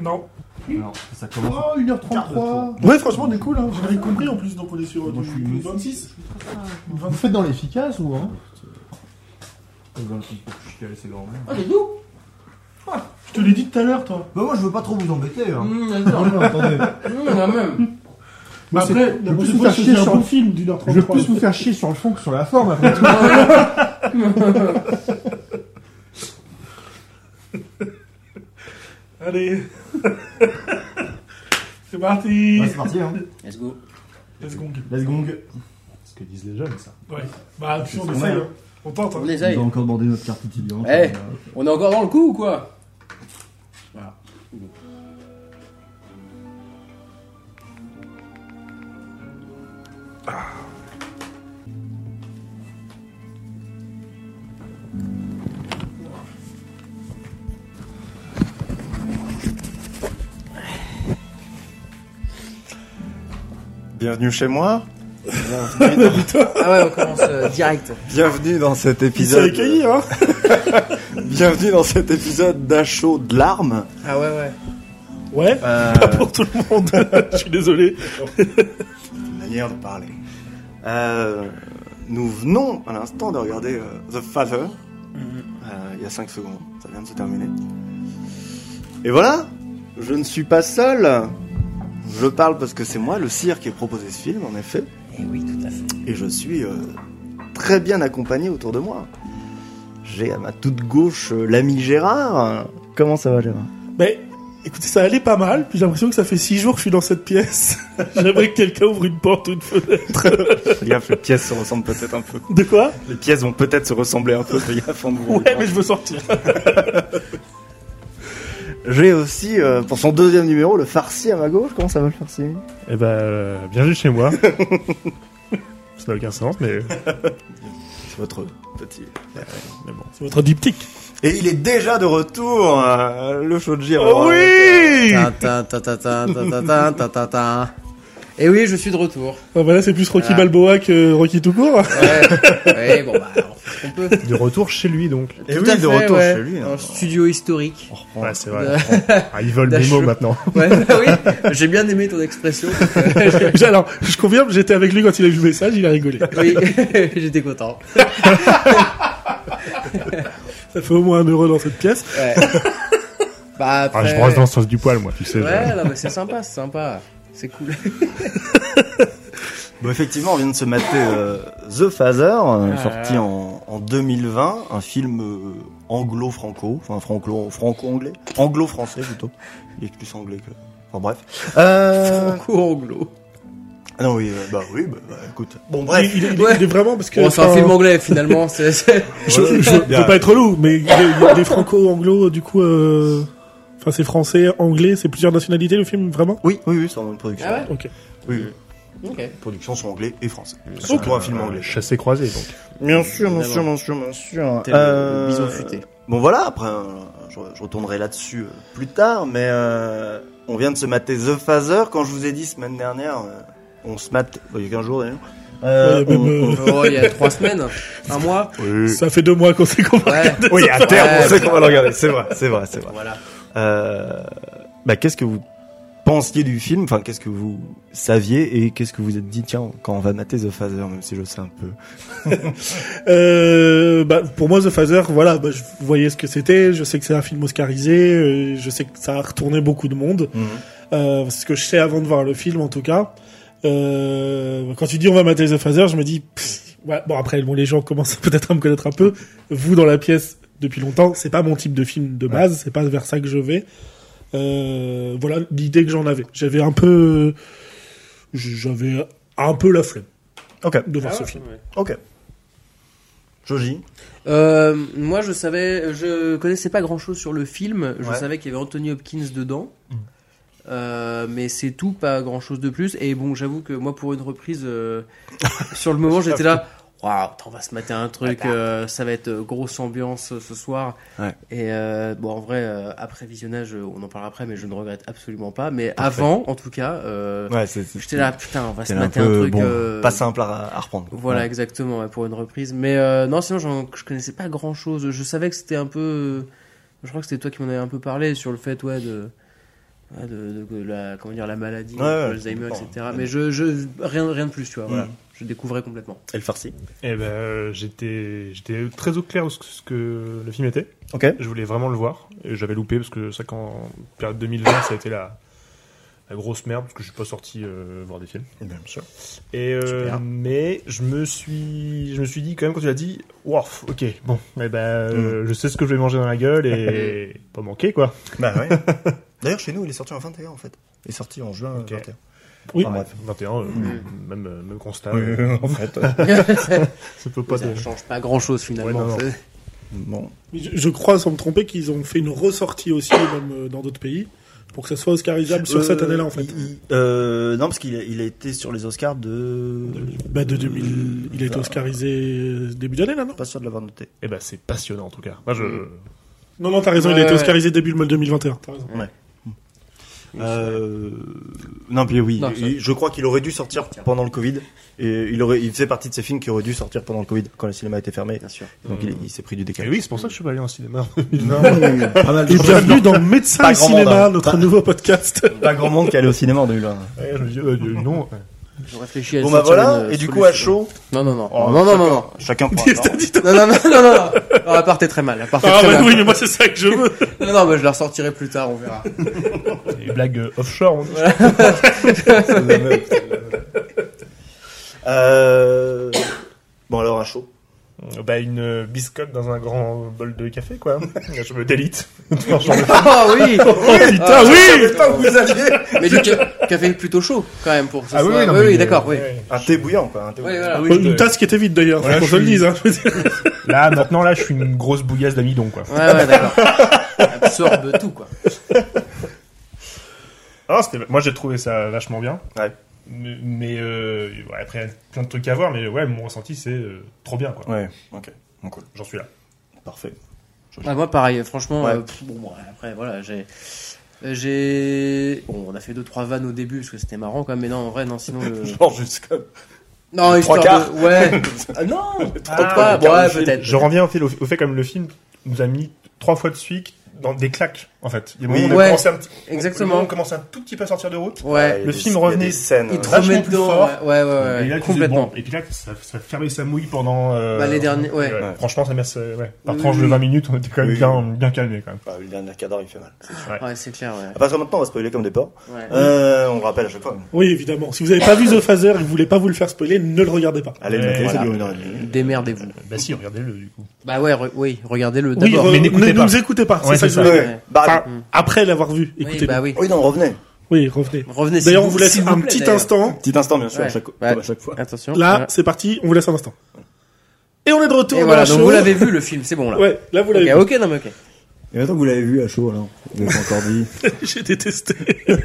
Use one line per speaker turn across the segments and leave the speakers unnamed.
Non.
Non, ça commence.
Ah,
Oh,
Garde le
1h33
Ouais, franchement, on est cool, hein. J'ai rien compris en plus, donc on est sur euh,
Moi,
du-
je suis
du
une-
26.
Vous faites dans l'efficace ou hein
Dans le petit pour chialer, c'est grand même.
Allez, Ah, nous
Je te l'ai dit tout à l'heure, toi.
Bah, moi, je veux pas trop vous embêter. Hein.
Hum, d'accord.
non, attendez.
Hum, quand même.
Moi,
Bah, après,
c'est- je
la
vais plus
prochaine
vous
fois,
faire
je
chier
fais un
sur
bon
le
film d'une heure 33.
Je vais plus vous faire chier sur le fond que sur la forme après tout.
Allez. c'est parti.
Bah, c'est parti, hein.
Let's go.
Let's go.
Let's gong. C'est ce que disent les jeunes, ça.
Ouais. Bah, puis on
C'est
essaye.
normal.
hein. On tente. hein.
On
On
essaye.
va encore demander notre carte étudiante. Euh,
Eh. On est encore dans le coup ou quoi Voilà.
Bienvenue chez moi.
Ah ouais, on commence euh, direct.
Bienvenue dans cet
C'est
épisode.
écaillé, hein.
Bienvenue dans cet épisode d'un show de larmes.
Ah ouais, ouais.
Ouais.
Euh,
Pour tout le monde. Je suis désolé.
manière de parler. Euh, nous venons à l'instant de regarder euh, The Father.
Mm-hmm.
Euh, il y a 5 secondes. Ça vient de se terminer. Et voilà. Je ne suis pas seul. Je parle parce que c'est moi, le sire, qui ai proposé ce film, en effet.
Et Eh oui, tout à fait.
Et je suis euh, très bien accompagné autour de moi. J'ai à ma toute gauche euh, l'ami Gérard. Comment ça va Gérard
Mais écoutez, ça allait pas mal. Puis j'ai l'impression que ça fait 6 jours que je suis dans cette pièce. J'aimerais que quelqu'un ouvre une porte ou une fenêtre.
Fais gaffe, les pièces se ressemblent peut-être un peu.
De quoi
Les pièces vont peut-être se ressembler un peu, fais gaffe. hein, de vous-
Ouais, mais je veux sortir.
J'ai aussi, euh, pour son deuxième numéro, le farci à ma gauche. Comment ça va le farci
Eh ben, euh, bienvenue chez moi. Ça n'a aucun sens, mais,
C'est votre petit...
mais bon.
C'est votre diptyque.
Et il est déjà de retour, euh, le show de Gérard.
Ah
Oh oui
Ta ta ta ta ta ta ta ta ta ta. Et oui, je suis de retour.
Ah bah là, c'est plus Rocky
Ah.
Balboa que Rocky tout court.
Ouais, ouais bon, bah, on fait ce qu'on peut.
De retour chez lui, donc.
Et
Tout
oui,
à
de
fait,
retour
ouais. Oh,
chez lui. hein.
Un studio historique.
Ouais, c'est vrai. Ah, ils volent mes
Dacheux.
mots maintenant.
Ouais, bah oui, j'ai bien aimé ton expression.
Alors, je confirme, j'étais avec lui quand il a vu le message, il a rigolé.
Oui, j'étais content.
Ça fait au moins un euro dans cette pièce.
Ouais. Bah après...
Ah, je brosse dans le sens du poil, moi, tu sais. je-
Ouais, non, mais c'est sympa, c'est sympa. C'est cool.
Bon, effectivement, on vient de se mater euh, The Father, euh,
Ah
sorti
là.
En, en 2020, un film euh, anglo-franco, enfin franco- franco-anglais, anglo-français plutôt. Il est plus anglais que. Enfin bref. Euh...
Cours anglo.
ah Non oui, euh, bah oui, bah, bah, écoute. Bon bref.
Il, il- il-
Ouais.
il est vraiment parce que.
Bon, c'est un
enfin,
film anglais finalement. c'est- c'est-
Je, je, je
Bien.
veux pas être relou, mais il y a- il y a des franco-anglo, du coup. euh, Enfin, c'est français, anglais, c'est plusieurs nationalités le film, vraiment
Oui, oui, oui, c'est une production.
Ah ouais
Ok.
Oui, oui,
Ok.
les productions sont anglais et français. Surtout un film
Euh,
anglais.
Chassé croisé, donc.
Bien sûr,
bien sûr,
bien sûr, bien sûr.
Tel le- le bison futé.
Bon voilà, après euh, je, je retournerai là-dessus euh, plus tard, mais euh, on vient de se mater The Phaser. Quand je vous ai dit semaine dernière, euh, on se mate, bah, il y a 15 jours d'ailleurs. Euh,
Ouais,
on-
même, euh,
Oh, il y a trois semaines, un mois.
Oui.
Ça fait deux mois qu'on s'est compris.
Ouais.
Oui, à terme,
Ouais.
on sait qu'on va le regarder. C'est vrai, c'est vrai, c'est vrai.
Voilà.
Euh, bah, qu'est-ce que vous pensiez du film Enfin, qu'est-ce que vous saviez et qu'est-ce que vous êtes dit Tiens, quand on va mater The Phaser, même si je sais un peu.
Euh, bah, pour moi, The Phaser, voilà, bah, je voyais ce que c'était. Je sais que c'est un film oscarisé. euh, Je sais que ça a retourné beaucoup de monde. Euh, ce que je sais avant de voir le film, en tout cas. Euh, quand tu dis on va mater The Phaser, je me dis pff, ouais, bon après bon les gens commencent peut-être à me connaître un peu. Vous dans la pièce depuis longtemps, c'est pas mon type de film de base. C'est pas vers ça que je vais. Euh, voilà l'idée que j'en avais. J'avais un peu, j'avais un peu la flemme
Ok,
de voir ce film.
ok. Joji
Euh, moi, je savais, je connaissais pas grand chose sur le film. Je
Ouais. Mm.
savais qu'il y avait Anthony Hopkins dedans. Euh, mais c'est tout, pas grand chose de plus. Et bon, j'avoue que moi, pour une reprise, euh, sur le moment, j'étais là. Waouh, attends, on va se mater un truc, euh, ça va être euh, grosse ambiance euh, ce soir.
Ouais.
Et euh, bon, en vrai, euh, après visionnage, euh, on en parlera après, mais je ne regrette absolument pas. Mais avant, en tout cas, euh,
Ouais, c'est. c'est-
j'étais là, putain, on va se
c'est un
mater un,
peu,
truc.
bon,
euh,
pas simple à, à reprendre. quoi.
voilà,
Ouais.
exactement, ouais, pour une reprise. Mais euh, non, sinon, j'en- je connaissais pas grand chose. Je savais que c'était un peu. Je crois que c'était toi qui m'en avais un peu parlé sur le fait, ouais, de. ah, de, de- de la, comment dire, la maladie,
Ouais, ouais,
Alzheimer,
je comprends.
etc. Mais je, je- rien, rien de plus, tu vois. Voilà.
Mm.
Je découvrais complètement.
Elle farcie.
Eh ben, euh, j'étais, j'étais très au clair de ce que- ce que le film était.
Ok.
Je voulais vraiment le voir. Et j'avais loupé parce que ça, qu'en période 2020, ça a été la, la grosse merde parce que je suis pas sorti euh, voir des films.
ben, Bien sûr.
Et euh,
Super.
mais je me suis, je me suis dit quand même quand tu l'as dit, wow, ok, bon, eh ben, euh, je sais ce que je vais manger dans la gueule et pas manquer quoi.
Bah ouais. D'ailleurs, chez nous, il est sorti en 21 en fait. Il est sorti en juin
Ok.
21.
Oui,
Enfin, bref.
21, euh, même euh, même constat.
Ah Oui, en fait. euh,
Ça peut pas.
Ça ne
te-
change pas grand chose finalement.
Ouais, non, non.
C'est-
bon.
Mais Je, je crois, sans me tromper, qu'ils ont fait une ressortie aussi, même euh, dans d'autres pays, pour que ça soit oscarisable sur
Euh,
cette année-là, en fait.
il- il- euh, non, parce qu'il a- il a été sur les Oscars de.
Bah, de 2000, il a été
Ah,
oscarisé euh, début d'année, là, non
Pas sûr de l'avoir noté.
Eh ben, c'est passionnant en tout cas. Moi, je.
Non, non, t'as raison, il a
Ouais,
été
ouais.
oscarisé début 2021. T'as raison.
Euh, non, puis oui,
Non,
il- je crois qu'il aurait dû sortir pendant le Covid. Et il, aurait, il faisait partie de ces films qui auraient dû sortir pendant le Covid, quand le cinéma était fermé.
Bien sûr. Eh
Donc il, il s'est pris du
Et
décalage.
oui, c'est pour ça que je suis pas allé en cinéma.
pas mal
Et
de gens-
bienvenue dans Médecins
Pas
et
grand
Cinéma,
monde, hein.
notre
Pas-
nouveau podcast.
Pas grand monde qui allait au cinéma en 2001.
Ouais, je me dis, euh, non.
Je réfléchis à
Bon bah
sortir
voilà,
une, euh,
et du coup
solution.
à chaud,
Non, non, non.
Oh,
non, non, non, non.
chacun prend.
Non, non, non, non, non, non. Non, à part, t'es très mal. À part, t'es
Ah,
très
bah
mal.
oui, mais moi, c'est ça que je veux.
Non, non, bah, je la ressortirai plus tard, on verra.
Les blagues euh, offshore. on-
Euh, Bon alors à chaud.
Bah, une euh, biscotte dans un grand bol de café, quoi. je me délite. Franchement,
Ah oui
Putain,
Ah,
oui
Ah, vous aviez
Mais du ca- café plutôt chaud, quand même, pour ça.
Ah oui,
soit-
oui, non,
oui,
mais,
oui,
euh,
d'accord, oui.
ouais.
Un thé bouillant quoi. Un thé
Oui,
bouillant.
voilà, oui.
Oui, je-
Une tasse qui était vide, d'ailleurs,
Voilà,
faut
je
qu'on se le
suis-
dise. hein, je veux dire.
Là, maintenant, là, je suis une grosse bouillasse d'amidon, quoi.
Ouais, ouais, d'accord. Absorbe tout, quoi.
Ah, c'était- moi, j'ai trouvé ça vachement bien.
Ouais.
Mais, mais, euh, ouais, après, il y a plein de trucs à voir, mais ouais, mon ressenti, c'est euh, trop bien, quoi.
Ouais, ok. Bon, cool.
J'en suis là.
Parfait.
Ah, moi, pareil, franchement,
Ouais.
euh, pff, bon, bon, après, voilà, j'ai. euh, J'ai. Bon, on a fait 2-3 vannes au début parce que c'était marrant quand même, mais non, en vrai, non, sinon. le-
Genre jusqu'à.
Non, histoire
trois
de. Ouais Ah, Non
trois
ah,
quarts
bon,
du
Ouais,
film.
peut-être.
Je reviens au fait, au fait, comme le film nous a mis trois fois de suite dans des claques, en fait. Il y a des
Oui.
moments où on
Ouais,
commençait un petit-
exactement.
le moment où On commençait un tout petit peu à sortir de route.
Ouais.
Le film revenait-
Scène,
Il te remet
vachement plus
dedans.
fort.
Ouais, ouais, ouais. ouais,
et là, tu
complètement.
faisais, bon, et puis là, ça, ça fermait sa mouille pendant. euh,
Bah, les derniers- ouais.
Ouais.
Franchement, ça merci. Ouais. Par
Oui,
tranche de
oui.
20 minutes, on était quand même
Oui.
bien, bien calmé, quand même.
Bah, le dernier cadre, il fait mal.
Ouais, c'est clair,
À
ouais.
partir de maintenant, on va spoiler comme des porcs.
ouais.
Euh, on le rappelle à chaque fois.
Oui, évidemment. Si vous n'avez pas vu The Phaser et que vous voulez pas vous le faire spoiler, ne le regardez pas.
Allez,
Ouais,
le matin,
voilà.
c'est le bonheur de la nuit.
Démerdez-vous.
Bah, si, regardez-le, du coup.
Bah ouais, re- oui, regardez-le
Oui,
d'abord.
re-
mais
ne
n'écoutez
ne
pas.
nous écoutez pas. c'est
Ouais,
ça
c'est
que
ça.
je veux dire.
Ouais, bah,
Enfin, après l'avoir vu,
Oui,
écoutez.
bah oui.
Oui, non, revenez.
Oui, revenez.
Revenez
D'ailleurs, on
s'il
vous laisse
s'il
un
plaît,
petit
d'ailleurs.
instant.
Petit instant, bien sûr,
Ouais.
à, chaque...
Ouais.
comme à chaque fois.
Attention.
Là,
Voilà.
c'est parti, on vous laisse un instant. Et on est de retour
Et
dans
voilà,
la
donc
chose.
vous l'avez vu le film, c'est bon là.
Ouais, là vous l'avez
Ok, ok, non mais ok.
Et maintenant que vous l'avez vu à chaud, alors, vous l'avez encore dit.
vu. J'ai détesté.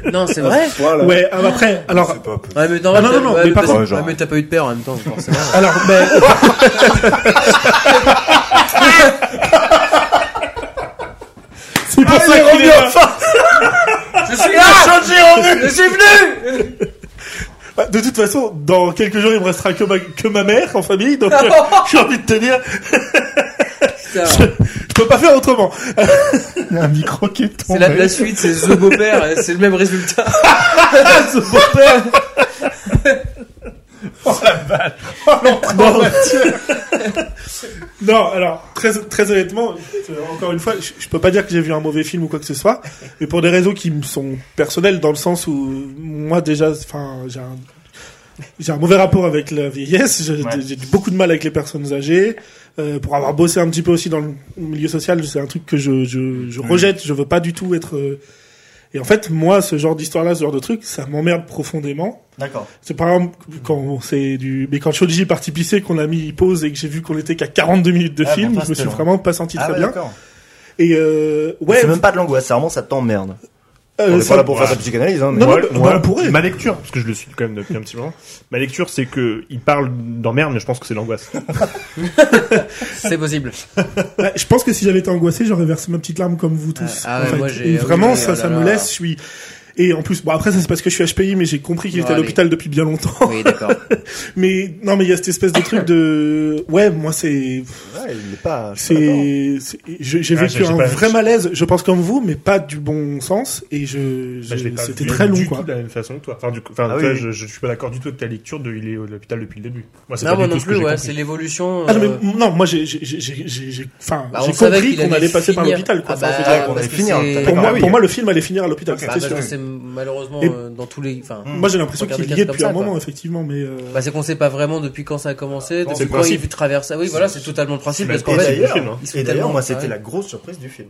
Non, c'est vrai.
Voilà.
Ouais, ah, après, alors,
C'est pas possible.
Ouais, mais non,
Ah, non,
mais t'as-
non, non,
ouais,
mais
mais
par
t'as-
contre-
ouais, mais t'as pas eu de père en même temps, forcément.
alors, ben, c'est
Ah,
pour ça qu'il Ah, est Ah, là.
Je suis là Je suis venu
Bah, De toute façon, dans quelques jours, il me restera que ma, que ma mère en famille, donc euh, j'ai envie de te dire,
Putain,
je, je peux pas faire autrement.
Il y a un micro qui est
C'est
tombé.
la, la suite, c'est The Beau-Père, et c'est le même résultat.
Ce beau-père.
Oh,
Non. Non, alors très très honnêtement, euh, encore une fois, je, je peux pas dire que j'ai vu un mauvais film ou quoi que ce soit, mais pour des raisons qui me sont personnelles, dans le sens où moi déjà, enfin, j'ai un j'ai un mauvais rapport avec la vieillesse. je-
Ouais.
J'ai beaucoup de mal avec les personnes âgées. Euh, pour avoir bossé un petit peu aussi dans le milieu social, c'est un truc que je je, je rejette. Je veux pas du tout être. euh, Et en fait, moi, ce genre d'histoire-là, ce genre de truc, ça m'emmerde profondément.
D'accord.
C'est par exemple quand c'est du mais quand Shoji est parti pisser qu'on a mis pause et que j'ai vu qu'on était qu'à 42 minutes de
Ah,
film,
bon, ça,
je me
c'était
suis
long.
vraiment pas senti
Ah,
très
ouais,
bien.
d'accord.
Et euh, ouais,
C'est même pas de l'angoisse, c'est vraiment ça t'emmerde.
euh,
On est
ça-
pas là pour faire sa psychanalyse, hein, mais.
Non, non,
Moi-
bah, bah,
moi,
on pourrait.
Ma lecture, parce que je le suis quand même depuis un petit moment, ma lecture, c'est que il parle d'emmerde, mais je pense que c'est l'angoisse.
C'est possible.
ouais, bah, je pense que si j'avais été angoissé, j'aurais versé ma petite larme comme vous tous.
Ah, ah
en
ouais,
fait.
moi, j'ai-
Et
ah oui,
vraiment
oui,
ça
oh
ça
là
me
là.
laisse, je suis Et en plus, bon après ça c'est parce que je suis HPI, mais j'ai compris qu'il
Ouais,
était à
allez.
l'hôpital depuis bien longtemps.
Oui, d'accord.
Mais non, mais il y a cette espèce de truc de, ouais, moi c'est,
Ouais, il n'est pas. je suis pas d'accord.
c'est, c'est- je- j'ai
Ah,
vécu
j'ai- j'ai
un
pas-
vrai malaise. Je pense comme vous, mais pas du bon sens. Et je,
Bah, je
je-
l'ai pas
c'était
vu
très long
du
quoi.
tout de la même façon que toi. Enfin, du coup, enfin,
Ah
toi,
oui.
je, je suis pas d'accord du tout avec ta lecture de il est à l'hôpital depuis le début. Moi, c'est
Non,
pas
moi
du tout
non
ce que
plus,
j'ai
ouais,
compris.
c'est l'évolution.
Ah non,
euh,
mais non, moi j'ai, j'ai, j'ai, j'ai, j'ai- enfin,
bah,
j'ai
on savait
compris
qu'il
qu'on allait passer par
finir.
l'hôpital quoi.
Ah
Enfin,
bah,
c'est-
c'est-à-dire qu'on
parce
allait
que
finir,
c'est-
t'as
pour
d'accord,
moi,
oui.
pour moi, le film allait finir à l'hôpital.
Ok.
c'était
Bah, parce
sûr.
que c'est malheureusement
Et-
euh, dans tous les. Enfin,
Moi, j'ai l'impression
Regarder
qu'il y est
quelqu'un
depuis un
comme ça,
moment,
quoi.
effectivement, mais. euh,
bah, c'est qu'on sait pas vraiment depuis quand ça a commencé,
Bon,
c'est
depuis
le
quand il
principe.
veut traverser. Ah oui, voilà, c'est totalement le principe
c'est
parce
le
qu'en
Et
principe.
fait,
du film,
d'ailleurs,
hein.
et
Ils se foutent
d'ailleurs,
tellement,
moi,
c'est
c'était
vrai.
la grosse surprise du film.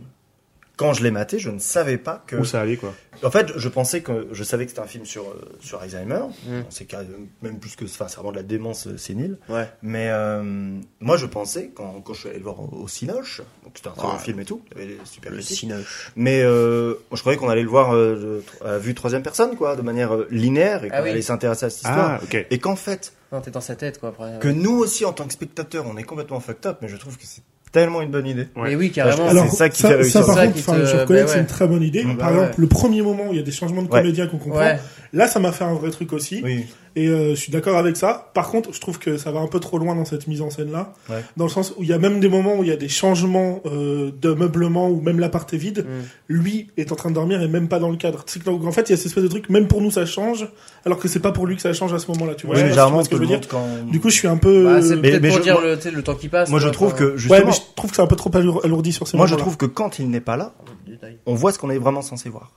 Quand je l'ai maté, je ne savais pas que.
Où ça allait, quoi.
En fait, je pensais que je savais que c'était un film sur euh, sur Alzheimer.
Mm.
On sait qu'il y a même plus que enfin, c'est vraiment de la démence euh, sénile.
Ouais.
Mais euh, moi, je pensais quand, quand je suis allé le voir au, au Cinoche, donc c'était un très
Ouais.
bon film et tout, il y avait des super
le
critiques.
cinoche.
Mais euh, je croyais qu'on allait le voir euh, de- à vue troisième personne, quoi, de manière euh, linéaire et qu'on
Ah oui.
allait s'intéresser à cette histoire.
Ah, ok.
Et qu'en fait,
Non, t'es dans sa tête quoi après.
que nous aussi en tant que spectateurs, on est complètement fucked up, mais je trouve que c'est tellement une bonne idée.
Mais oui, carrément.
Alors- c'est ça qui fait réussir.
par
C'est ça
contre,
qui
enfin,
te-
je
bah
reconnais que
ouais.
c'est une très bonne idée.
Mmh.
Par
Bah
exemple,
ouais.
le premier moment où il y a des changements de
Ouais.
comédiens qu'on comprend,
Ouais.
là, ça m'a fait un vrai truc aussi.
Oui,
Et euh, je suis d'accord avec ça. Par contre, je trouve que ça va un peu trop loin dans cette mise en scène-là.
Ouais.
Dans le sens où il y a même des moments où il y a des changements euh, de meublement ou même l'appart est vide.
Mm.
Lui est en train de dormir et même pas dans le cadre. C'est que, donc, en fait, il y a cette espèce de truc, même pour nous, ça change, alors que c'est pas pour lui que ça change à ce moment-là. Tu vois,
oui
Je
mais
sais pas si tu
généralement,
vois
on
ce que
te
je
le
veux dire.
montre quand.
Du coup, je suis un peu.
Bah, c'est
euh,
mais-
peut-être
mais
pour
je-
dire
moi-
le, tu sais, le temps qui passe.
Moi, je
quoi,
trouve
enfin,
que
Ouais,
justement,
mais je trouve que c'est un peu trop alour- alourdi sur ces
moi, je
moments-là.
trouve que quand il n'est pas là,
détail.
on voit ce qu'on est vraiment censé voir.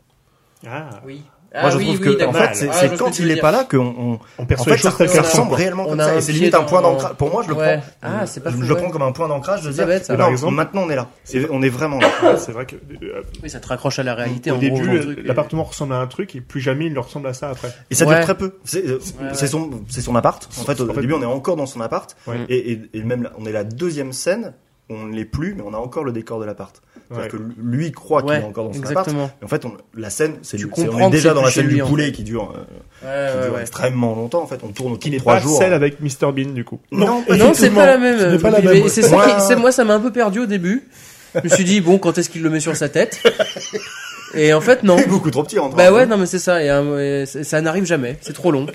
Ah.
Oui.
moi,
Ah
je
oui,
trouve
oui,
que, en
d'accord.
fait, c'est c'est
Ah, je vois ce que
quand il
tu veux
n'est
dire.
pas là qu'on. on-
On
En
perçoit
fait,
les
ça
choses telles
ressemble
on
qu'elles
a-
ressemblent.
réellement
on
comme
a
ça.
un
Et c'est
pied
limite un
dans-
point d'ancrage. Pour moi, je le
Ouais.
prends.
Ah, c'est pas
je
fou,
le
ouais.
prends comme un point d'ancrage de
C'est
dire.
bête, ça.
non,
Par exemple-
maintenant, on est là. C'est- On est vraiment là.
Ouais, C'est vrai que euh,
Oui, ça te raccroche à la réalité
au
en gros.
début,
le truc, et-
l'appartement ressemble à un truc et plus jamais il ne ressemble à ça après.
Et ça
Ouais.
dure très peu. C'est euh,
Ouais,
c'est
ouais.
son, c'est son appart. En fait, au
En fait-
début, on est encore dans son appart.
Ouais.
Et, et- et même, là, on est la deuxième scène. On ne l'est plus, mais on a encore le décor de l'appart. C'est-à-dire
Ouais.
que lui croit qu'il
Ouais,
est encore dans son appart.
exactement.
Mais en fait, on- la scène, c'est
Tu
lui- c'est- on
comprends
est
que
déjà
c'est
dans
plus
la
chez
scène
lui,
du
en
poulet
fait.
qui dure, euh, qui
Ouais, ouais,
dure
ouais.
extrêmement longtemps. En fait, on tourne
Qui
autour de
n'est
trois
pas
jours. hein.
celle avec Mr Bean du coup.
Non,
Non, c'est pas la même.
Ce n'est pas la
Mais
même.
C'est ça
Ouais.
qui- c'est- moi, ça m'a un peu perdu au début. Je me suis dit, bon, quand est-ce qu'il le met sur sa tête Et en fait, non.
C'est beaucoup trop petit. hein, entre
Bah
un-
ouais, non, mais c'est ça. Et, euh, et ça ça n'arrive jamais. C'est trop long.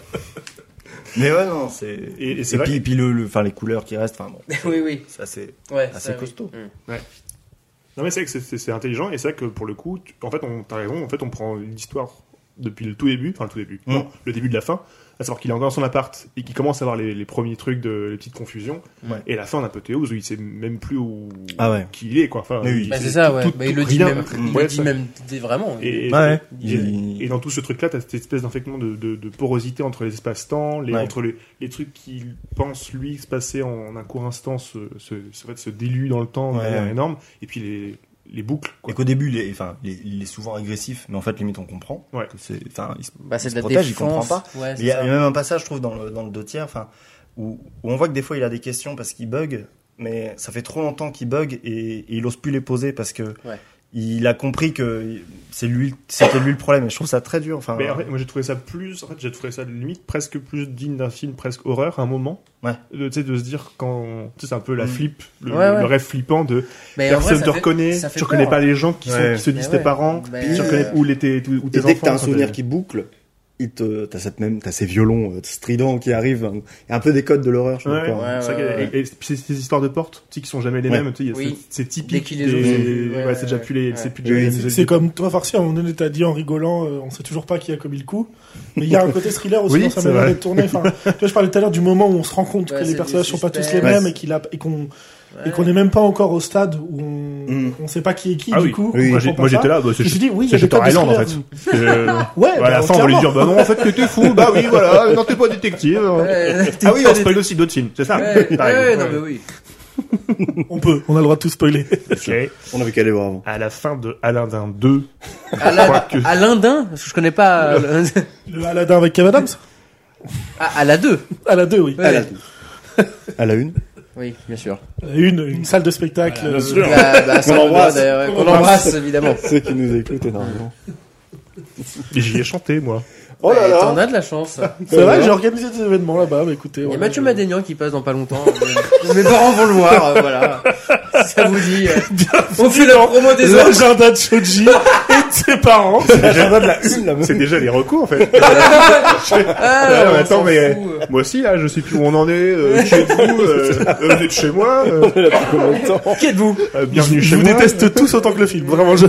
Mais ouais, non, c'est.
Et-
Et,
et c'est vrai
puis, puis le, le- enfin, les couleurs qui restent, enfin bon.
oui, oui.
Ça, c'est.
Ouais,
Ah,
Assez
ça, oui.
costaud.
Mm.
Non mais c'est vrai que c'est- c'est c'est intelligent et c'est vrai que pour le coup, tu- en fait, on t'as raison. En fait, on prend l'histoire depuis le tout début, enfin le tout début,
Mm.
non, le début de la fin, à savoir qu'il est encore dans son appart et qu'il commence à avoir les, les premiers trucs de les petites confusions.
Ouais.
Et la fin, on a apothéose où il sait même plus où
Ah ouais.
qui il est quoi. Enfin,
Mais oui.
il
Bah,
sait
c'est ça,
tout-
ouais.
tout-
Bah, il
tout
le dit
rien.
même. Il
Ouais,
le dit
ça-
même dé- vraiment.
Et, et-
Ouais.
Et, et dans tout ce truc-là, t'as cette espèce d'infectement de, de- de porosité entre les espaces-temps, les,
Ouais.
entre les, les trucs qu'il pense, lui, se passer en un court instant, se, se- se- en fait, se déluent dans le temps de
Ouais,
manière
ouais.
énorme, et puis les, les boucles.
Et
Quoi.
qu'au début, il est, enfin, il est, il est souvent agressif, mais en fait, limite, on comprend.
Ouais.
Que c'est, enfin, il se-
Bah, c'est
il
de
se
la
protège,
défense.
il comprend pas.
Ouais,
Il y, a,
Ah, c'est
il y a même un passage, je trouve, dans le, dans le deux tiers, enfin, où, où on voit que des fois, il a des questions parce qu'il bug, mais ça fait trop longtemps qu'il bug et, et il ose plus les poser parce que
Ouais.
il a compris que c'est lui, c'était lui le problème. Et je trouve ça très dur. Enfin,
Mais en fait, moi j'ai trouvé ça plus, en fait, j'ai trouvé ça limite presque plus digne d'un film presque horreur à un moment.
Ouais.
De, tu sais, de se dire quand, tu sais, c'est un peu la
Mm.
flip, le,
Ouais, ouais.
le rêve flippant de
ça. Mais en vrai,
personne
ça
te
fait-
reconnaît,
ça fait
tu reconnais
peur.
pas les gens qui, sont-
Ouais.
qui se disent
Mais
tes
ouais.
parents,
Bah,
tu
euh,
reconnais où les tes, où tes
Et dès que t'as un
enfants,
souvenir
t'as-
qui boucle, il te, t'as cette même, t'as ces violons euh, stridents qui arrivent, hein. il y a un peu des codes de l'horreur, je trouve.
Ouais,
quoi.
ouais,
c'est vrai
ouais,
que- et- et ces ces histoires de portes, tu sais, qui sont jamais les
Ouais.
mêmes, tu sais, il y a
Oui.
ce- c'est typique.
Dès qu'il les
des-
ouvre, c'est plus-
ouais,
ouais, ouais,
c'est déjà
ouais.
plus les, c'est
Ouais.
plus
Oui,
les-
c'est-
les-
C'est comme toi, Farsi, à un moment donné, t'as dit en rigolant, euh, on sait toujours pas qui a commis le coup. Mais il y a un côté thriller aussi
Oui,
dans sa
c'est
manière
vrai.
de tourner. Enfin, tu vois, je parlais tout à l'heure du moment où on se rend compte
Ouais,
que
c'est
les
du
personnages sont pas tous les
suspense.
mêmes
Ouais.
et qu'il a, et qu'on,
Ouais.
et qu'on est même pas encore au stade où on,
Mm.
on sait pas qui est qui,
Ah
du
oui.
coup.
Oui,
on comprend
Moi, j'ai-
pas
moi,
ça.
j'étais là, bah,
Je
c'est
me suis dit, oui, il y a
c'est
des
chez
codes de
Thailand en
thriller.
fait.
Ouais,
Euh, Ouais, à la
bah,
fin, on va lui
clairement.
dire, bah non, en fait, t'étais fou, bah oui, voilà, non, t'es pas détective.
Ouais,
Ah oui, on spoil aussi d'autres films, c'est ça
Ouais, ouais,
Pareil.
ouais, non, mais oui.
On peut, on a le droit de tout spoiler.
Ok.
On avait qu'à aller voir avant.
À la fin de Aladdin 2, crois
À
que-
la- à l'Indin, parce que je connais pas. euh, le-
Le Aladdin avec Kev Adams?
Ah, à la 2.
À la 2, oui.
Ouais.
À la une.
Oui, bien sûr.
Euh, Une, une salle de spectacle. euh,
Bah, bah,
On
ça, on
l'embrasse.
l'embrasse. d'ailleurs, On l'embrasse, évidemment.
Ceux qui nous écoutent énormément.
et j'y ai chanté, moi.
Oh là
Eh, T'en
là
as de la chance.
C'est vrai, j'ai organisé des événements là-bas, mais écoutez.
Il y a
voilà,
Mathieu
je-
Madénian qui passe dans pas longtemps. Mes parents vont le voir, euh, voilà. ça vous dit. euh, on fait la promo des autres.
L'agenda de Shoji et de ses parents.
L'agenda de la une, là.
C'est déjà les recours en fait.
Ah,
Ouais,
on
attends,
s'en
mais-
fout.
moi aussi, là, je sais plus où on en est. Euh, qui êtes-vous euh, euh, Venez de chez moi. euh,
Qui êtes-vous
euh,
Je,
bienvenue chez
vous
moi.
déteste tous autant que le film. Vraiment, je...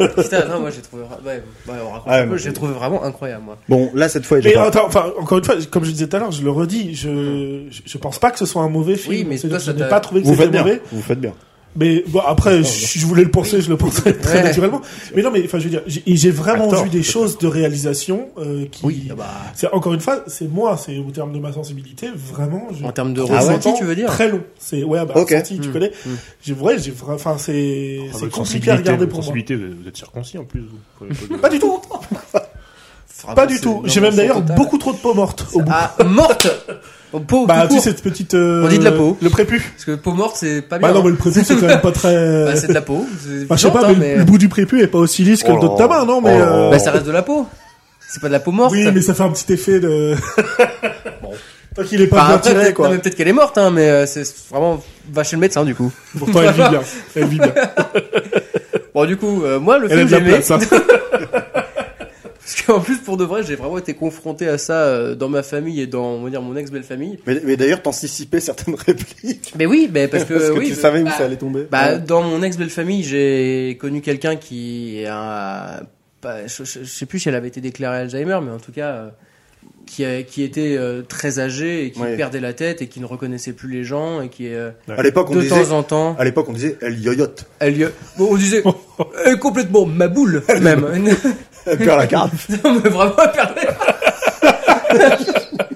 Ah,
Putain, non, moi j'ai trouvé. ra- Ouais, ouais, on raconte
Ah,
Ouais,
un peu,
mais-
j'ai trouvé vraiment incroyable, moi.
Bon, là, cette fois, j'ai
Mais
pas-
attends, enfin, encore une fois, comme je disais tout à l'heure, je le redis, je, je- je pense pas que ce soit un mauvais film.
Oui, mais
C'est-à-dire
toi, ça
que je n'ai
t'a-
pas trouvé que
Vous
c'était
faites bien.
mauvais.
Vous faites bien.
Mais bon, après, si je voulais le penser, je le pensais très
Ouais.
naturellement. Mais non, mais enfin, je veux dire, j'ai et j'ai vraiment
Acteur,
vu des choses de réalisation euh, qui.
Oui, ah bah,
C'est encore une fois, c'est moi, c'est au terme de ma sensibilité, vraiment. je-
en termes de
trouve
Ah ouais.
ça
ressenti, tu veux dire
Très long. C'est ouais, bah,
Ok.
ressenti, tu
Mm,
connais.
mm.
J'ai vrai, j'ai vra- enfin, c'est
Ah,
c'est
votre
compliqué à regarder
votre
pour moi.
sensibilité, vous vous êtes circoncis en plus. vous. Faut- faut-
Pas du tout,
Enfin,
pas
bon,
du
Ah, bah, c'est
tout.
une
J'ai même
invention
d'ailleurs
totale.
beaucoup trop de peau morte au bout.
Ah, morte Au pot,
Bah,
tout
tu sais,
court.
cette petite. euh,
On dit de la peau.
Le prépu.
Parce que peau morte, c'est pas bien.
Bah, non, mais
hein.
le prépu, c'est quand même pas très.
Bah, c'est de la peau. C'est
Enfin, je sais
violente,
pas,
hein,
mais, le- le bout du prépu est pas aussi lisse que
Oh
le dos de ta
là.
main, non Mais.
Oh là.
euh,
Bah, ça reste de la peau. C'est pas de la peau morte.
Oui, mais ça fait un petit effet de. Tant qu'il est pas
Enfin,
bien
Bah, après,
tiré,
peut-être-
quoi.
non, mais peut-être qu'elle est morte, hein, mais euh, c'est vraiment. Va chez le médecin, du coup.
Pourtant, elle vit bien. Elle vit bien.
Bon, du coup, euh, moi, le
Elle a
film,
de la
j'ai aimé.
place, hein.
Parce qu'en plus, pour de vrai, j'ai vraiment été confronté à ça euh, dans ma famille et dans, on va dire, mon ex-belle-famille.
Mais, mais d'ailleurs, t'anticipais certaines répliques.
Mais oui, mais parce que,
parce que
oui,
tu
je-
savais où
bah,
ça allait tomber.
Bah,
Ouais.
dans mon ex-belle-famille, j'ai connu quelqu'un qui est un- pas- je, je- je sais plus si elle avait été déclarée Alzheimer, mais en tout cas, euh, qui, a- qui était euh, très âgée et qui
Ouais.
perdait la tête et qui ne reconnaissait plus les gens et qui, euh,
à l'époque, on
de
disait,
temps en temps,
à l'époque, on disait, elle yoyote.
elle, lui- bon, on disait, elle est complètement ma boule, même.
Elle perd la carte.
non, mais vraiment, elle perdait.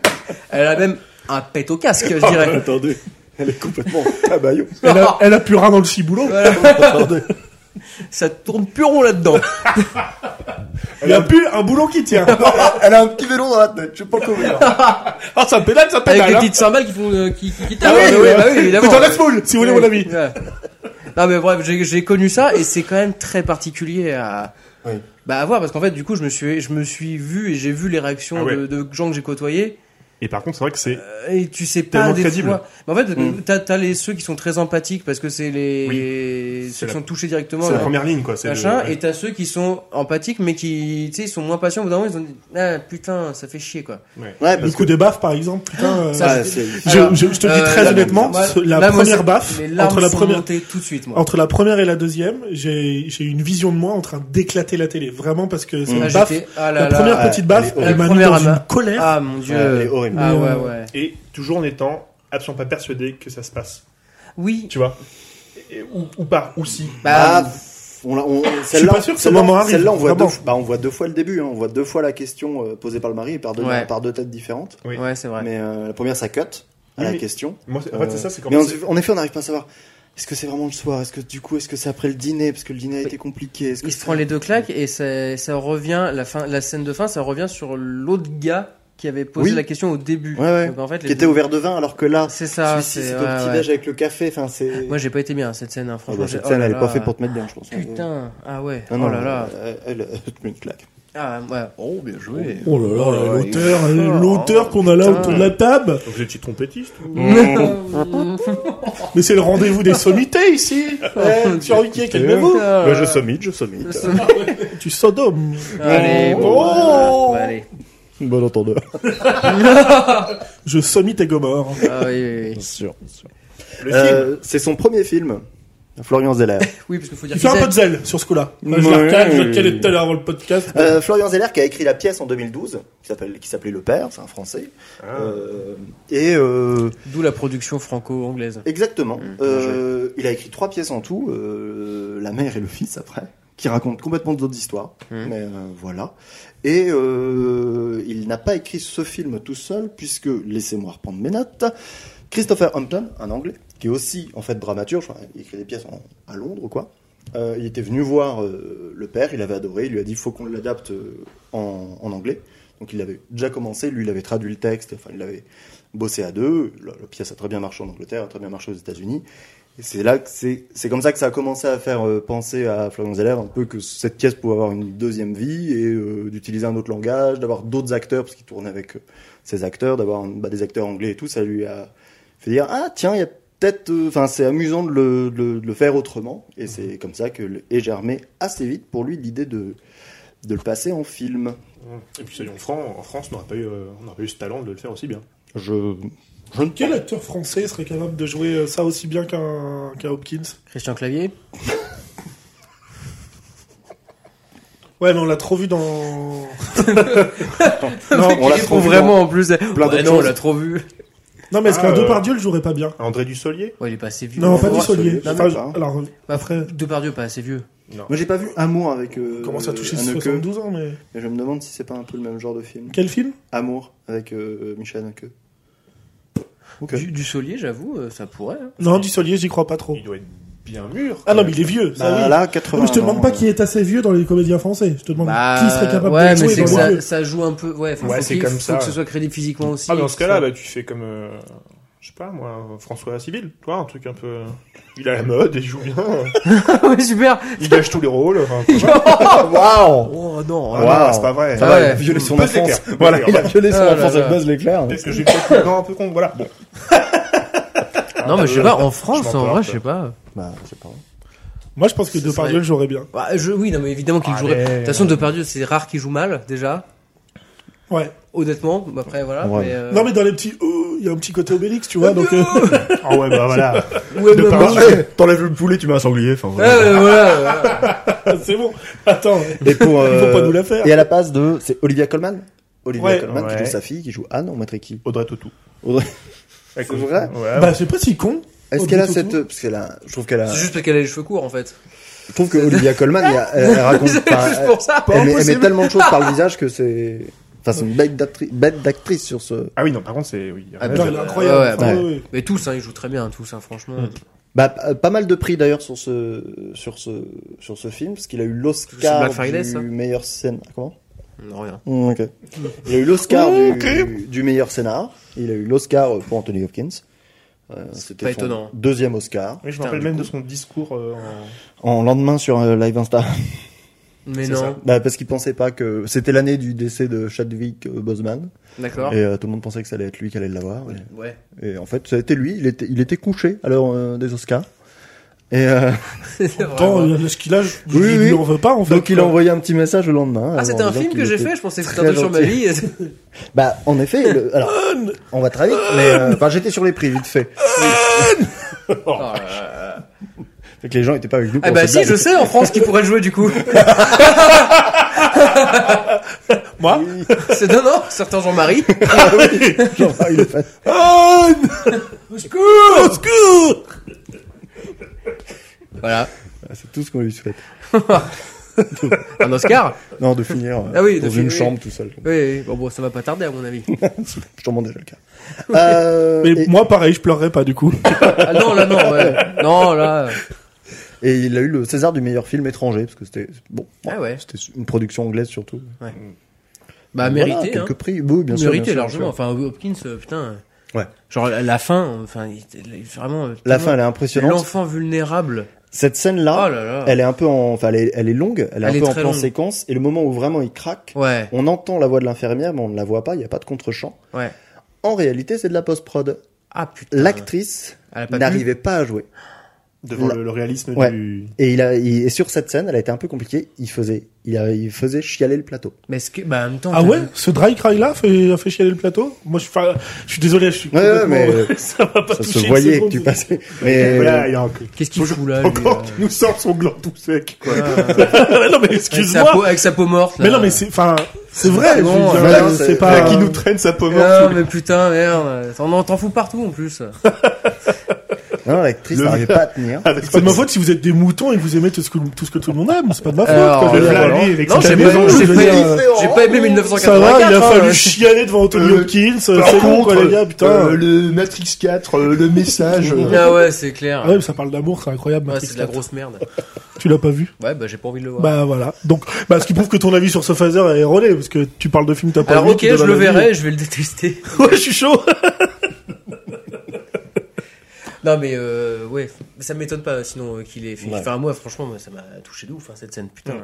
elle a même un pet au casque, je dirais.
Attendez. Elle est complètement tabaillot.
Elle a, elle a plus rien dans le ciboulot.
Attendez.
Ça tourne plus rond là-dedans.
Il y a plus un boulon qui tient.
Elle a un petit vélo dans la tête. Je sais pas comment dire.
Ah, ça pédale, ça
Avec
pédale.
des
hein.
petites cymbales qui font, euh, qui, qui, qui
Ah
tapent.
ouais,
Oui,
ouais,
bah
ouais.
oui, évidemment.
Fais ton last ball, si vous voulez mon avis.
Ouais. Non mais bref, j'ai j'ai connu ça et c'est quand même très particulier à
Oui.
bah à voir parce qu'en fait du coup je me suis je me suis vu et j'ai vu les réactions
Ah ouais.
de, de gens que j'ai côtoyés
Et par contre, c'est vrai que c'est.
euh, et tu sais pas
Tellement
des
crédible.
fois. Mais en fait
Mm.
t'as t'as les ceux qui sont très empathiques parce que c'est les
C'est
ceux
la-
qui sont touchés directement.
C'est la
là,
première ligne, quoi. C'est
Machin,
le-
et t'as ceux qui sont empathiques mais qui tu sais ils sont moins patients au bout d'un moment ils ont dit ah putain ça fait chier quoi
Ouais,
Le
parce
coup
que.
de baffe, par exemple, putain. euh,
Ça,
Ah, c'est-
je, je- je te
euh,
dis très
là,
honnêtement,
moi-
ce- la
là, moi,
première
c'est-
baffe,
les larmes
entre la
sont
première,
montées tout de suite moi
entre la première et la deuxième, j'ai j'ai eu une vision de moi en train d'éclater la télé. Vraiment, parce que c'est
Mm.
Là,
la baffe.
j'étais- ah là
La
là.
première
là,
petite baffe,
elle est
elle m'a mis
horrible.
dans
La
une
première,
colère.
Ah mon dieu.
Ouais, elle est horrible.
Ah ouais
Mais, euh,
ouais.
Et toujours en étant absolument pas persuadé que ça se passe.
Oui.
Tu vois Et- ou, ou par, ou si.
Bah,
Ah, on, l'a- on,
suis
celle-là-
pas sûr que ce
celle-là-
moment arrive,
Celle-là, on voit, deux,
vraiment.
fois- bah, on voit deux fois le début, hein. on voit deux fois la question euh, posée par le mari et par deux,
Ouais.
par deux têtes différentes.
oui.
ouais, c'est vrai.
Mais euh, la première, ça cut à
Oui,
la
oui.
question.
Moi, c'est- en
Euh,
fait, c'est ça, c'est quand
Mais
même.
en, en effet, on n'arrive pas à savoir. Est-ce que c'est vraiment le soir Est-ce que du coup, est-ce que c'est après le dîner Parce que le dîner a été compliqué. Est-ce que
Il se
c'est-
prend les deux claques et ça, ça revient la fin la scène de fin, ça revient sur l'autre gars qui avait posé
Oui.
la question au début.
Ouais, ouais.
Donc en fait, les
Qui était
deux-
au verre de vin alors que là,
c'est ça,
celui-ci,
c'est-
c'est au
ouais,
petit
ouais.
déj avec le café. Enfin, c'est.
Moi, j'ai pas été bien à cette scène, hein.
Ah,
franchement.
bah, cette
j'ai- oh
scène,
là
elle est
là.
pas faite pour te mettre bien, je pense. Euh,
Putain, ah ouais.
Non, non,
oh là là.
Elle, elle, elle te met une claque.
Ah ouais. Oh, bien joué.
Oh là là, l'auteur, euh,
Oh,
l'auteur qu'on a là
putain.
autour de la table.
Vous étiez trompettiste ou-
Mais c'est le rendez-vous des sommités ici.
Oh,
Eh, tu as envie qu'il y ait, calmez-vous.
Bah, Je sommite, je sommite.
Tu sodomes.
Allez, bon.
Oh.
voilà. Bah, allez.
Bon entendeur.
Je sommite et Gomorre.
Ah oui, oui, oui.
sûr.
Le film.
Euh, C'est son premier film. Florian Zeller.
Oui, parce qu'il faut dire
Il fait
qu'il
un peu
sait.
de zèle sur ce coup-là. Là, je
Ouais.
la recale, je la recalais tout à l'heure avant le podcast.
Euh, Florian Zeller qui a écrit la pièce en 2012, qui s'appelle- qui s'appelait Le Père, c'est un français.
Ah.
Euh, et euh,
D'où la production franco-anglaise.
exactement,
Mm,
Euh, il a écrit trois pièces en tout, euh, La mère et le fils après, qui racontent complètement d'autres histoires.
Mm.
Mais euh, voilà. Et euh, il n'a pas écrit ce film tout seul, puisque, laissez-moi reprendre mes notes, Christopher Hampton, un anglais, qui est aussi en fait dramaturge, enfin, il écrit des pièces en- à Londres, quoi. Euh, il était venu voir euh, le père, il avait adoré, il lui a dit faut qu'on l'adapte euh, en, en anglais. Donc il avait déjà commencé, lui il avait traduit le texte, enfin il l'avait bossé à deux. La, la pièce a très bien marché en Angleterre, a très bien marché aux États-Unis. Et c'est là que c'est, c'est comme ça que ça a commencé à faire euh, penser à Florian Zeller un peu que cette pièce pouvait avoir une deuxième vie et euh, d'utiliser un autre langage, d'avoir d'autres acteurs parce qu'il tournait avec euh, ses acteurs, d'avoir un- bah, des acteurs anglais et tout, ça lui a fait dire ah tiens il y a peut-être, euh, enfin, c'est amusant de le, de le- de le faire autrement. Et c'est comme ça que le- est germé assez vite pour lui l'idée de, de le passer en film.
Et puis soyons francs, en France, on n'aurait pas, eu, euh, on n'aurait pas eu ce talent de le faire aussi bien.
Je, je ne
Quel acteur français serait capable de jouer euh, ça aussi bien qu'un qu'un Hopkins
Christian Clavier
Ouais, mais on l'a trop vu dans.
Non, on l'a
Il
trop
trouve
vu
vraiment en plus.
d'autres
Ouais, non, on
choses.
l'a trop vu.
Non, mais est-ce
Ah,
qu'un
euh,
Depardieu le jouerait pas bien
André Dussolier
Ouais, il est pas assez vieux.
Non,
non,
pas
non,
du Solier.
Absolument
Enfin,
pas.
Alors, après,
Depardieu, pas assez vieux.
Moi, j'ai pas vu Amour avec. Euh,
on commence à toucher
euh, Haneke.
72 ans, mais.
Et je me demande si c'est pas un peu le même genre de film.
Quel film
Amour avec euh, Michel Haneke. Ok.
Du, du Solier, j'avoue, euh, ça pourrait. hein.
Non, du Solier, j'y crois pas trop.
Il doit être bien mûr.
Ah non, mais il est vieux, ça
Bah,
oui.
Là, 80.
Mais je te demande pas
ans,
qui est assez vieux dans les comédiens français. Je te demande
Bah,
qui serait capable
ouais,
de
mais
jouer
c'est que
dans les
ça,
vieux.
ça joue un peu. Ouais, enfin,
Ouais,
faut
c'est
qu'il-
comme
faut
ça.
que ce soit crédible physiquement aussi.
Ah, mais dans ce
que
cas-là,
ça-
bah, tu fais comme. euh, je sais pas, moi, euh, François Civil, tu vois, un truc un peu. Il a la mode, il joue bien, euh,
Ouais, super.
il gâche tous les rôles. enfin, tu vois. Waouh
Oh non.
Ah,
hein.
non, c'est pas vrai.
Ça va, il a
violé son
Buzz
enfance.
l'éclair.
Voilà,
Buzz
il a
l'éclair.
violé son
Ah là
enfance
là.
avec Buzz l'éclair.
Peut-être que j'ai peut-être le grand un peu con, voilà. Bon.
Non, mais je sais pas, en
Je
France,
m'en
en vrai,
porte.
je sais pas.
Bah, je sais pas.
Moi, je pense que
Ce serait-
Depardieu le jouerait bien.
Bah, je, oui, non, mais évidemment qu'il
Allez.
jouerait. De toute façon, Depardieu, c'est rare qu'il joue mal, déjà.
Ouais.
Honnêtement, Bah, après, voilà.
Ouais.
Mais, euh,
Non, mais dans les petits. Oh, Il y a un petit côté Obélix, tu vois. donc, euh,
Ah ouais, bah voilà.
Ouais, bah, bah, ouais,
Eh, T'enlèves le poulet, tu mets un sanglier. Enfin,
ouais, voilà, ouais.
euh, c'est bon. Attends, ouais.
Et pour.
ils vont pas nous la faire.
Euh. Et à la passe de. C'est Olivia Colman Olivia
Ouais.
Colman qui
Ouais.
joue sa fille, qui joue Anne en Matriki.
Audrey Tautou.
Audrey-
C'est
vrai
Ouais.
Bah, c'est pas si con.
Est-ce qu'elle a
Audrey
cette.
Tautou
Parce qu'elle a. Je trouve qu'elle a.
C'est juste parce qu'elle a les cheveux courts, en fait.
Je trouve que Olivia Colman, il y a- elle, elle raconte.
C'est
enfin,
juste
elle-
pour ça.
elle, met- elle met tellement de choses par le visage que c'est. Enfin, c'est une bête d'actri- bête d'actrice sur ce.
Ah oui, non, par contre, c'est. Oui,
Ah,
Non,
ouais,
il est
ouais.
incroyable.
Ouais,
Enfin,
ouais.
ouais, ouais.
Mais tous, hein, ils jouent très bien, tous, hein, franchement.
Mm.
Bah, p- euh, pas mal de prix d'ailleurs sur ce, sur ce, sur ce film, parce qu'il a eu
C'est
l'Oscar
Black Friday,
du
ça
meilleur scène. Comment
Non, rien.
Mm, ok. Il a eu l'Oscar du, du meilleur scénar. Il a eu l'Oscar pour Anthony Hopkins. Euh, C'était
pas
son
étonnant.
Deuxième Oscar.
Oui, je me
Putain,
rappelle
du
même
coup.
de son discours euh, en-
En lendemain sur euh, Live Insta.
Mais
C'est
non,
bah, parce qu'il pensait pas que c'était l'année du décès de Chadwick euh, Boseman.
d'accord.
Et euh, tout le monde pensait que ça allait être lui qui allait l'avoir.
Ouais.
Et, et en fait, ça a été lui. Il était, il était couché à l'heure euh, des Oscars. Et euh,
Attends,
Vraiment.
il a ce qu'il a, je je
Oui,
lui
oui.
en veux pas en fait.
donc il a
quoi.
envoyé un petit message le lendemain.
Ah,
euh,
c'était
en
un
disant
film que
qu'il
j'ai
était
fait, je pensais que c'était
très
un truc sur ma
gentil.
vie.
Bah, en effet, le- alors, on va travailler, mais, euh, enfin, j'étais sur les prix, vite fait.
Oh là là.
Fait que les gens étaient pas avec nous.
Eh
pour
bah
cette
si,
blague.
je sais en France qui pourrait le jouer du coup.
Moi
C'est non non, certains Jean-Marie.
Ah oui, genre, ah, il est fan.
Au secours Au secours
Voilà,
Ah, C'est tout ce qu'on lui souhaite.
un Oscar.
Non, de finir euh,
Ah oui, de
dans
finir,
une
oui.
chambre tout seul.
Oui, oui, bon bon, ça va pas tarder à mon avis.
Je t'en demande déjà le cas. Euh,
Mais
et,
moi pareil, je pleurerais pas du coup.
Ah non là non, ouais. non là.
et il a eu le César du meilleur film étranger, parce que c'était, bon,
Ah ouais.
c'était une production anglaise surtout.
Bah
Voilà,
mérité
Quelques
hein.
prix, oui, bien sûr. bien
Mérité
sûr,
largement.
bien sûr.
Enfin Hopkins, euh, putain.
Ouais.
Genre la la fin, enfin il- il- vraiment. euh,
La
tellement-
fin, elle est impressionnante.
L'enfant vulnérable.
Cette
Oh
scène-là,
là là.
elle est un peu en, enfin, elle est, elle est longue, elle est
Elle
un
est
peu en
très
plan
longue.
séquence, et le moment où vraiment il craque,
Ouais.
On entend la voix de l'infirmière, mais on ne la voit pas, il n'y a pas de contre-champ.
Ouais.
En réalité, c'est de la post-prod.
Ah putain.
L'actrice
Elle a Ah pas pu.
n'arrivait pas à jouer.
devant
La-
le, le réalisme
Ouais.
du.
Et, il a, il- et sur cette scène, elle a été un peu compliquée. Il faisait, il a- il faisait chialer le plateau.
Mais ce que bah en même temps.
Ah
t'as-
ouais Ce dry cry là fait, a fait chialer le plateau Moi je, suis- enfin, je suis désolé, je suis
Ouais, ouais,
complètement...
mais euh,
ça va pas
ça
toucher
se
une
voyait que
seconde.
tu passais. euh. Mais
Voilà, il y a un-
Qu'est-ce qu'il fout
Ah,
là lui,
Encore
euh,
qui nous sort son gland tout sec. quoi.
Ouais, non mais
avec, sa peau,
excuse-moi
avec sa peau morte. là.
Mais non mais c'est... Enfin, c'est vrai,
Bon,
je veux dire,
Ah voilà,
euh,
c'est-
c'est pas...
Là, qui nous traîne sa pomme.
Ah mais putain merde, on en t'en fout partout en plus.
non, l'actrice
Le-
n'arrivait pas à tenir.
C'est de ma faute si vous êtes des moutons et que vous aimez tout ce que, tout ce que tout le monde aime, c'est pas de ma faute.
Alors, euh,
quoi, je veux
Le
dire,
plat,
voilà.
lui, avec
Non,
sa
j'ai
maison,
pas,
je
j'ai
veux
pas
dire,
aimé-
euh,
j'ai pas aimé
Ça
1984.
va, il a fallu
hein.
chialer devant Anthony
Euh,
Hopkins, c'est
Par
bon quoi
contre,
les gars, putain.
euh, le Matrix 4, euh, le message. euh,
Ah ouais, c'est clair.
Ah ouais, mais ça parle d'amour, c'est incroyable.
Ouais,
Matrix
c'est de la
4.
grosse merde.
Tu l'as pas vu
Ouais, bah j'ai pas envie de le voir.
Bah voilà. Donc, bah, ce qui prouve que ton avis sur ce phaser est erroné, parce que tu parles de films que t'as pas
Alors
vu.
ok,
tu donnes
je
un
le
avis.
verrai, je vais le détester.
ouais, je suis chaud.
Non mais euh, ouais, ça m'étonne pas sinon euh, qu'il ait fait.
Ouais.
Enfin moi franchement, moi, ça m'a touché de ouf hein, cette scène, putain.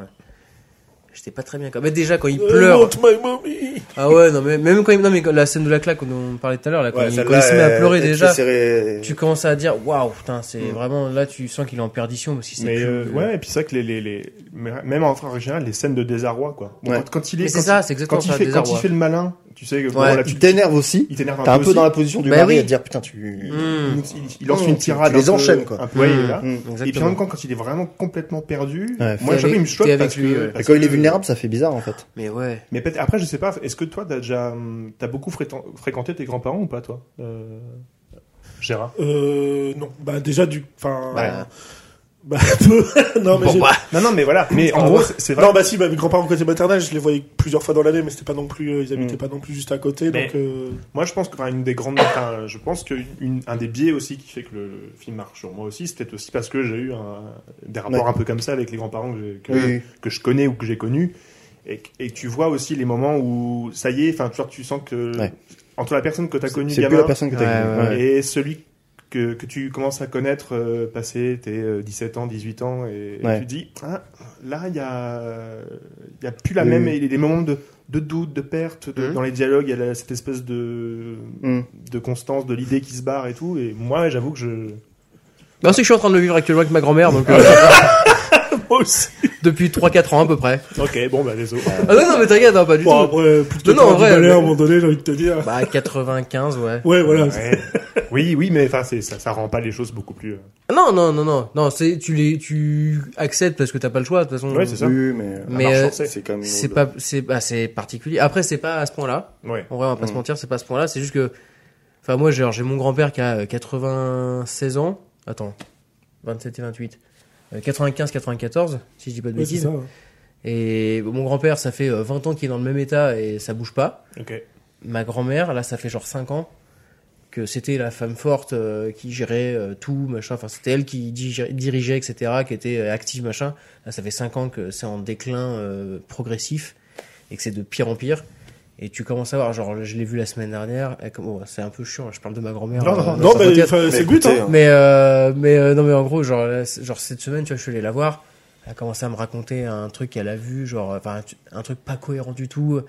J'étais pas très bien. Quand... Bah, déjà, quand il
I
pleure.
want my mommy.
Ah ouais, non, mais même quand il... non, mais quand- la scène de la claque dont on parlait tout à l'heure, là, quand, il... quand il se met à pleurer déjà, tu commences à dire waouh, putain, c'est
Mm.
vraiment là, tu sens qu'il est en perdition parce qu'il sait
Mais
plus.
euh, ouais, et puis c'est vrai que les, les, les- même en original, les scènes de désarroi, quoi. Bon,
Ouais.
Quand, quand il est,
Mais c'est
quand
ça, c'est
il-
exactement
quand il
ça.
fait, quand
désarroi.
il fait le malin, tu sais, que bon,
Ouais,
là,
Il
tu-
t'énerve aussi.
il t'énerve
T'es un peu dans
aussi.
la position du
Bah
mari
oui.
à te dire putain tu.
Mm.
Il- Il lance
Non,
une
tu- tu
tirade.
les
un peu-
enchaîne, quoi.
Un peu, ouais, il est là.
Mm.
Mmh. Hmm. Exactement.
Et puis en même temps, quand il est vraiment complètement perdu,
Ouais.
moi
T'es
j'avais
avec-
une choque
t'es avec
parce
lui,
que-
ouais.
parce
Quand il est
que-
vulnérable, ça fait bizarre en fait.
Mais ouais.
Mais peut-être- après, je sais pas, est-ce que toi, t'as déjà, hum, t'as beaucoup frétan- fréquenté tes grands-parents ou pas, toi Euh, Gérard
Euh, non, bah déjà du, enfin,
Bah,
bah peu. non mais j'ai-
Non, non, mais voilà. Mais en
Ah
gros,
ouais.
c'est c'est vrai.
non bah si, bah, mes grands-parents côté maternel, je les voyais plusieurs fois dans l'année, mais c'était pas non plus, euh, ils habitaient
Mm.
pas non plus juste à côté,
Mais-
donc. euh,
Moi, je pense que, enfin, une des grandes, enfin, je pense que une- un des biais aussi qui fait que le, le film marche sur moi aussi, c'est peut-être aussi parce que j'ai eu un- des rapports
Ouais.
un peu comme ça avec les grands-parents que, j'ai- que,
Oui, oui.
que je connais ou que j'ai connus. Et, que- et que tu vois aussi les moments où ça y est, enfin, tu, vois, tu sens que
Ouais.
entre la personne que t'as connue,
C'est
gamin,
plus la personne que t'as
Ouais,
connue.
ouais,
Ouais.
Et celui que, que tu commences à connaître euh, passé tes euh, 17 ans, 18 ans, et, et
Ouais.
tu te dis, Ah, là, il y a, il y a plus la
Oui,
même,
oui.
il y a des moments de, de doute, de perte, de-
Mhm.
dans les dialogues, il y a la- cette espèce de,
Mm.
de constance, de l'idée qui se barre et tout, et moi, j'avoue que je...
Non, c'est que je suis en train de le vivre actuellement avec ma grand-mère, donc euh, depuis 3-4 ans à peu près.
Ok, bon, bah, désolé.
Ah non, non, mais t'inquiète, hein, pas du
Bon
tout.
après, plus de
Non, non, en
90
vrai,
balais, à un
mais-
moment donné, j'ai envie de te dire.
Bah, 95, ouais.
Ouais, voilà.
Ouais. oui, oui, mais enfin, c'est- ça, ça rend pas les choses beaucoup plus... euh,
Non, non, non, non, non, c'est, tu les, tu acceptes parce que t'as pas le choix, de toute façon.
Ouais, c'est ça.
Oui, mais. euh,
Mais,
la marche
euh,
en scène, c'est quand même.
C'est
une-
pas, c'est, bah, c'est particulier. Après, c'est pas à ce point-là.
Ouais.
En vrai, on va pas
Mm.
se mentir, c'est pas à ce point-là. C'est juste que, enfin, moi, genre, j'ai mon grand-père qui a euh, 96 ans. Attends. 27 et 28. Euh, 95, 94, si je dis pas de
Ouais, c'est
bêtises.
ça. hein.
Et mon grand-père, ça fait euh, 20 ans qu'il est dans le même état et ça bouge pas.
Ok.
ma grand-mère, là, ça fait genre 5 ans que c'était la femme forte euh, qui gérait euh, tout, machin. Enfin, c'était elle qui digé- dirigeait, etc., qui était euh, active, machin. Là, ça fait 5 ans que c'est en déclin euh, progressif et que c'est de pire en pire. Et tu commences à voir, genre, je l'ai vu la semaine dernière. elle com- bon, c'est un peu chiant, hein, je parle de ma grand-mère. euh,
Non, non,
dans
Non,
un
mais
podcast.
enfin,
Mais
c'est le but,
écoutez,
hein.
Mais, euh, mais euh, non, mais en gros, genre, là, c'est- genre cette semaine, tu vois, je suis allé la voir. Elle a commencé à me raconter un truc qu'elle a vu, genre, enfin, un tu- un truc pas cohérent du tout, euh,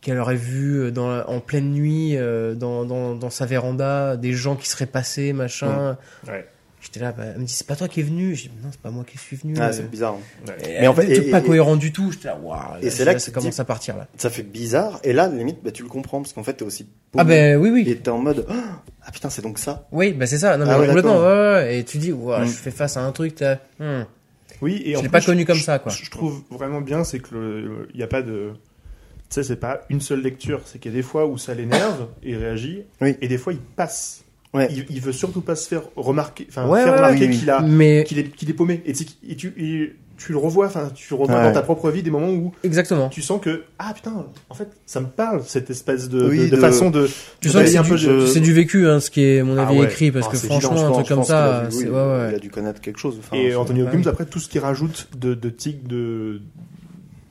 qu'elle aurait vu euh, dans, la- en pleine nuit, euh, dans, dans, dans sa véranda, des gens qui seraient passés, machin.
Mmh.
Ouais.
J'étais là, bah, elle me dit, c'est pas toi qui es venu. Je dis, non, c'est pas moi qui suis venu.
Ah,
Euh,
c'est bizarre. hein.
Ouais.
et
Mais en fait,
des trucs
et-
pas
et-
cohérent du tout. J'étais là, waouh.
Et c'est là que tu
ça commence
dis-
à partir, là.
Ça fait bizarre. Et là, limite, bah, tu le comprends parce qu'en fait, t'es aussi.
Ah, ben oui, oui.
Il était en mode ah putain c'est donc ça.
Oui, bah c'est ça. Non, mais
Ah ouais,
complètement,
d'accord.
ouais, ouais. Et tu dis, waouh,
Mm.
je fais face à un truc, t'as. hmm.
Oui, et
Je
en
l'ai
plus,
pas connu comme
je-
ça, quoi.
Je je trouve vraiment bien, c'est que il n'y a pas de. Tu sais, c'est pas une seule lecture. C'est qu'il y a des fois où ça l'énerve et il réagit,
Oui.
et des fois il passe.
Ouais.
Il, il veut surtout pas se faire remarquer, enfin
Ouais,
faire
ouais,
remarquer
ouais.
qu'il a,
Mais
qu'il est, qu'il est paumé. Et, tu sais qu'il- et tu, et tu le revois, enfin tu revois
Ouais.
dans ta propre vie des moments où
exactement.
tu sens que ah putain, en fait ça me parle cette espèce de,
Oui,
de- de
de-
façon de.
Tu
de
sens que
bailler
c'est
un
du,
peu de-
c'est du vécu, hein, ce qui est à mon
Ah
avis
ouais.
écrit, parce
Ah,
que
c'est
franchement,
Je
un
pense-
truc
je
comme
pense
ça,
qu'il a dû- oui,
c'est ouais, ouais.
Il a dû connaître quelque chose. Enfin,
Et
c'est-
Anthony
bah
Hopkins
oui.
après tout ce qu'il rajoute de, de tic de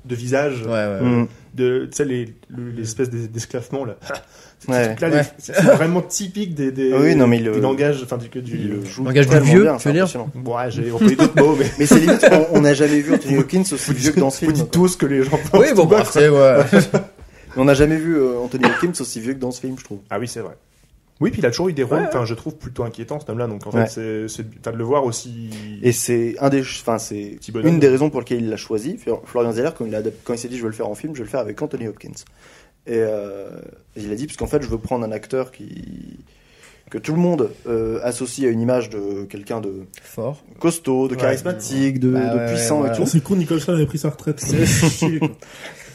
de visage,
Ouais, ouais, ouais.
Mm.
de tu sais les- le- l'espèce d'es- d'esclavement là.
Ouais.
Là, les-
Ouais.
c'est vraiment typique des, des,
Ah oui, non, mais il
des
le-
langages, enfin du, que du
Il le joue
Langage du
tellement
vieux,
bien,
tu
c'est
veux dire
impressionnant.
Ouais, j'ai employé d'autres mots, mais
Mais c'est limite, on- on n'a jamais vu Anthony Hopkins aussi vieux que dans ce
vous
film.
dites
quoi.
tous que les gens pensent
Oui, bon,
tout bas,
bah, c'est, ouais.
On n'a jamais vu euh, Anthony Hopkins aussi vieux que dans ce film, je trouve.
Ah oui, c'est vrai. Oui, puis il a toujours eu des rôles, enfin je trouve plutôt inquiétant cet homme-là, donc en fait
Ouais.
c'est, c'est enfin, de le voir aussi.
Et c'est un des, ch- enfin c'est
Petit bonhomme.
une des raisons pour lesquelles il l'a choisi. Flor- Florian Zeller, quand il, a- quand il s'est dit je veux le faire en film, je vais le faire avec Anthony Hopkins. Et euh, il a dit parce qu'en fait je veux prendre un acteur qui que tout le monde euh, associe à une image de quelqu'un de
Fort.
costaud, de
Ouais.
charismatique, de,
Bah
de
ouais, ouais,
puissant
voilà.
et tout.
Tiens, C'est con, Nicole Schall avait pris sa retraite.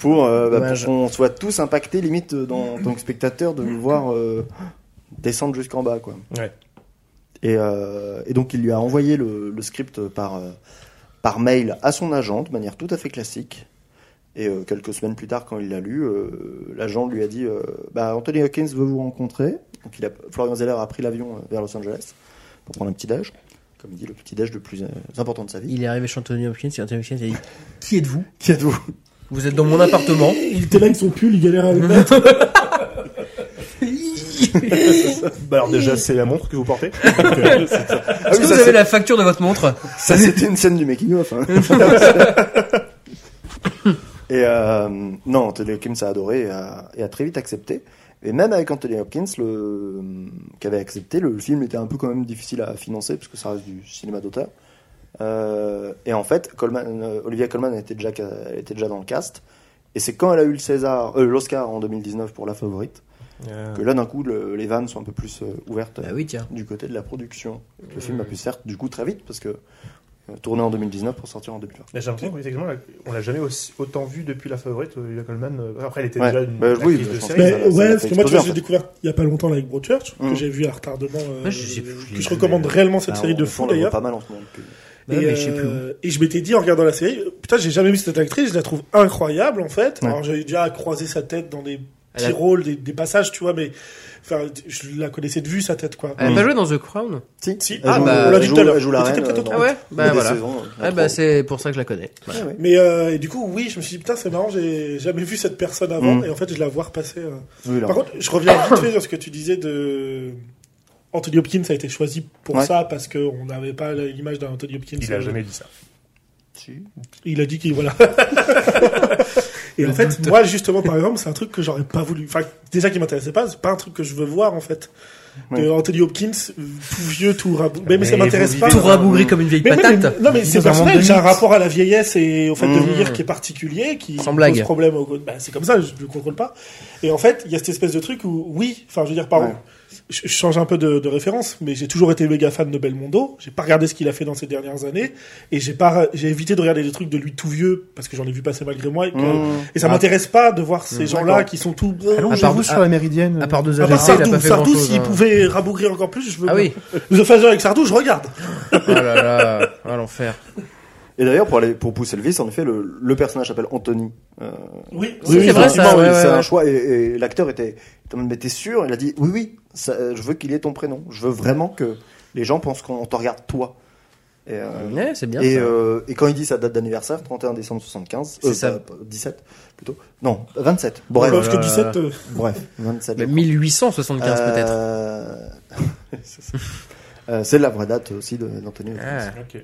pour, euh, bah,
Dommage.
pour qu'on soit tous impactés limite euh, dans, en tant que spectateur de le voir euh, descendre jusqu'en bas quoi.
Ouais.
Et, euh, et donc il lui a envoyé le, le script par, euh, par mail à son agent de manière tout à fait classique. Et euh, quelques semaines plus tard, quand il l'a lu, euh, l'agent lui a dit euh, bah, Anthony Hawkins veut vous rencontrer. Donc il a, Florian Zeller a pris l'avion euh, vers Los Angeles pour prendre un petit déj, comme il dit le petit déj le plus euh, important de sa vie.
Il est arrivé chez Anthony Hopkins, et Anthony Hopkins il a dit Qui êtes-vous
Qui êtes-vous
Vous êtes dans mon appartement.
Il était là avec son pull, il galère à le mettre.
Bah, alors déjà c'est la montre que vous portez. euh,
Ah
Est-ce
oui,
que
ça,
vous avez
c'est-
la facture de votre montre
Ça, c'était une scène du making-of. hein. Et euh, non, Anthony Hopkins a adoré et a, et a très vite accepté. Et même avec Anthony Hopkins, le, euh, qui avait accepté, le film était un peu quand même difficile à financer parce que ça reste du cinéma d'auteur. Euh, et en fait, Coleman, euh, Olivia Colman était déjà, ca- elle était déjà dans le cast. Et c'est quand elle a eu le César, euh, l'Oscar en 2019 pour La Favorite
Euh,
que là d'un coup le- les vannes sont un peu plus euh, ouvertes
Bah oui, tiens.
du côté de la production. Le film a pu certes du coup très vite parce que euh, tourné en 2019 pour sortir en 2020.
mais J'ai l'impression qu'effectivement, la- on l'a jamais aussi- autant vu depuis La Favorite, Olivia Colman. euh, Après, elle était
Ouais.
déjà une
Bah, oui, bah,
actrice de
je pense
série.
que
Mais
ça- ça
ouais,
l'a
parce
fait
que moi, tu
exploser,
vois,
en
j'ai
fait.
découvert il y a pas longtemps là, avec Broadchurch,
Mhm.
que j'ai vu à retardement. euh,
Ouais, je sais plus, je l'ai
que je
vu,
recommande
mais-
réellement cette
Bah,
série
on-
de
on
fou
la voit
d'ailleurs.
pas mal en ce moment. depuis-
Ouais,
et,
mais je sais plus où.
euh, et je m'étais dit en regardant la série, putain, j'ai jamais vu cette actrice, je la trouve incroyable en fait.
Ouais.
Alors j'avais déjà croisé sa tête dans des
Elle
petits
a-
rôles, des, des passages, tu vois, mais enfin, je la connaissais de vue sa tête quoi.
Elle a
Mm.
pas joué dans The Crown
Si,
Si.
Elle
Ah,
joue-
bah,
elle
on l'a dit
joue-
tout à l'heure.
elle joue la
Elle était
reine.
peut-être
euh,
autant.
dans-
Ah ouais
il y a
Bah
des
voilà.
saisons, euh, Ah
Ah bah c'est pour ça que je la connais. Voilà.
Ouais, ouais.
Mais euh, et du coup, oui, je me suis dit putain, c'est marrant, j'ai jamais vu cette personne avant,
Mm.
et en fait, je la vois repasser. euh.
Oui, là.
Par contre, je reviens vite fait sur ce que tu disais de Anthony Hopkins a été choisi pour
Ouais.
ça parce qu'on n'avait pas l'image d'un Anthony Hopkins. euh,
Il a jamais dit ça.
Si.
Il a dit qu'il voilà. Et en fait, moi justement par exemple, c'est un truc que j'aurais pas voulu. Enfin, déjà qui m'intéressait pas, c'est pas un truc que je veux voir en fait. De
Ouais.
Anthony Hopkins, euh, tout vieux, tout rabou. Mais, mais ça
Ah, Mais
m'intéresse
vous
pas.
Tout
dans un
rabougri
monde-
comme une vieille
Mais, mais-
patate.
non mais
Dans
c'est
un
personnel,
monde
j'ai un
mixte.
rapport à la vieillesse et au fait de
Mmh.
vieillir qui est particulier, qui
Sans blague.
pose problème. Au... Bah, c'est comme ça, je le contrôle pas. Et en fait, il y a cette espèce de truc où oui, enfin je veux dire pardon,
Ouais.
je, je change un peu de, de référence, mais j'ai toujours été méga fan de Belmondo. J'ai pas regardé ce qu'il a fait dans ces dernières années et j'ai pas j'ai évité de regarder des trucs de lui tout vieux parce que j'en ai vu passer malgré moi et, que-
Mmh.
et ça m'intéresse pas de voir ces gens-là
D'accord.
qui sont tout
Ah
oh,
Allons-vous sur la méridienne.
euh,
À part deux
à part
AVC, il a
Sardou,
pas fait
Sardou,
grand-chose.
s'il
hein.
pouvait rabougrir encore plus, je veux.
Ah oui.
The Phaser avec Sardou, je regarde.
Oh là là, à l'enfer.
Et d'ailleurs, pour, aller- pour pousser le vice, en effet, le, le personnage s'appelle Anthony. Euh,
Oui,
Oui, c'est vrai, ça,
effectivement,
ouais,
oui,
ouais,
c'est un
ouais.
choix. Et, et l'acteur était, était en mode, mais t'es sûr Il a dit, oui, oui, ça, euh, je veux qu'il ait ton prénom. Je veux vraiment que les gens pensent qu'on te regarde toi. Et, euh,
Ouais, c'est bien.
et,
ça.
euh, et quand il dit sa date d'anniversaire, 31 décembre 75, euh,
C'est ça. Oh
pas- pas- 17 plutôt, non, 27.
Ouais,
Bref,
parce que
là,
17,
là.
euh,
bref, 27.
Mais 1875 peut-être.
Euh, c'est ça. Euh, c'est la vraie date aussi de- d'Anthony.
Ah,
Ok.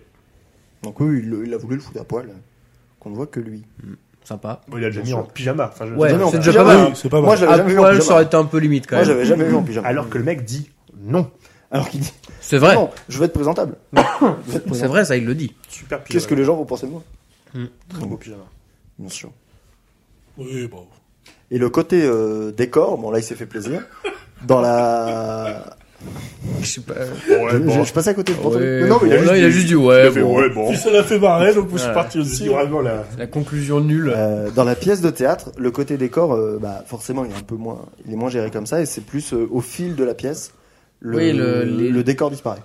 Donc oui, il, il a voulu le foutre à poil, qu'on ne voit que lui.
sympa.
Bon, il a déjà
Bien
mis
sûr.
en pyjama. Enfin, je-
Ouais,
non,
c'est
en
déjà
pyjama,
pas mal.
oui,
c'est pas
Moi,
mal.
je l'avais
À
jamais vu en
poil, ça
pyjama.
aurait été un peu limite quand
Moi,
même.
j'avais jamais vu en pyjama.
Alors que le mec dit non.
Alors qu'il dit
C'est vrai.
Non, je veux être présentable. Je veux être
C'est
présentable.
vrai, ça, il le dit.
Super pyjama.
Qu'est-ce que les gens vont penser de moi
Hmm.
Très beau pyjama. Bien sûr.
Oui, bon.
Et le côté euh, décor, bon là il s'est fait plaisir. Dans la.
Je sais pas.
je,
Ouais, bon.
je- je passais à côté de ton
Ah Ouais,
Non, non, mais il a
bon,
juste
là,
dit-
il a juste dit ouais.
Il fait,
bon.
ouais, bon.
Puis ça l'a fait marrer, donc je suis
Ouais.
parti aussi.
C'est vraiment la-
La conclusion nulle.
Euh, dans la pièce de théâtre, le côté décor, euh, bah, forcément, il est un peu moins, il est moins géré comme ça, et c'est plus euh, au fil de la pièce, le,
Oui, le- les-
le décor disparaît.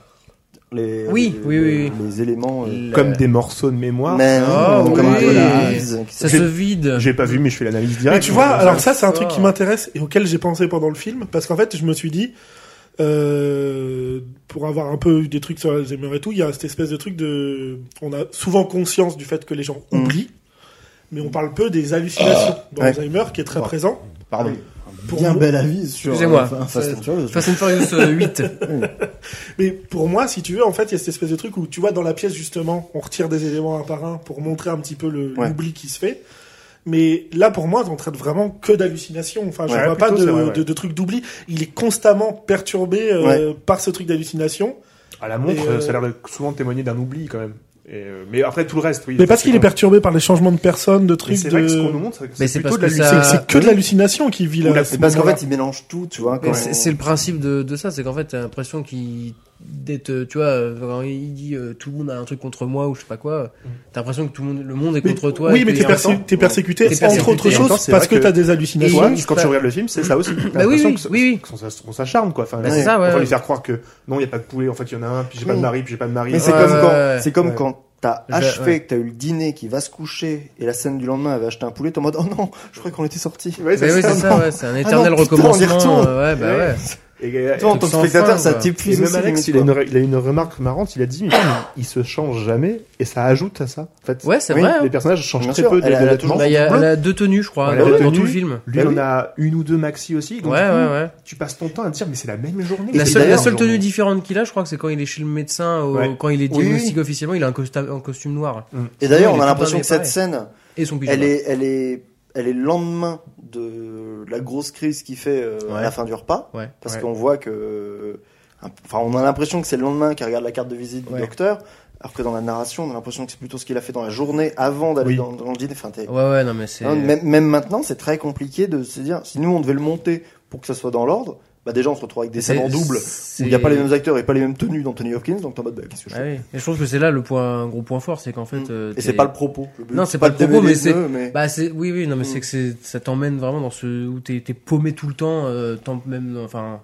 Les,
Oui,
les,
oui, oui,
les éléments. euh,
Le-
Comme des morceaux de mémoire.
mais
Ah,
non, comme
oui.
un peu la analyse qui
Ça se
s'appelle-
vide.
J'ai pas vu, mais je fais l'analyse
Mais
directe.
tu vois, alors ça, c'est un truc
ça.
qui m'intéresse et auquel j'ai pensé pendant le film, parce qu'en fait, je me suis dit, euh, pour avoir un peu eu des trucs sur Alzheimer et tout, il y a cette espèce de truc de, on a souvent conscience du fait que les gens
Mm.
oublient, mais on parle peu des hallucinations dans
Ouais.
Alzheimer qui est très
Ouais.
présent.
Pardon.
Pour
Bien
vous-
bel avis sur. euh,
Excusez-moi.
enfin, Fast and Furious.
Fast and Furious euh, 8.
Mais pour moi, si tu veux, en fait, il y a cette espèce de truc où, tu vois, dans la pièce, justement, on retire des éléments un par un pour montrer un petit peu le-
Ouais.
l'oubli qui se fait. Mais là, pour moi, on traite vraiment que d'hallucinations. Enfin, je
Ouais,
vois
plutôt,
pas de,
c'est vrai, ouais.
de, de truc d'oubli. Il est constamment perturbé euh, par ce truc d'hallucination.
À la montre,
Et, euh,
ça a l'air de souvent témoigner d'un oubli quand même. Et, euh, mais après tout le reste, oui.
Mais parce qu'il est
perdu.
perturbé par les changements de personnes, de trucs.
C'est vrai que ce qu'on nous
De...
montre, c'est que
Mais
c'est
c'est
plutôt de la
parce que
lucidité.
C'est
ça-
c'est que de l'hallucination qui vit là. à ce
C'est parce qu'en
moment-là.
fait, il mélange tout, tu vois.
Mais
quand-
C'est c'est le principe de, de ça, c'est qu'en fait, t'as l'impression qu'il. D'être, euh, tu vois, euh, quand il dit euh, tout le monde a un truc contre moi ou je sais pas quoi, t'as l'impression que tout le monde, le monde est contre toi.
oui,
et
mais
que-
t'es
et en
perçu-
même temps-
t'es persécuté,
T'es
entre
persécuté.
autres
Et en même temps,
choses
c'est
parce que
vrai que-
t'as des hallucinations.
Toi,
Et il
quand
se
tu
pa-
regardes le film, c'est ça aussi. T'as
Bah oui,
l'impression
oui,
que ça-
oui, oui.
qu'on s'a- qu'on s'acharne, quoi. Enfin,
Bah,
c'est
ça, ouais,
on va
ouais.
lui faire croire que non, il n'y a pas de poulet, en fait, il y en a un, puis j'ai pas de mari, puis j'ai pas de mari.
Mais c'est
Ouais,
comme
ouais,
quand,
ouais.
c'est comme
Ouais.
quand t'as
Je-
achevé,
ouais.
que t'as eu le dîner, qui va se coucher, et la scène du lendemain, elle va acheter un poulet, t'es en mode, oh non, je croyais qu'on était sortis.
Ouais,
Mais oui,
ça,
c'est ça,
non.
ouais,
Ah
c'est un éternel
putain, on y
recommencement.
retourne.
euh, ouais, bah ouais.
Et, et-
Toi, en tant que
sans
spectateur,
fin,
ça
quoi.
et
t'épuise
même
aussi. limite,
Alex, il a,
quoi.
une, re- il a une remarque marrante. Il a dit, il se change jamais, et ça ajoute à ça. En fait,
Ouais, c'est
Oui,
vrai. hein.
les personnages changent
Bien
très
sûr,
peu de
elle a- elle a
de
toujours-
vêtements.
Bah, il y a,
bleu.
elle a deux tenues, je crois, hein,
Elle a
dans,
deux
dans tout
tenues.
le film.
Lui,
Bah
on
oui.
a une ou deux maxi aussi.
Ouais,
Donc,
ouais,
du coup,
ouais.
tu passes ton temps à te dire, mais c'est la même journée.
Et
La
c'est
seule, la
d'ailleurs-
seule tenue
genre-
différente qu'il a, je crois que c'est quand il est chez le médecin, au-
Ouais.
quand il est
Oui,
diagnostiqué
oui.
officiellement, il a un costume, un costume noir.
Et d'ailleurs, on
il est
a
tout
l'impression
blindé,
que cette
pareil.
scène,
Et son
Elle
pyjama.
est, elle est, elle est le lendemain de la grosse crise qu'il fait euh, à
Ouais.
la fin du repas,
Ouais.
parce
Ouais.
qu'on voit que, un- enfin, on a l'impression que c'est le lendemain qu'il regarde la carte de visite
Ouais.
du docteur, alors que dans la narration, on a l'impression que c'est plutôt ce qu'il a fait dans la journée avant d'aller
Oui.
dans, dans le dîner. Enfin, t'es-
Ouais, ouais, non, mais c'est.
hein, même, même maintenant, c'est très compliqué de se dire, si nous on devait le monter pour que ça soit dans l'ordre, bah déjà on se retrouve avec des scènes en double. où Il n'y a pas les mêmes acteurs et pas les mêmes tenues d'Anthony Hopkins, donc t'es en mode, bah, qu'est-ce que je fais
Ah oui. Et je trouve que c'est là le point, un gros point fort, c'est qu'en fait.
Mm.
euh,
Et
t'es-
c'est pas le propos. Le but,
Non, c'est pas le propos,
DVD
mais c'est-
bleu, mais-
Bah c'est oui oui non mais
Mm.
c'est que c'est ça t'emmène vraiment dans ce où t'es t'es paumé tout le temps euh, temps même enfin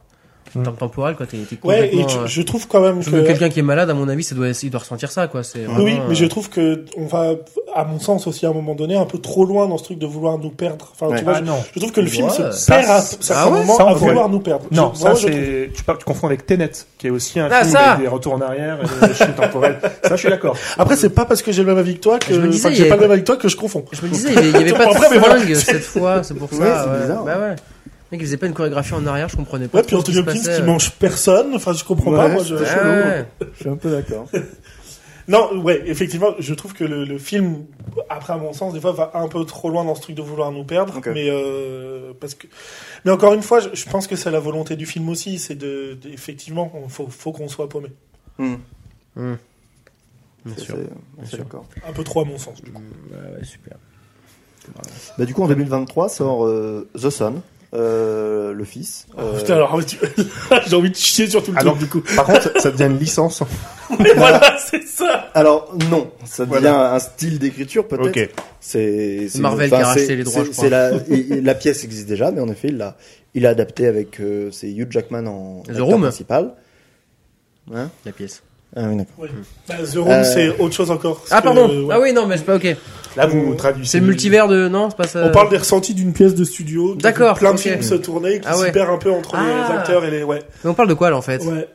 Mm.
temps temporel quoi t'es t'es
Ouais,
complètement
et je,
euh,
je trouve quand même
je
que.
trouve que quelqu'un qui est malade à mon avis ça doit il doit ressentir ça quoi c'est
Oui,
vraiment,
mais je
euh,
trouve que on va, à mon sens aussi, à un moment donné, un peu trop loin dans ce truc de vouloir nous perdre. Enfin,
Ouais.
tu vois,
Ah
je-
non.
je trouve que le film
Ouais,
se
ça,
perd à
c'est-
certains
Ah ouais,
moments
ça, on
à
peut-
vouloir nous perdre.
Non,
Je-
ça
vraiment, je trouve-
c'est. Tu, parles- tu confonds avec Tenet, qui est aussi un
Ah,
film
ça
avec des retours en arrière et des chutes temporelles. Ça, je suis d'accord.
Après, c'est pas parce que j'ai le même avis que toi que,
Je me disais,
enfin, que
il y
j'ai pas
avait-
le même avis que toi que je confonds.
je me disais il y avait, il y avait pas de
Après, mais voilà,
fringue
c'est-
cette fois c'est pour ça
Ouais, c'est bizarre,
bah ouais Le mec il faisait pas une chorégraphie en arrière je comprenais pas
Ouais, puis
trop ce
Anthony
qui se
Hopkins
passait,
qui mange personne. Enfin, je comprends
Ouais,
pas. Moi,
c'est
je...
ouais,
chelou,
ouais.
hein.
Je suis un peu d'accord.
Non, ouais, effectivement, je trouve que le, le film, après à mon sens, des fois va un peu trop loin dans ce truc de vouloir nous perdre,
Ok.
mais euh, parce que, mais encore une fois, je, je pense que c'est la volonté du film aussi, c'est de, de- effectivement, on- faut, faut qu'on soit paumé,
Bien
C'est-
sûr.
c'est-
sûr.
c'est d'accord.
un peu trop à mon sens.
Ouais, ouais, super.
Bah, du coup, en 2023 sort euh, The Son, euh, le fils.
Oh,
euh,
Putain, alors ouais, tu- j'ai envie de chier sur tout le
Alors,
truc.
du coup, Ah, par contre, ça devient une licence.
voilà, c'est ça.
Alors non, ça devient
Voilà.
un style d'écriture peut-être.
Ok.
C'est c'est-
Marvel
enfin,
qui a racheté
c'est-
les droits,
c'est-
je crois.
c'est La, il- il- la pièce existe déjà, mais en effet, il l'a il a adapté avec euh, c'est Hugh Jackman en
The
acteur
Room.
principal. Hein
La pièce.
ah, oui, d'accord.
Bah, The Room,
Euh,
c'est autre chose encore. parce
Ah
que,
pardon.
euh, ouais.
Ah oui non mais c'est pas OK.
Là, vous traduisez.
C'est le multivers de non, c'est pas ça.
On parle des ressentis d'une pièce de studio, de-
euh. D'accord,
plein de
ok.
films se tournaient, qui
Ah
se
ouais.
perdent un peu entre les
Ah.
acteurs et les ouais.
Mais on parle de quoi là en fait
ouais.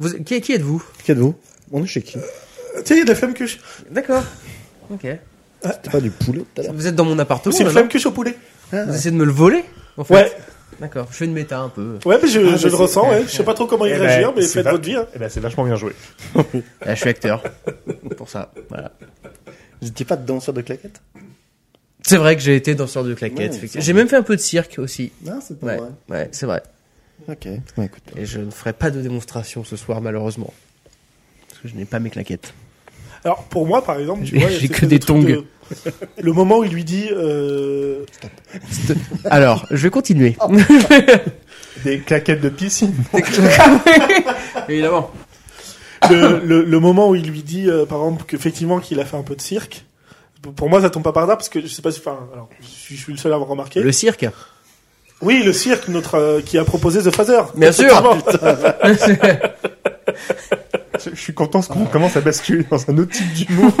Vous qui, qui êtes-vous
Qu'êtes-vous On est chez qui
Euh, Tiens, il y a de la flamme que je...
D'accord. OK.
C'était pas du poulet tout à l'heure.
Vous êtes dans mon appartement
c'est
là,
flamme que je au poulet.
non Vous essayez de me le voler en fait
Ouais.
D'accord, je fais une méta un peu.
Ouais, mais je,
Ah,
je
mais
le
c'est-
ressens, ouais. Je sais pas trop comment y
Eh ben,
réagir, mais
c'est
faites
pas-
votre vie. hein.
Eh ben, c'est vachement bien joué.
Là, je suis acteur. Pour ça, voilà.
Vous étiez pas danseur de claquettes
C'est vrai que j'ai été danseur de claquettes.
Ouais,
effectivement. j'ai même fait un peu de cirque aussi.
Non, c'est pas
Ouais,
vrai.
ouais, c'est vrai.
Ok. Bah, écoute.
Et je ne ferai pas de démonstration ce soir, malheureusement. Parce que je n'ai pas mes claquettes.
Alors, pour moi, par exemple, tu
J'ai-
vois, il y a
j'ai
cette
que
espèce
des
de truc
tongs.
de- Le moment où il lui dit, euh...
Alors, je vais continuer.
Des claquettes de piscine.
Évidemment.
le, le- le moment où il lui dit, euh, par exemple, qu'effectivement, qu'il a fait un peu de cirque. Pour- Pour moi, ça tombe pas par là, parce que je sais pas si, enfin, alors, je suis, je suis le seul à avoir remarqué.
Le cirque.
Oui, le cirque, notre, euh, qui a proposé The Father.
Bien sûr.
Ah,
Effectivement.
Je je suis content parce qu'on commence à basculer dans un autre type d'humour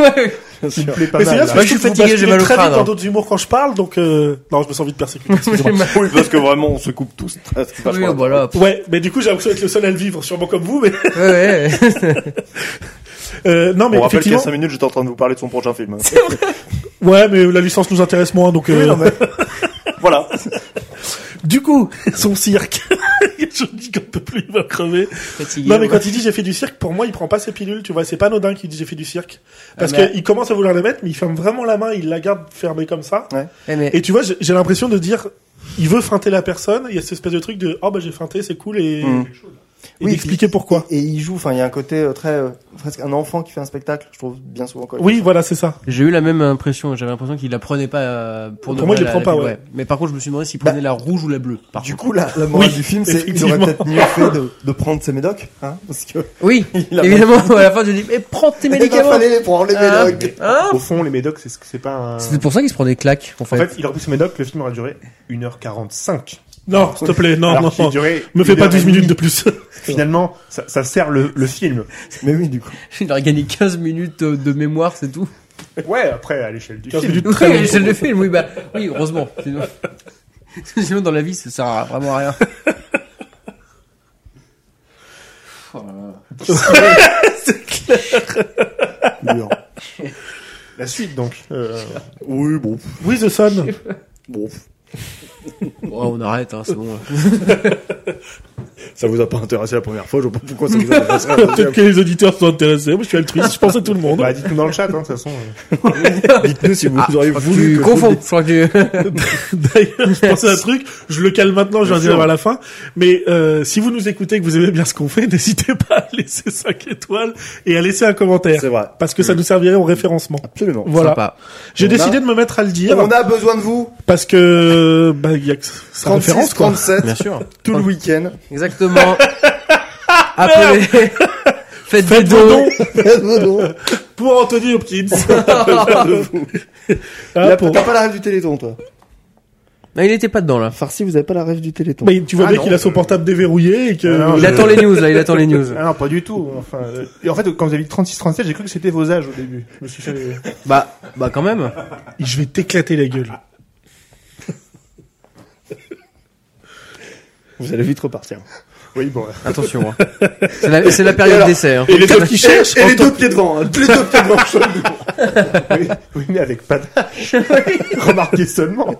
qui me plaît pas
Mais c'est
mal.
bien,
là.
parce que
Moi, je suis
vous
fatigué, j'ai
basculez
mal au
très
crâne,
vite dans
hein.
d'autres humours quand je parle, donc, euh... non, je me sens vite persécuté. excusez-moi.
Oui, parce que vraiment, on se coupe tous. Ah, Parce que
bah, Oui, oh, bah.
vachement-
voilà.
ouais, mais du coup, j'ai l'impression d'être le seul à le vivre, sûrement comme vous, mais,
Ouais, ouais.
euh, non, mais
On rappelle qu'il y a
effectivement.
5 minutes, j'étais en train de vous parler de son prochain film. hein.
Ouais, mais la licence nous intéresse moins, donc, euh,
voilà.
Du coup, son cirque. je dis qu'on peut plus, il va crever.
Fatigué.
Non, mais quand il dit j'ai fait du cirque, pour moi, il prend pas ses pilules, tu vois. C'est pas anodin qu'il dit j'ai fait du cirque. Parce
Ah, mais-
qu'il commence à vouloir la mettre, mais il ferme vraiment la main, il la garde fermée comme ça.
Eh, mais-
Et tu vois, j'ai j'ai l'impression de dire, il veut feinter la personne, il y a cette espèce de truc de, oh bah j'ai feinté, c'est cool, et,
Mm.
et
Oui,
d'expliquer pourquoi.
Et il joue, enfin, il y a un côté euh, très, euh, presque un enfant qui fait un spectacle, je trouve bien souvent quoi.
Oui, voilà, c'est ça.
J'ai eu la même impression, j'avais l'impression qu'il la prenait pas euh, pour de
Pour moi,
vrai,
il les
la-
prend pas,
la-
ouais.
Mais par contre, je me suis demandé s'il prenait la rouge ou la bleue. Par
Du
contre.
coup, la, la morale
Oui,
du film, c'est qu'il
effectivement.
aurait peut-être mieux fait de, de prendre ses médocs, hein, parce que
Oui,
il a-
évidemment, à la fin, je dis, mais prends tes
il
médicaments.
fallait les prendre les
Ah,
médocs.
hein
Au fond, les médocs, c'est ce que c'est pas un.
C'était pour ça qu'il se prend des claques, Ah. en
En
fait.
fait, il aurait pris ses médocs, le film aurait duré 1h45.
Non, s'il te plaît, non, non,
Alors qu'il
non.
durait.
Me fais
une
pas
heure et
12 minutes
demie.
de plus.
Finalement, ça, ça sert le, le film.
Mais oui, du coup.
il aurait gagné 15 minutes euh, de mémoire, c'est tout.
Ouais, après, à l'échelle du
15
film.
minutes
Oui,
très
à
longues.
l'échelle de film, oui, bah, oui, heureusement. Sinon, sinon, dans la vie, ça sert à vraiment à rien.
dur.
La suite, donc. Euh,
Oui, bon,
Oui, The Sun.
bon.
Oh, euh. Bon, on arrête, hein, c'est bon.
Ça vous a pas intéressé la première fois, je vois pas pourquoi ça vous intéresserait la deuxième.
Peut-être que les auditeurs sont intéressés. Moi, je suis altruiste, je pense à tout le monde.
Bah, dites-nous dans le chat, hein, de toute façon. dites-nous si vous
Ah,
auriez
je crois que
voulu.
tu
que-
confonds. Je crois que tu...
D'ailleurs, je pensais à un truc, je le cale maintenant, je viens de dire à la fin. Mais euh, si vous nous écoutez et que vous aimez bien ce qu'on fait, n'hésitez pas à laisser 5 étoiles et à laisser un commentaire.
C'est vrai.
Parce que ça nous servirait au référencement.
Absolument.
Voilà.
Sympa.
J'ai
On
décidé
a-
de me mettre à le dire
On a besoin de vous.
parce que bah il y a que sa
36,
référence quoi.
37,
Bien sûr.
tout le week-end.
Exactement. Appelez. Faites, des
vos
dons.
Pour Anthony Hopkins. Ah,
Là,
pour-
T'as pas la rêve du Téléthon, toi.
Non, il était pas dedans là.
Farsi, vous avez pas la rêve du Téléthon.
Mais tu vois
Ah,
bien
non.
qu'il a son portable déverrouillé et que
Ah, non,
Il
je-
attend les news là. Il attend les news.
Ah non, pas du tout. Enfin, euh, et en fait, quand vous avez dit 36-37, j'ai cru que c'était vos âges au début. Je me suis fait...
Bah, bah quand même.
je vais t'éclater la gueule.
Vous allez vite repartir.
Oui, bon.
Attention. hein. C'est la, c'est la période
alors-
d'essai. hein.
Et les deux
qui
cherchent. Et les deux pieds devant. hein. Les deux pieds devant.
oui, oui, mais avec pas d'âge. Remarquez seulement.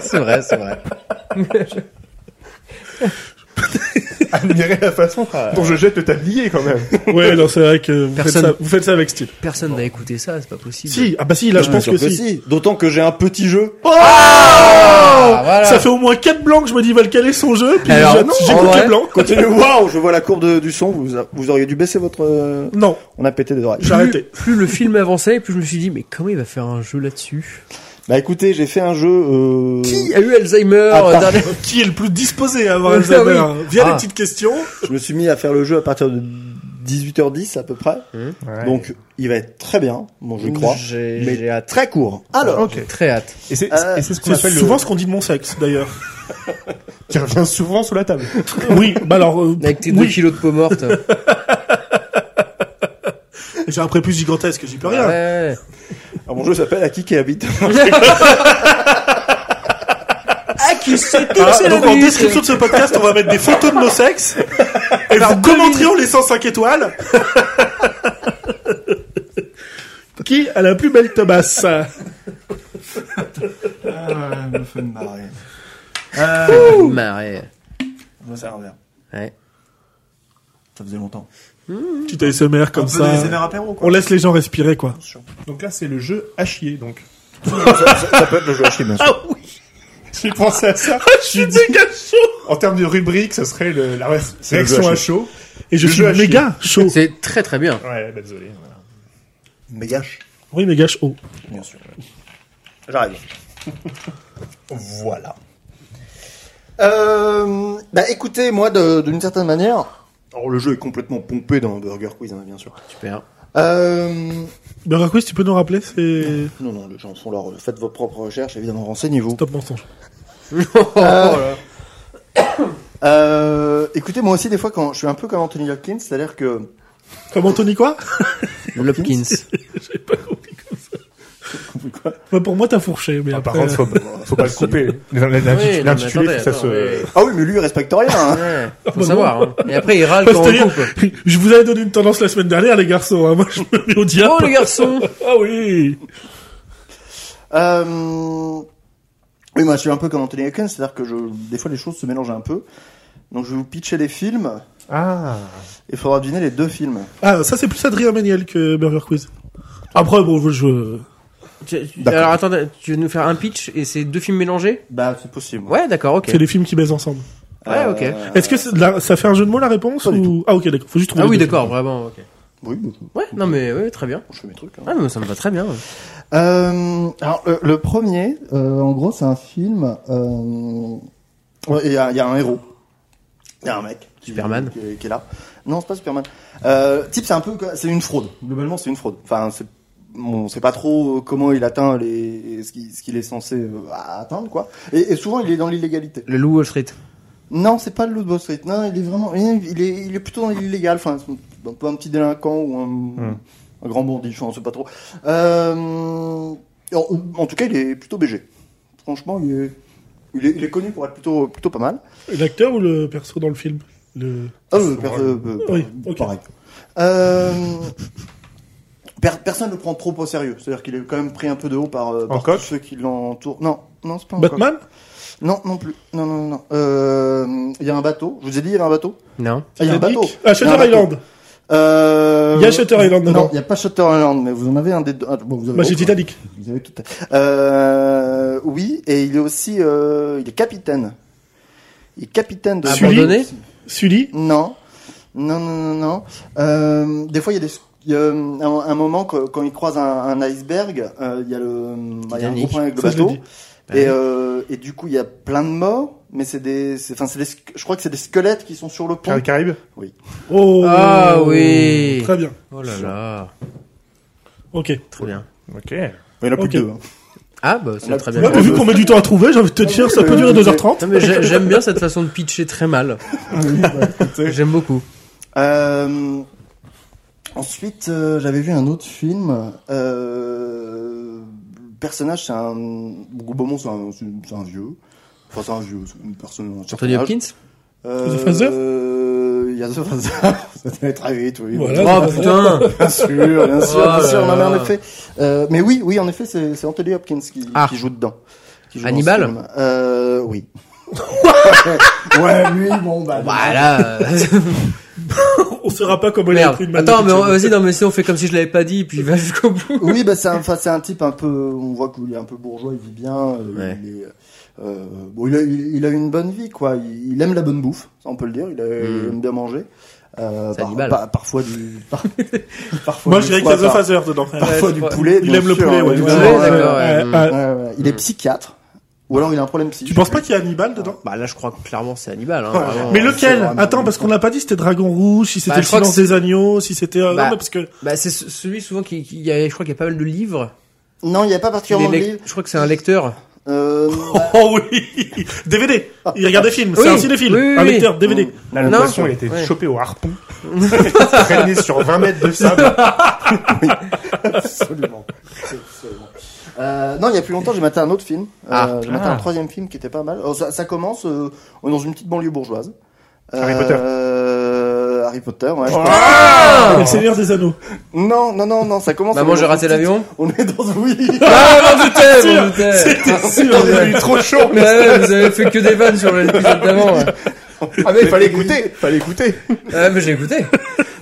C'est vrai, c'est vrai.
Admirez la façon dont je jette le tablier, quand même.
Ouais, non, c'est vrai que vous faites,
Personne-
ça, vous faites ça avec style.
Personne n'a écouté ça. C'est pas possible.
Si, ah bah si, là je pense que, si.
D'autant que j'ai un petit jeu.
Ah, voilà.
Ça fait au moins 4 blancs que je me dis va le caler son jeu, puis
Alors,
j'attends-
en
j'écoute
vrai-
les blancs.
Continuez. Waouh, je vois la courbe de- du son. Vous, a- vous auriez dû baisser votre. euh,
Non,
On a pété des oreilles.
j'ai arrêté.
Plus le film avançait, plus je me suis dit mais comment il va faire un jeu là-dessus
Bah écoutez, j'ai fait un jeu. euh,
Qui a eu Alzheimer
Ah,
euh,
par-
dernière-
Qui est le plus disposé à avoir
Ah,
Alzheimer
oui.
Via les
Ah.
petites questions.
Je me suis mis à faire le jeu à partir de 18h10 à peu près. Donc il va être très bien. Bon, je crois.
J'ai
Mais
j'ai hâte.
Très court. Alors.
Ah, Ok.
Très hâte.
Et c'est
Euh,
et c'est ce qu'on
C'est
appelle
souvent
le...
ce qu'on dit de mon sexe, d'ailleurs.
qui revient souvent sous la table.
oui, bah alors, euh,
Avec tes 2
oui,
kilos de peau morte.
j'ai un prépuce gigantesque, j'y peux rien.
Ouais.
Alors, mon jeu s'appelle À qui qui habite.
Ah qui c'est
Ah,
c'est
donc en description de ce podcast, on va mettre des photos de nos sexes et vous commenterez en laissant 5 étoiles. Qui a la plus belle tabasse
Ah, me fait marrer.
Marée.
Moi, ça revient.
Bah, Ouais.
Ça faisait longtemps.
Tu t'es SMR comme
Un peu
ça.
des SMR apéro,
On
quoi.
laisse les gens respirer quoi.
Donc là, c'est le jeu à chier, donc.
Ça peut être le jeu à chier, bien sûr.
J'ai pensé à ça.
Je suis méga chaud
Ah, En termes de rubrique, ça serait le, la ré-
le jeu
réaction
à
à chaud.
Et je
Le
suis
jeu à
méga chaud.
C'est très très bien.
Ouais, bah, désolé. voilà.
Mégache.
Oui, méga chaud.
Bien sûr. J'arrive. voilà. Euh, bah écoutez, moi de- d'une certaine manière, alors le jeu est complètement pompé dans Burger Quiz, hein, bien sûr.
Super.
Euh,
Burger Quiz, tu peux nous rappeler C'est
non, non, les gens font leur, faites vos propres recherches, évidemment, renseignez-vous.
top mensonge.
Ah, oh
Euh, écoutez, moi aussi des fois quand je suis un peu comme Anthony Hopkins, c'est-à-dire que
Comme Anthony quoi
Lopkins.
Bah, Pour moi, t'as fourché. Mais
Ah, par
après,
contre, faut, faut pas le couper.
Oui, non, mais
L'intitulé,
attendez,
ça se...
attends,
ah oui, mais lui il respecte rien. hein.
ouais. Ouais, Faut
Ah, bah, bon.
savoir. hein. Et après il râle
Bah,
quand on
c'est-à-dire-
coupe.
je vous avais donné une tendance la semaine dernière, les garçons. hein. Moi, je me mets au diable.
Oh les garçons.
Ah oui
Euh, Oui, moi je suis un peu comme Anthony Hopkins, c'est-à-dire que je, des fois les choses se mélangent un peu. Donc je vais vous pitcher les films
Ah.
et il faudra deviner les deux films.
Ah, ça, c'est plus Adrien Méniel que Burger Quiz. Après, bon, je...
Tu- tu-
D'accord.
Alors attends, tu veux nous faire un pitch et c'est deux films mélangés
Bah, c'est possible.
Ouais, d'accord, ok.
c'est les films qui baisent ensemble.
Ouais, ok.
Est-ce que c'est de la- ça fait un jeu de mots, la réponse
Euh, Pas du
ou... Ah, ok, d'accord. Faut juste trouver
Ah oui,
les deux.
d'accord, vraiment, ok.
Oui,
Ouais, non mais ouais, très bien.
je fais mes trucs. hein.
Ah, mais ça me va très bien.
Euh, alors, le, le premier, euh, en gros, c'est un film. euh, ouais, Il y, a il y a un héros. Il y a un mec. qui-
Superman.
Qui, est- qui est là. Non, c'est pas Superman. Euh, type, c'est un peu. C'est une fraude. Globalement, c'est une fraude. Enfin, c'est. On sait pas trop euh, comment il atteint les, ce qu'il ce qu'il est censé euh, atteindre, quoi. Et, et souvent, il est dans l'illégalité.
Le loup Wall Street.
Non, c'est pas le Loot Boss Street. Non, il est vraiment. Il est, il est plutôt dans l'illégal. Enfin, c'est un peu un petit délinquant ou un,
Hmm.
un grand bandit, je ne sais pas trop. Euh, en, en tout cas, il est plutôt BG. Franchement, il est, il est, il est connu pour être plutôt, plutôt pas mal.
L'acteur ou le perso dans le film le...
Ah, euh, per- euh, euh,
Oui, ok.
pareil. Euh, per- personne ne le prend trop au sérieux. C'est-à-dire qu'il est quand même pris un peu de haut par, euh, par
Hancock
tous ceux qui l'entourent. Non, non, c'est pas Hancock.
Batman
Non, non plus. Non, non, non, non. Euh, Il y a un bateau. Je vous ai dit, il y avait un bateau
Non.
Ah, Il y a un bateau.
Ah, Shutter
Il y a un
Island.
bateau. Euh,
Il y a Shutter Island dedans.
Non, il n'y a pas Shutter Island, mais vous en avez un des deux. Ah, bon, vous avez
Bah, c'est
autre. hein.
Titanic.
Vous avez tout. Euh, oui, et il est aussi. euh, il est capitaine. Il est capitaine de.
Sully
Abandonné
Sully.
Non. Non, non, non, non. Euh, des fois, il y a des. il y a, euh, un, un moment, que- quand il croise un, un iceberg, euh, il y a le, bah, il y a un gros
Titanic.
problème avec le
Ça, je l'ai
bateau.
dit.
Et, euh, et du coup, il y a plein de morts, mais c'est des, c'est- enfin, c'est des, squ- je crois que c'est des squelettes qui sont sur le pont.
Car- Caraïbes
Oh.
Ah oui.
Très bien.
Oh là là.
Ok.
Très bien.
Ok.
Il y en a plus
Ok.
que deux. hein.
Ah bah
On a
c'est très
plus-
Ouais,
Ouais,
mais
mais
vu
je-
qu'on met du temps à trouver, j'ai envie de te dire, ça peut durer 2h30.
Non, mais j'ai- j'aime bien cette façon de pitcher très mal. J'aime beaucoup.
Euh, ensuite, euh, j'avais vu un autre film. Euh, le personnage, c'est un. Beaumont, c'est un, c'est- c'est un vieux. Enfin, c'est un vieux, c'est une personne. un certain
Anthony
Ah.
âge.
Hopkins
Euh,
The Father
euh, Il y a The Father. Ça allait très vite, oui.
Voilà.
Oh putain
Bien sûr, bien sûr,
Oh
bien sûr.
là
Non, mais en
là.
effet. Euh, mais oui, oui, en effet, c'est c'est Anthony Hopkins qui,
Ah.
qui joue dedans. Qui joue dans
Hannibal
ce film. Euh, oui.
Ouais, lui, bon, bah.
Voilà
On saura pas comment il a
Merde.
pris une balle de
Attends, mais on-
pitch.
vas-y, non, mais si on fait comme si je l'avais pas dit, et puis il va jusqu'au bout.
Oui, bah, c'est un, enfin, c'est un type un peu, on voit qu'il est un peu bourgeois, il vit bien, euh,
Ouais.
il est, euh, bon, il a, il il a une bonne vie, quoi. Il, il aime la bonne bouffe, ça, on peut le dire, il, a- il
Mm.
aime bien manger. Euh,
C'est
par-
Hannibal.
par- parfois du, par- parfois
Moi,
du
je dirais qu'il y
foie,
a The
par-
Father dedans.
parfois
Ouais,
du
ouais.
poulet.
Il
bien
aime le
sûr,
poulet, ouais.
évidemment.
Ouais, d'accord,
Ouais,
ouais.
ouais.
Ouais, ouais. Il est psychiatre, ou alors il a un problème psychique.
Tu penses pas qu'il y a Hannibal dedans
Bah là, je crois que clairement c'est Hannibal. Hein,
Ouais.
vraiment.
Mais
le-
lequel
c'est vraiment-
Attends, parce qu'on l'a pas dit, c'était Dragon Rouge, si c'était
Bah,
le
je crois que
silence des agneaux, si c'était... euh,
Bah.
Non, mais parce que...
Bah c'est ce- celui souvent qui, qui- il y a, je crois qu'il y a pas mal de livres.
Non, il n'y a pas particulièrement de
Les lec-
livre.
Je crois que c'est un lecteur.
Euh,
Oh oui DVD Il regarde des films, c'est
Oui.
un cinéphile,
Oui, oui,
un
oui.
lecteur, DVD.
Là, le
Non.
poisson, il a été
Ouais.
chopé au harpon. traîné sur 20 mètres de
Ah, bah,
Bah,
sable.
Absolument. Absolument. Euh, non, il y a plus longtemps, j'ai maté un autre film. Euh,
Ah.
j'ai maté
Ah.
un troisième film qui était pas mal. Oh, ça, ça commence euh, dans une petite banlieue bourgeoise.
Harry Oh.
Euh, Harry Potter, ouais. je crois.
Ah,
Ah.
Et le Seigneur des Anneaux.
Non, non, non, non, ça commence.
Maman,
on est
Bah, j'ai
dans
raté
une
l'avion.
petite- On est dans oui.
Ah, m'en doutais,
sûr,
m'en doutais.
Il est trop chaud.
Bah ouais, vous avez fait que des vannes sur l'épisode d'avant. Ouais.
Ah, mais il fallait écouter. Fallait écouter.
Ah, mais j'ai écouté,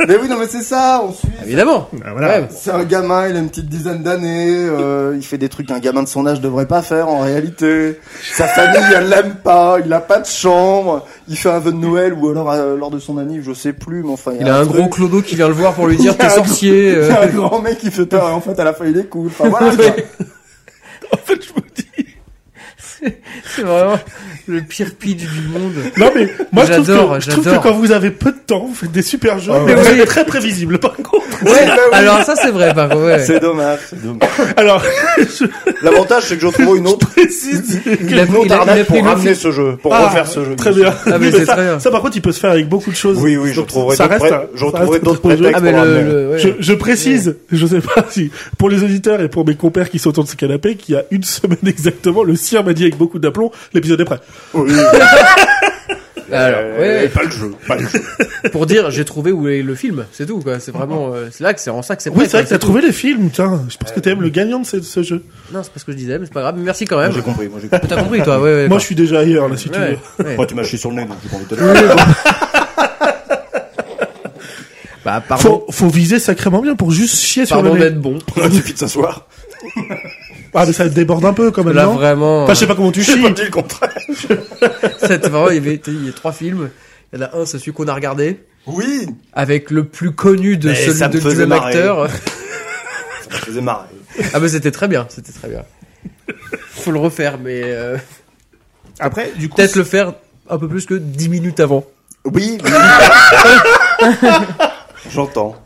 mais oui, non, mais c'est ça. On suit.
évidemment.
Bah, voilà.
Ouais.
C'est un gamin, il a une petite dizaine d'années, euh, il fait des trucs qu'un gamin de son âge devrait pas faire en réalité. Sa famille, elle l'aime pas, il a pas de chambre, il fait un vœu de Noël ou alors euh, lors de son anniv, je sais plus, mais enfin.
Il a un gros
truc.
clodo qui vient le voir pour lui
Il y a
dire t'es
un gros-
sorcier.
Il y
euh.
a un grand mec qui fait peur, et en fait, à la fin, il est cool. Enfin, voilà, quoi.
En fait, je vous dis...
C'est vraiment le pire pitch du monde.
Non, mais moi, je trouve,
J'adore,
que, je trouve que
j'adore. Ah,
quand vous avez peu de temps, vous faites des super jeux, mais vous êtes très prévisible, par contre.
Ouais, alors ça c'est vrai par contre. Ouais.
C'est dommage, c'est dommage.
Alors,
L'avantage, c'est que j'en trouve une autre,
précise
Il a,
une
pris-
autre
il a- il a
arnaque
pris
pour
le
ramener
fi-
ce jeu, pour
Ah,
refaire ce jeu.
Très bien.
Ah, mais
Oui,
c'est
ça,
très bien.
ça, par contre, il peut se faire avec beaucoup de choses.
Oui, oui, je
Donc,
retrouverai
ça
d'autres
reste-
pré- je
ça
retrouverai
reste
d'autres
très-
prétextes.
Ah mais le, le- ouais.
Je, je précise, je sais pas si, pour les auditeurs et pour mes compères qui sont autour de ce canapé, qu'il y a une semaine exactement, le sire m'a dit avec beaucoup d'aplomb, l'épisode est prêt.
Euh,
Alors, ouais,
Pas le jeu, pas le jeu.
pour dire j'ai trouvé où est le film, c'est tout quoi. C'est vraiment euh, c'est là que c'est en ça que c'est.
Oui,
prêt,
c'est vrai
quoi,
que t'as
tout.
trouvé les films, tiens. Je pense que t'es même le gagnant de ce, ce jeu.
Non, c'est pas ce que je disais, mais c'est pas grave. mais Merci quand même.
J'ai compris, moi j'ai compris.
T'as compris toi, ouais. ouais
Moi, je suis déjà ailleurs, là, si tu
Ouais,
veux.
ouais.
Moi, tu m'as chié sur le nez, donc j'ai pas envie de te le
Bah pardon,
Faut, faut viser sacrément bien pour juste chier sur
pardon Ben.
le nez.
d'être bon.
dire. Il suffit de s'asseoir.
Ah, mais ça déborde un peu, quand même,
Là
non
vraiment, euh,
Enfin, je sais pas comment tu
J'ai
chies.
pas dit le contraire.
cette vraiment il y avait il y a trois films. Il y en a un, c'est celui qu'on a regardé
Oui,
avec le plus connu de
Mais
celui
ça me
de du
faisait
même
marrer.
acteur.
ça me faisait marrer.
Ah mais c'était très bien, c'était très bien. Faut le refaire, mais euh,
Après, du coup,
peut-être le faire un peu plus que 10 minutes avant.
Oui, oui. J'entends.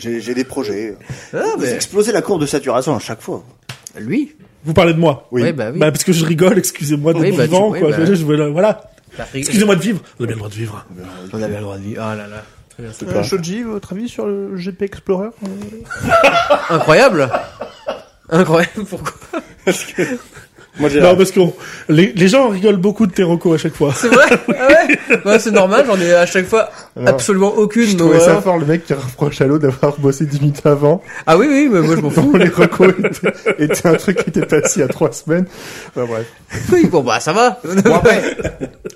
J'ai j'ai des projets.
Ah
Vous explosez la courbe de saturation à chaque fois.
lui,
Vous parlez de moi.
Oui.
ouais, bah oui.
Bah, parce que je rigole, excusez-moi d'être
Oui, bah, tu-
vivant,
oui,
quoi.
bah.
Je- je- je- voilà.
Bah, rig-
Excusez-moi de vivre. On a bien le droit de vivre.
On avait le droit de vivre. Ah là là. Très bien, c'est
euh, Shoji, votre avis sur le GP Explorer
Incroyable Incroyable, pourquoi
Moi, j'ai
Non, parce que les, les gens rigolent beaucoup de tes recos à chaque fois.
C'est vrai Ah ouais, Ouais, C'est normal, j'en ai à chaque fois
Alors,
absolument aucune.
Je
donc,
trouvais ça
euh,
fort le mec qui reproche à l'eau d'avoir bossé 10 minutes avant.
Ah oui, oui, mais moi je m'en fous.
dont les recos étaient, étaient un truc qui était passé il y a 3 semaines. Enfin bref.
Oui, bon bah ça va.
Bon après,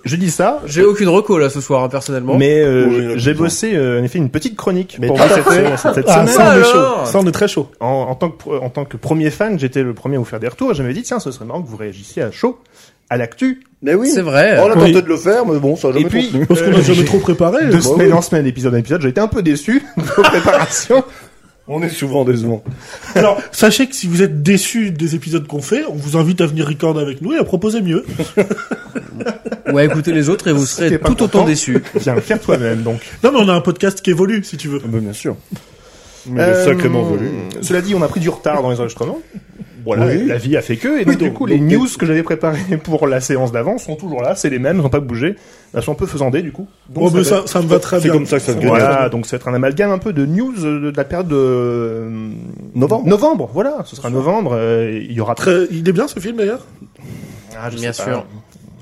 je dis ça,
J'ai aucune reco là ce soir, hein, personnellement.
mais euh,
Oui, là,
j'ai
bien.
bossé euh, en effet une petite chronique
Mais
pour
tout
vous
à
cette,
fait.
semaine- cette
Ah,
semaine.
ça, on est
alors
chaud. Ça, on est très chaud.
En, en tant que, pro- en tant que premier fan, j'étais le premier à vous faire des retours. et J'avais dit, tiens, ce serait marrant que vous réagissiez à chaud, à l'actu.
Mais oui. Oh,
C'est vrai.
Oh,
On a tenté
Oui.
de le faire, mais bon, ça n'a
Et
jamais
puis,
contenu.
Parce qu'on
Euh,
n'a jamais
j'ai-
trop préparé.
De
Bah
semaine
oui.
en semaine, épisode en épisode, j'ai été un peu déçu de vos préparations.
On est souvent décevant.
Alors, sachez que si vous êtes déçus des épisodes qu'on fait, on vous invite à venir record avec nous et à proposer mieux.
Ouais, écoutez les autres et vous serez
t'es
tout
pas
autant
content.
déçus.
Viens le faire toi-même, donc.
Non, mais on a un podcast qui évolue, si tu veux.
Ah bah, bien sûr. Mais
Euh,
sacrément voulu.
Cela dit, on a pris du retard dans les enregistrements. Voilà,
Oui.
la vie a fait que. Et donc, du coup, les news que j'avais préparées pour la séance d'avant sont toujours là, c'est les mêmes, elles n'ont pas bougé. Elles sont un peu faisandées, du coup. Donc,
Bon, Oh, mais
va-
ça, ça me va très
Oh, bah, C'est
bien.
comme ça que ça se gagne.
Voilà, donc ça va être un amalgame un peu de news euh, de la période de... euh,
Novembre.
Novembre, voilà, ce sera novembre. euh, Il y aura
Très- Il est bien ce film d'ailleurs
Ah, je
Bien
sais
sûr.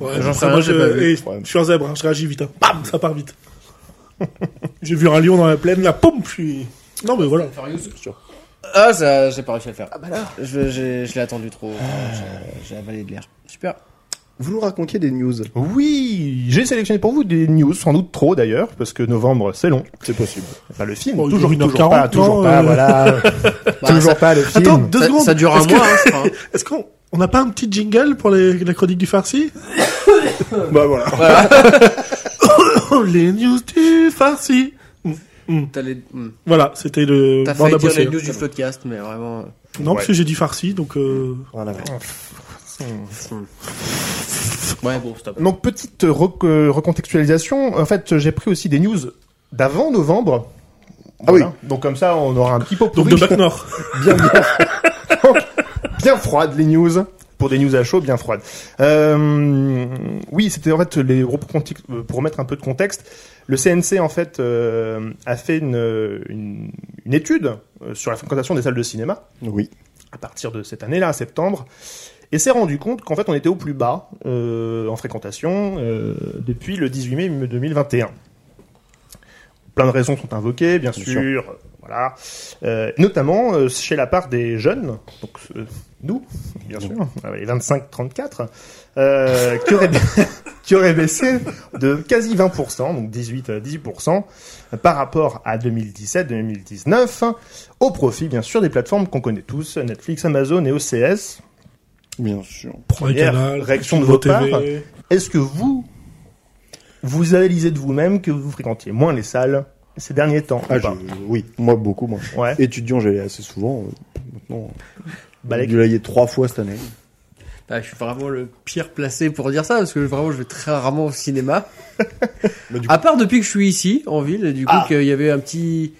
Ouais,
J'en
après,
sais rien,
moi,
j'ai pas vu.
et Je suis un zèbre, hein, je réagis vite. hein. Bam, ça part vite. J'ai vu un lion dans la plaine, la pompe, je suis... Non mais voilà.
Ah, ça, j'ai pas réussi à le faire. Ah bah là. Je, j'ai- je l'ai attendu trop. J'ai- J'ai avalé de l'air. Super.
Vous nous racontiez des news.
Oui, j'ai sélectionné pour vous des news, sans doute trop d'ailleurs, parce que novembre c'est long.
C'est possible.
Enfin, le film,
Bon, Oh, il
toujours,
dure
toujours pas,
1h40,
toujours
non,
pas,
euh.
voilà,
Bah,
toujours
ça,
pas le film.
Attends, deux
ça-
secondes.
ça dure un
Est-ce que-
mois, hein, je crois, hein.
Est-ce qu'on on n'a pas un petit jingle pour les, la chronique du farci
Bah voilà.
Oh, les news du farci
T'as les- hmm.
Voilà, c'était le...
T'as
bon, on a
failli dire
bossé,
les
hein.
news du podcast, mais vraiment. euh,
Non, parce que j'ai dit farci, donc... euh,
Voilà.
Ouais, Ah bon, stop.
Donc petite rec- euh, recontextualisation, en fait j'ai pris aussi des news d'avant novembre.
Ah oui.
Donc comme ça on aura un petit pot
Donc de Bac Nord.
bien, bien, Donc, bien froide les news pour des news à chaud bien froides. Euh, oui, c'était en fait les gros context- euh, pour mettre un peu de contexte, le CNC en fait euh, a fait une, une, une étude euh, sur la fréquentation des salles de cinéma
Oui.
à partir de cette année-là, à septembre, et s'est rendu compte qu'en fait on était au plus bas euh, en fréquentation euh, depuis le 18 mai 2021. Plein de raisons sont invoquées, bien,
Bien
sûr. euh, Voilà. Euh, notamment euh, chez la part des jeunes, donc euh, nous, bien sûr, euh, les 25-34, euh, qui, auraient, ba- qui auraient baissé de quasi 20%, donc euh, 18 à 10%, par rapport à 2017-2019, au profit bien sûr des plateformes qu'on connaît tous, Netflix, Amazon et OCS.
Bien sûr.
Première réaction de vos parts. Est-ce que vous, vous analysez de vous-même que vous fréquentiez moins les salles ces derniers temps ou
Ah,
pas
je- oui. Moi, beaucoup, moi.
Ouais.
Étudiant, j'allais assez souvent. euh, Maintenant, j'ai
Balek.
dû l'ailler trois fois cette année.
Bah, je suis vraiment le pire placé pour dire ça parce que vraiment je vais très rarement au cinéma.
Bah, du
à part depuis que je suis ici en ville, et du coup
Ah.
qu'il y avait un petit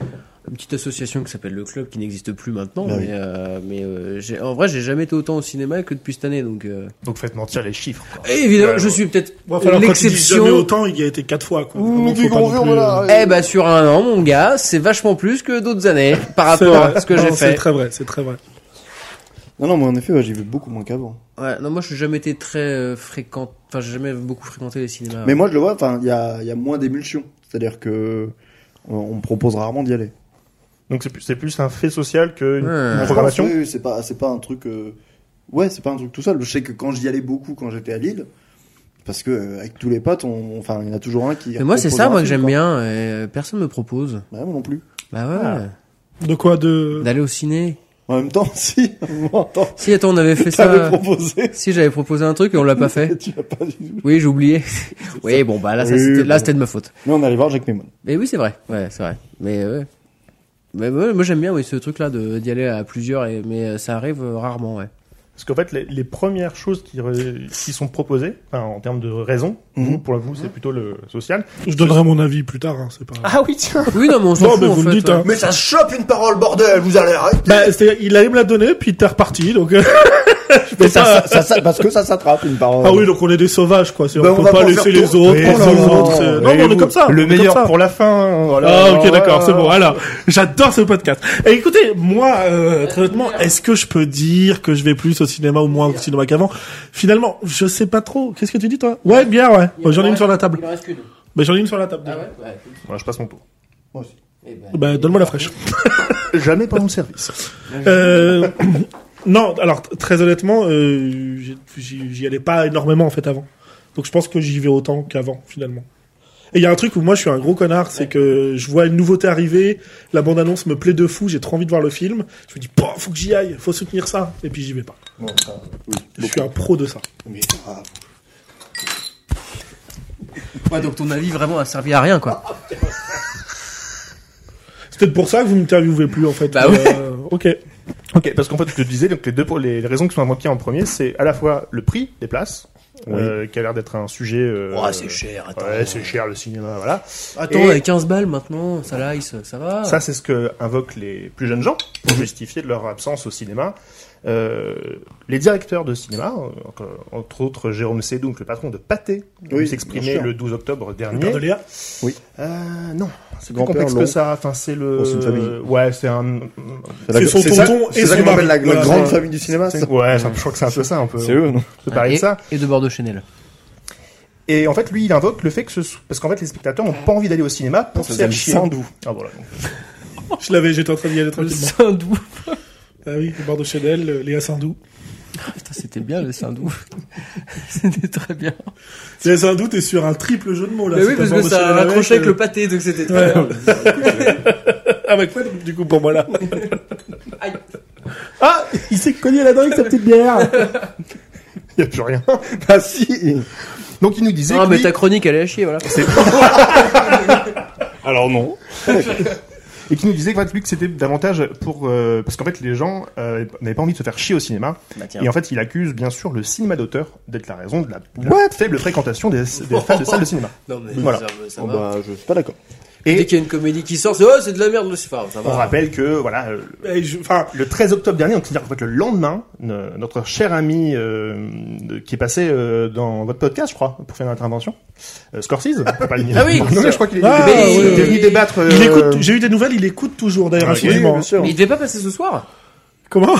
une petite association qui s'appelle le club qui n'existe plus maintenant
Bah
mais
oui.
euh, mais euh, j'ai en vrai j'ai jamais été autant au cinéma que depuis cette année donc euh,
Donc faites mentir les chiffres. quoi.
et évidemment
Ouais,
je suis peut-être
Bon, enfin, alors, quand il dit jamais
l'exception
autant, il y a été quatre fois, quoi.
Nous
Donc, faut
dit
pas
qu'on
non
vient,
plus,
voilà.
euh,
eh bah sur un an mon gars c'est vachement plus que d'autres années par
c'est
rapport
vrai.
à ce que
Non,
j'ai
C'est
fait
très vrai, c'est très vrai.
Non, non, mais en effet, ouais, j'ai vu beaucoup moins qu'avant.
ouais, non moi je suis jamais été très euh, fréquent enfin j'ai jamais beaucoup fréquenté les
Ah.
cinémas
Mais moi, je le vois, enfin, il y a, il y a moins d'émulsion. C'est-à-dire que on, on me propose rarement d'y aller.
Donc c'est plus, c'est plus un fait social qu'une
Ouais.
une
Moi, je
programmation.
pense, oui, oui, c'est pas, c'est pas un truc. euh, Ouais, c'est pas un truc tout seul. Je sais que quand j'y allais beaucoup quand j'étais à Lille, parce que euh, avec tous les potes, on, enfin, il y en a toujours un qui.
mais moi c'est
propose
ça
un
moi que
film,
j'aime
quoi.
bien et euh, personne me propose
Ouais, moi non plus.
bah ouais
Ah.
De quoi de...
d'aller au ciné
En même temps, si. Moi, attends,
Si, attends, on avait fait
t'avais
ça.
proposé.
Si, j'avais proposé un truc et on l'a pas fait.
tu l'as pas du tout.
Oui, j'ai oublié. oui, bon, bah là, ça,
Oui,
c'était, là,
bon.
c'était de ma faute.
Mais on allait voir Jacques Mémon.
Mais oui, c'est vrai. Ouais, c'est vrai. Mais ouais. Mais ouais, moi, j'aime bien, oui, ce truc-là de, d'y aller à plusieurs, et, mais euh, ça arrive euh, rarement, ouais.
Parce qu'en fait, les, les premières choses qui, re- qui sont proposées, enfin, en termes de raisons, vous, pour vous, c'est plutôt le social.
Je donnerai mon avis plus tard, hein, c'est pas...
Ah oui, tiens
Oui, non, mais on s'en
Non,
fout,
mais
en
vous me
fait,
dites,
ouais.
hein.
Mais ça chope une parole, bordel, vous allez arrêter
Bah, c'est-à-dire, il allait me la donner, puis t'es reparti, donc... euh, je peux
Et ça, ça, ça- parce que ça s'attrape une parole.
Ah oui, donc on est des sauvages, quoi. C'est-
Bah,
on
on
peut
va
pas
pas
laisser
faire
les
tout.
autres,
Oui,
on prend
non,
les
non,
autres. c'est- Non, mais on
Voyez-vous,
est comme ça. on
Le
est comme
meilleur
ça.
pour la fin. hein, voilà.
Ah ok
Voilà.
d'accord c'est bon alors j'adore ce podcast et écoutez moi euh, très honnêtement est-ce que je peux dire que je vais plus au cinéma ou moins au cinéma qu'avant finalement je sais pas trop qu'est-ce que tu dis toi ouais bien ouais Bah, j'en ai une sur la table
Il en reste qu'une.
bah, j'en ai une sur la table
Ah
déjà.
ouais Ouais.
Voilà, je passe mon tour.
Eh ben,
bah donne-moi la fraîche
Jamais pas mon service.
Euh, non, alors t- très honnêtement, euh, j'ai- j'y j'y allais pas énormément en fait avant. Donc je pense que j'y vais autant qu'avant finalement. Et il y a un truc où moi je suis un gros connard, c'est que je vois une nouveauté arriver, la bande-annonce me plaît de fou, j'ai trop envie de voir le film, je me dis, Pouah, faut que j'y aille, faut soutenir ça, et puis j'y vais pas.
Bon, ça, oui,
Je suis un pro de ça.
mais, ah,
Ouais, donc ton avis vraiment a servi à rien, quoi.
C'est peut-être pour ça que vous m'interviewez plus en fait.
Bah
Euh, ok.
Ok, parce qu'en fait, je te disais, donc les deux les, les raisons qui sont invoquées en premier, c'est à la fois le prix des places, euh, qui a l'air d'être un sujet. Euh,
Oh, c'est cher, attends.
Ouais, c'est cher le cinéma, voilà.
Attends,
Et-
avec 15 Eh, balles maintenant, ça lice, ça va.
Ça, c'est ce que invoquent les plus jeunes gens pour justifier de leur absence au cinéma. Euh, les directeurs de cinéma, euh, entre autres Jérôme Seydoux, donc le patron de Pathé,
Oui,
oui,
bien
s'exprimait
sûr.
le 12 octobre
Ah
Le
dernier.
père de Léa.
Euh, non, c'est plus
Grand-père
complexe que
long.
ça. Enfin, c'est le.
Oh, c'est une famille.
Ouais, c'est un.
la-
C'est son
ça-
tonton et
C'est ça
son
qu'on appelle la,
mari.
la
Voilà.
grande famille du cinéma. Ah, ça.
c'est- Ouais, c'est un- je crois que c'est un peu ça, un peu.
eux, non
On peut parler
Ah, et,
de ça.
Et de Bordeaux Chanel.
Et en fait, lui, il invoque le fait que ce. soit- Parce qu'en fait, les spectateurs n'ont pas envie d'aller au cinéma pour se
Ça
faire
s'appelle
chier.
Sindou.
Ah, voilà.
Je l'avais, j'étais en train d'y aller
Le
tranquillement.
Sindou.
Ah oui, le Bordeaux Chanel, euh, Léa Sindou.
Putain, c'était bien le Sindou. c'était très bien.
Léa Sindou, t'es sur un triple jeu de mots là.
Mais
Bah, C'est
oui,
pas
parce que
Bordeaux
ça
Chanel avec,
raccrochait avec
euh,
le pâté, donc c'était très
Ouais.
bien.
Avec quoi, du coup, pour moi, là
Aïe.
Ah Il s'est cogné la dent avec sa petite bière
Il n'y a plus rien. Bah,
Ah si
Donc, il nous disait.
Ah,
que
mais
lui-
ta chronique, elle est à chier, voilà.
Alors non.
Et qui nous disait en fait, lui, que c'était davantage pour euh, parce qu'en fait les gens euh, n'avaient pas envie de se faire chier au cinéma et en fait il accuse bien sûr le cinéma d'auteur d'être la raison de la, de la faible fréquentation des, des fans de salles de cinéma.
Non, mais
Voilà.
ça, ça
Oh,
va.
bah, je suis pas d'accord.
Dès
Et
qu'il y a une comédie qui sort, c'est oh, c'est de la merde, le enfin, ça
on
va.
rappelle que voilà euh,
Et je- Enfin,
le 13 octobre dernier, donc c'est-à-dire qu'en fait le lendemain, ne- notre cher ami euh, de- qui est passé euh, dans votre podcast, je crois, pour faire une intervention, euh, Scorsese, faut pas le nier.
Ah oui,
non, mais je crois qu'il est,
Ah,
ben,
il est
oui, oui.
venu débattre.
il
euh,
écoute, j'ai eu des nouvelles, il écoute toujours, d'ailleurs,
Oui,
infiniment.
bien sûr.
Mais il devait pas passer ce soir.
Comment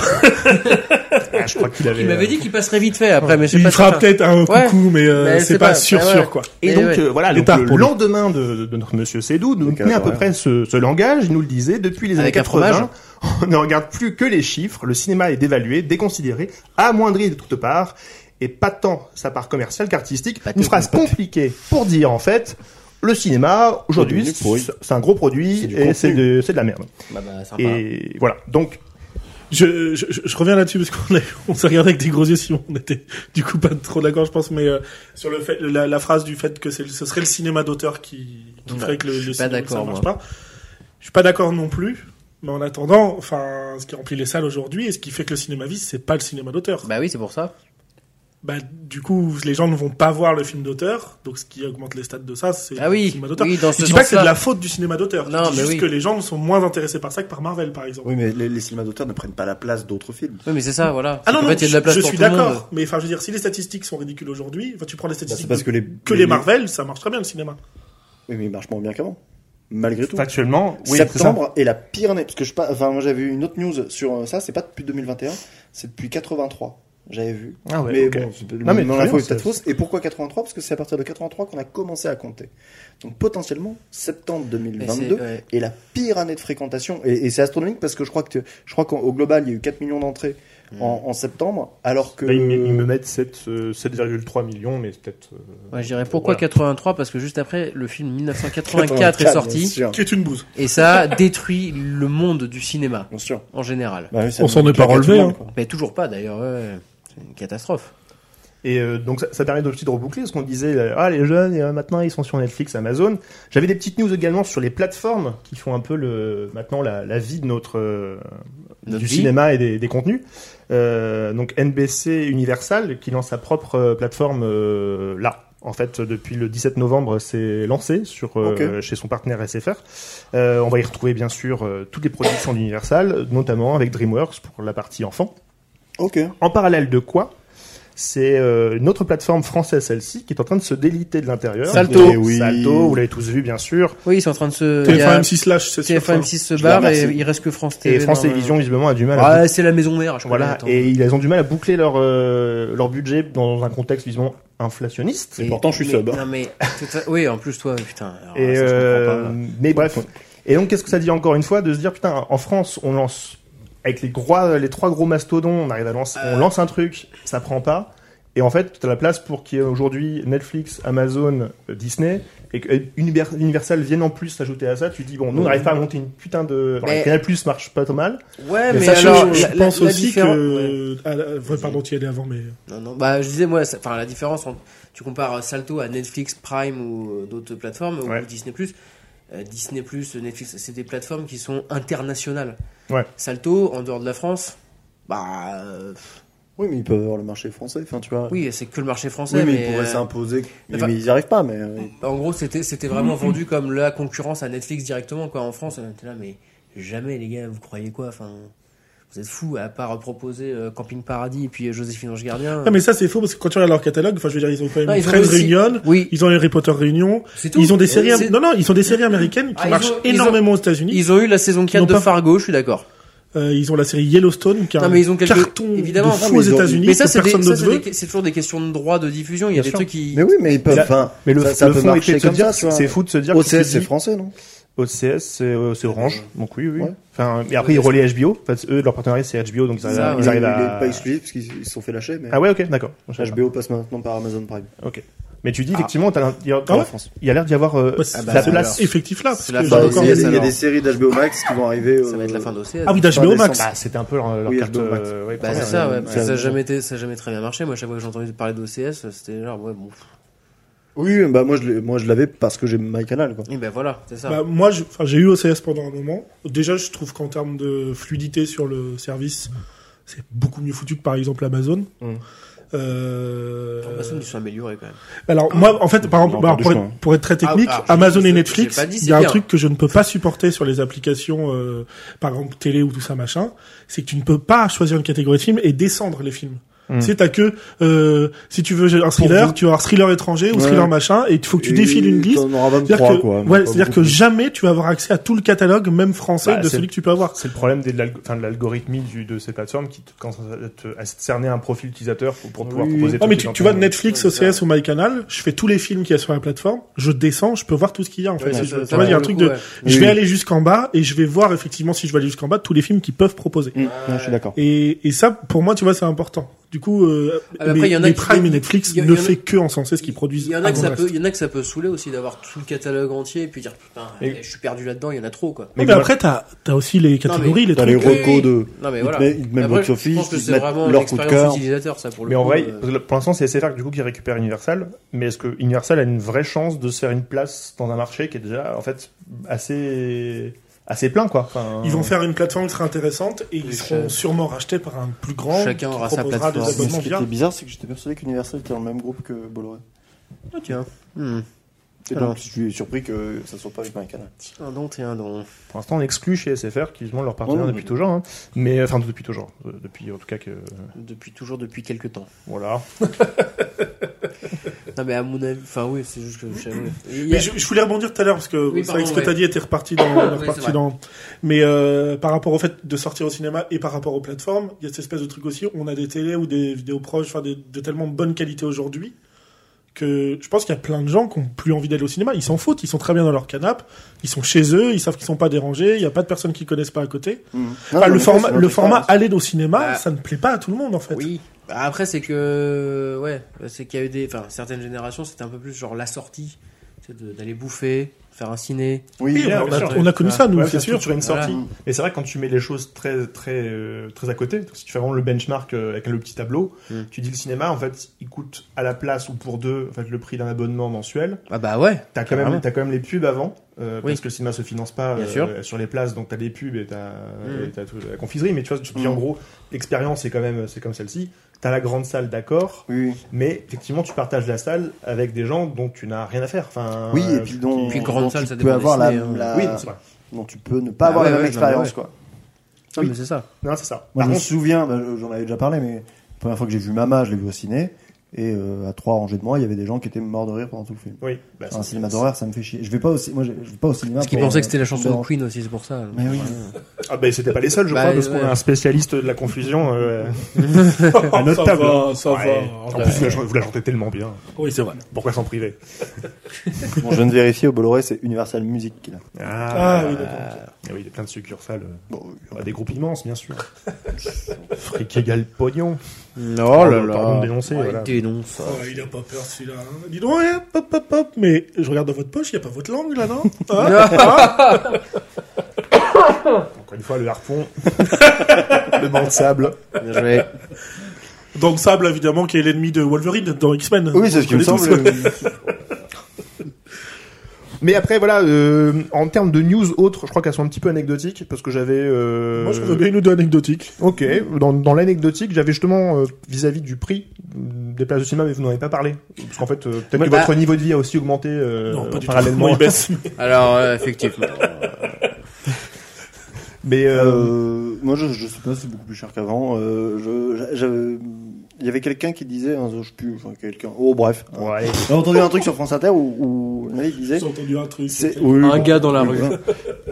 Ah, je crois qu'il avait.
Il m'avait
euh,
dit qu'il passerait vite fait après, mais je sais
Il
pas. si
fera
ça-
peut-être un
Ouais.
coucou, mais, euh,
Mais
c'est pas, sûr,
ouais, ouais.
sûr, quoi.
Et,
Eh
donc
Eh ouais.
euh, voilà,
Il est
donc,
tard
le
pour lui.
lendemain de, de notre monsieur Sédou nous
Donc, euh,
tenait à peu
ouais.
près ce, ce langage, il nous le disait, depuis les
Avec
années
un fromage.
80, on ne regarde plus que les chiffres, le cinéma est dévalué, déconsidéré, amoindri de toutes parts, et pas tant sa part commerciale qu'artistique. Une phrase compliquée pour dire en fait, le cinéma aujourd'hui
devenu pourri.
c'est c'est un gros produit
C'est du
et
contenu.
c'est de, c'est de la merde.
Bah, bah, sympa.
Et voilà, donc
Je, je, je- je reviens là-dessus parce qu'on a- on s'est regardé avec des gros yeux si on était du coup pas trop d'accord je pense mais euh, sur le fait la, la phrase du fait que c'est- ce serait le cinéma d'auteur qui, qui
Ouais,
ferait que le,
je suis
le
pas
cinéma
d'accord,
ça marche
moi.
pas je suis pas d'accord non plus mais en attendant enfin ce qui remplit les salles aujourd'hui et ce qui fait que le cinéma vit c'est pas le cinéma d'auteur bah.
Bah oui, c'est pour ça.
du coup les gens ne vont pas voir le film d'auteur donc ce qui augmente les stats de ça c'est
Ah oui,
le cinéma d'auteur
oui, dans
je
ce
dis pas que c'est de la
sens-là.
faute du cinéma d'auteur
Non,
je dis
mais
juste
oui.
que les gens sont moins intéressés par ça que par Marvel par exemple
Oui, mais les, les cinémas d'auteur ne prennent pas la place d'autres films.
Oui, mais c'est ça,
Ah
voilà. C'est
non,
qu'en
non,
fait, il y a de la place
je, je
pour
suis
tout le monde.
d'accord, mais enfin, je veux dire, si les statistiques sont ridicules aujourd'hui, enfin, tu prends les
Bah,
statistiques
c'est parce
de-
que les,
que les Marvel, ça marche très bien le cinéma.
Oui, mais ils marchent moins bien qu'avant. Malgré tout.
factuellement, oui, c'est ça.
Septembre est la pire année. Parce que je pas. Enfin, moi j'avais eu une autre news sur euh, ça, c'est pas depuis 2021, c'est depuis 83. J'avais vu.
Ah ouais,
mais
ok.
bon, c'est-
Non, mais
mon
très
info
bien,
est peut-être
c'est-
fausse. Et pourquoi 83 Parce que c'est à partir de 83 qu'on a commencé à compter. Donc potentiellement, septembre
Mais c'est-
2022
ouais.
est la pire année de fréquentation. Et, et c'est astronomique parce que je crois que je crois qu'au global, il y a eu 4 millions d'entrées en, en septembre, alors que.
Là, ils, me- ils me mettent sept, euh, 7,3 millions, mais c'est peut-être. euh,
Ouais, je dirais pourquoi
Voilà.
83 Parce que juste après, le film 1984 est
Bien
sorti
sûr.
Qui est une bouse.
et ça a détruit le monde du cinéma
Bien sûr.
en général.
Bah oui, ça
On s'en
nous
est pas
claque à tout
relevé,
le monde,
hein.
quoi.
Mais toujours pas d'ailleurs, ouais. c'est une catastrophe.
Et euh, donc ça, ça permet de aussi de reboucler ce qu'on disait, euh, ah les jeunes, euh, maintenant ils sont sur Netflix, Amazon. J'avais des petites news également sur les plateformes qui font un peu le maintenant la, la vie de notre, euh,
Notre
du
vie.
cinéma et des, des contenus. Euh, donc NBC Universal qui lance sa propre euh, plateforme euh, là. En fait, depuis le 17 novembre, c'est lancé sur euh, chez son partenaire SFR. Euh, on va y retrouver bien sûr euh, toutes les productions d'Universal, notamment avec DreamWorks pour la partie enfant.
Ok.
En parallèle de quoi c'est euh, une autre plateforme française, celle-ci, qui est en train de se déliter de l'intérieur.
Salto.
Eh oui.
Salto, vous l'avez tous vu, bien sûr.
Oui, ils sont en train de se. il y a-
TF1 M6 slash, c'est sûr.
TF1 M6 se
Je la
barre et
remercie.
il reste que France TV.
Et France
dans le-
Télévisions, visiblement, a du mal à
Ouais, c'est la maison mère. Je
Voilà,
crois,
et ils ont du mal à boucler leur, euh, leur budget dans un contexte visiblement inflationniste.
Et pourtant, je suis
mais-
sub.
Non, mais. tout à- Oui, en plus, toi, putain. alors,
Et,
Ah, ça, je comprends
euh,
pas, là.
mais bref. Et donc, qu'est-ce que ça dit encore une fois de se dire, putain, en France, on lance avec les, gros, les trois gros mastodons, on arrive à lancer, on lance un truc, ça prend pas. Et en fait, t'as la place pour qu'il y ait aujourd'hui Netflix, Amazon, euh, Disney, et que euh, Univer- Universal viennent en plus s'ajouter à ça. Tu te dis, bon, nous, on n'arrive pas à monter une putain de. enfin,
Mais-
Canal Plus marche pas trop mal.
Ouais, mais,
mais
Sachez, je,
alors.
je
la- la-
pense
la
aussi
différence- Ouais.
que. ah, là, ouais, pardon, tu y allais avant, mais.
Non, non, bah, je disais, moi, ça- enfin, la différence entre. Tu compares euh, Salto à Netflix, Prime ou euh, d'autres plateformes,
Ouais.
ou Disney. euh, Disney, euh, Netflix, c'est des plateformes qui sont internationales.
Ouais.
Salto, en dehors de la France, bah. euh,
Oui, mais ils peuvent avoir le marché français, enfin, tu vois.
oui, c'est que le marché français.
Oui, mais, ils
mais,
pourraient
euh,
s'imposer. Mais,
enfin-
mais ils n'y arrivent pas, mais. euh,
Bah, En gros, c'était c'était vraiment vendu comme la concurrence à Netflix directement quoi en France. Euh, T'es là, mais jamais les gars, vous croyez quoi Enfin, vous êtes fous à part proposer euh, Camping Paradis et puis euh, Joséphine Ange Gardien.
Ah, mais ça, c'est faux, parce que quand tu regardes leur catalogue, enfin, je veux dire, ils ont quand
Non,
même
ils ont
13
aussi-
réunions.
Oui,
Ils ont Harry Potter Réunion.
c'est tout. Euh,
Ils ont des séries,
C'est-
non, non, ils ont des séries américaines qui
Ah, ils
marchent
ont- ils ont-
énormément aux États-Unis.
Ils ont eu la saison 4
n'ont
de
pas-
Fargo, je suis d'accord.
Euh, ils ont la série Yellowstone, qui a
Non, mais ils ont
un
quelques-
carton
évidemment,
de
non,
fou
mais
aux
ils ont-
États-Unis
Mais ça,
que
c'est des-
personne
ça,
d'autre
c'est des-
veut.
c'est toujours des questions de droit de diffusion. Il y a
Bien
des
sûr.
trucs qui.
Mais oui, mais ils peuvent.
Là-
Enfin,
Mais le,
ça, ça
le
peut
fond
marcher
était de se
comme
dire,
ça, tu vois.
c'est fou de se dire. que
OCS,
tu
c'est
dis-
français, non
OCS, c'est euh, c'est Orange, donc oui, oui.
Ouais.
Enfin, et après, ils
Ouais,
relaient HBO. Enfin, eux, leur partenariat, c'est HBO, donc ils arrivent,
Ça,
à-
ouais.
ils arrivent
Il est
à.
pas exclusif parce qu'ils ils se sont fait lâcher, mais.
Ah ouais, ok, d'accord. Je savais pas.
HBO passe maintenant par Amazon Prime.
Mais tu dis, effectivement, t'as l'in- il y a-
Ah ouais
il y a l'air d'y avoir euh,
Bah,
Ah,
c'est-
la
c'est
place.
effectif là.
C'est
parce que
la
j'ai
fin
Bah,
des
encore-
il y a
OCS,
des- il y a
alors.
des séries d'HBO Max qui vont arriver.
Ça va être la fin d'OCS.
Ah oui, d'HBO
Enfin,
Max.
Bah, c'était un peu leur, leur
Oui,
carte.
HBO Max.
euh, ouais,
Bah,
première,
c'est ça,
euh,
ouais.
ouais.
Ça a jamais été, ça a jamais très bien marché. Moi, chaque fois que j'ai entendu parler d'OCS, c'était genre, ouais, bon.
Oui, bah moi je l'ai- moi je l'avais parce que j'ai my canal quoi.
Et ben voilà, c'est ça.
Bah, moi, je- enfin, j'ai eu OCS pendant un moment. Déjà, je trouve qu'en termes de fluidité sur le service, c'est beaucoup mieux foutu que par exemple Amazon.
Mm.
Euh,
Amazon, ils sont améliorés quand même.
Alors moi, en fait, par
Il y
exemple,
a encore
alors,
du
pour,
chemin.
être, pour être très technique,
Ah, alors, je-
Amazon
je-
et
j'ai
Netflix,
pas dit,
il y a
c'est
un
bien.
truc que je ne peux pas supporter sur les applications, euh, par exemple télé ou tout ça machin, c'est que tu ne peux pas choisir une catégorie de film et descendre les films.
Mm.
Si t'as que euh, si tu veux un
Pour
thriller,
vous.
tu vas avoir thriller étranger ou
Ouais.
thriller machin, et il faut que tu
Et
défiles une liste.
T'en auras
C'est-à-dire
23
que,
quoi. mais
ouais,
pas
c'est-à-dire que
beaucoup.
jamais tu vas avoir accès à tout le catalogue, même français,
Bah,
de
c'est-
celui que tu peux avoir.
C'est le problème des- de l'alg- enfin, de l'algorithmie du- de ces plateformes qui te- quand ça va te- à cerner un profil utilisateur pour, pour pouvoir
Oui.
proposer.
Ah
des
mais
trucs
tu,
dans
tu
ton-
vois Netflix, OCS ou MyCanal, je fais tous les films qu'il y a sur la plateforme, je descends, je peux voir tout ce qu'il y a en fait.
Ouais,
Si
ça-
je
ça-
veux.
ça
Tu vois, il y a
vaut
un
le
truc
coup,
de,
ouais.
je
Oui.
vais aller jusqu'en bas et je vais voir effectivement si je vais aller jusqu'en bas tous les films qu'ils peuvent proposer.
Mmh, non, je suis d'accord.
Et, et ça, pour moi, tu vois, c'est important. Du coup, euh,
Ah, mais après,
les,
il y en a
les
qui-
Prime et Netflix
il y en a-
ne fait que encenser ce qu'ils produisent.
Il y en a que ça
avant le
peut,
reste.
il y en a que ça peut saouler aussi d'avoir tout le catalogue entier et puis dire putain,
Mais-
je suis perdu là-dedans, il y en a trop quoi.
Mais,
global-
après, t'as as aussi les catégories, les
T'as les
trucs.
Oui, oui.
recos de.
Non mais
Ils
voilà.
te mettent- ils te mettent
Après,
votre
Je
office,
pense que
ils te
c'est
mettent
vraiment
leur
une
coup de
expérience
cœur.
utilisateur ça pour le
Mais en
coup,
vrai,
euh,
parce que pour l'instant, c'est SFR du coup qui récupère Universal. Mais est-ce que Universal a une vraie chance de se faire une place dans un marché qui est déjà en fait assez assez plein quoi. Enfin,
Ils vont faire une plateforme très intéressante et ils
Les
seront
chaînes.
sûrement rachetés par un plus grand.
Chacun
qui
aura sa
proposera des
plateforme.
Mais
abonnements
ce qui
via-
était bizarre, c'est que j'étais persuadé qu'Universal était dans le même groupe que Bolloré.
ah, tiens. Hmm.
Et
Alors.
donc, je suis surpris que ça soit pas avec my canal.
Un don, t'es un don.
Pour l'instant, on exclut chez SFR qui demandent leur partenaire
Oh,
depuis
oui.
toujours. hein. Mais enfin depuis toujours, euh, depuis en tout cas que euh,
Depuis toujours, depuis quelques temps.
voilà.
Non mais à mon avis, enfin oui, c'est juste que je savais. Il y a-
Mais je, je voulais rebondir tout à l'heure parce que
Oui,
c'est vrai que ce
pardon,
que t'as
ouais.
dit était reparti dans,
Oui,
reparti
c'est vrai.
dans- Mais euh, par rapport au fait de sortir au cinéma et par rapport aux plateformes, il y a cette espèce de truc aussi. On a des télés ou des vidéos proches, enfin des- de tellement bonne qualité aujourd'hui que je pense qu'il y a plein de gens qui ont plus envie d'aller au cinéma. Ils s'en foutent, ils sont très bien dans leur canapé, ils sont chez eux, ils savent qu'ils sont pas dérangés, il y a pas de personnes qu'ils connaissent pas à côté. Enfin, le format, le format aller au cinéma,
Bah.
ça ne plaît pas à tout le monde en fait.
Oui. Bah, après, c'est que. Ouais, c'est qu'il y a eu des. Enfin, certaines générations, c'était un peu plus genre la sortie. C'est de- d'aller bouffer, faire un ciné.
Oui,
Oui, bien
on, a,
sûr.
on a connu ça, nous,
Ouais,
c'est sûr.
sur une
Voilà.
sortie. Mais c'est vrai que quand tu mets les choses très très euh, très à côté, si tu fais vraiment le benchmark euh, avec le petit tableau,
Mm.
tu dis le cinéma en fait, il coûte à la place ou pour deux en fait le prix d'un abonnement mensuel.
Ah bah ouais.
T'as quand même
Carrément.
t'as quand même les pubs avant euh,
Oui.
parce que le cinéma se finance pas
Bien
euh,
sûr.
sur les places donc t'as les pubs et t'as
Mm.
et t'as tout- la confiserie mais tu vois tu te dis
Mm.
Mmh.
en gros l'expérience c'est quand même c'est comme celle-ci. T'as la grande salle d'accord,
Oui,
mais effectivement tu partages la salle avec des gens dont tu n'as rien à faire. Enfin
oui et
euh,
puis
qui-
donc,
Puis grande salle, ça
tu
dépend des
peux avoir la,
ciné, hein.
la-
oui, c'est vrai.
dont tu peux ne pas avoir
ouais,
la même
ouais, non, mais
expérience
ouais.
quoi.
Oui.
Non, Ah, mais c'est ça.
Non, c'est ça. Par
Moi, je me
contre,
souviens, bah, j'en avais déjà parlé, mais la première fois que j'ai vu Mama, je l'ai vu au ciné. Et euh, à trois rangées de moi, il y avait des gens qui étaient morts de rire pendant tout le film.
oui, bah,
un
ça,
cinéma
c'est-
d'horreur, ça me fait chier. Je vais pas au, ci- moi, je je vais pas au cinéma.
Parce qu'ils
pour,
pensaient
euh,
que c'était la chanson
pour-
de Queen aussi, c'est pour ça.
Mais oui.
Ah, bah, c'était pas les seuls, je
Bah,
crois, parce
ouais.
euh,
qu'on a un spécialiste de la confusion euh, à notre
ça
table.
va, ça
Ouais.
va.
En plus, vous la, vous la chantez tellement bien.
Oui, c'est vrai.
Pourquoi s'en priver
Bon, je viens de vérifier, au Bolloré, c'est Universal Music qu'il a.
Ah, oui, d'accord.
Ah oui, il y a plein de succursales. euh,
Bon, oui,
bah, des groupes immenses, bien sûr. Fric égal pognon.
Non,
Pardon- Pardon de dénoncer, voilà.
dénonce.
Ouais, il a pas peur celui-là. hein. Dis donc, ouais, hop, hop, hop. Mais je regarde dans votre poche, il n'y a pas votre langue là, non Hein
Encore une fois, le harpon, le banc de sable.
Bien joué.
Donc Sable, évidemment, qui est l'ennemi de Wolverine dans X-Men.
Oui, c'est ce qui me
On connaît tous.
semble.
Mais après, voilà, euh, en termes de news autres, je crois qu'elles sont un petit peu anecdotiques, parce que j'avais... euh,
Moi, je trouve bien une ou deux anecdotiques.
Ok, dans, dans l'anecdotique, j'avais justement, euh, vis-à-vis du prix euh, des places de cinéma, mais vous n'en avez pas parlé. Parce qu'en fait, euh, peut-être
Bah,
que votre niveau de vie a aussi augmenté euh,
non, pas du tout.
parallèlement.
Moi, il baisse.
Alors, euh, effectivement.
Mais euh,
Euh, moi, je, je sais pas, c'est beaucoup plus cher qu'avant. Euh, je- j'a- j'avais- il y avait quelqu'un qui disait, hein, je sais plus, enfin, quelqu'un. Oh, bref.
bon, allez.
J'ai entendu un truc sur France Inter où, où un mec disait.
J'ai entendu un truc.
C'est
Un gars dans la rue.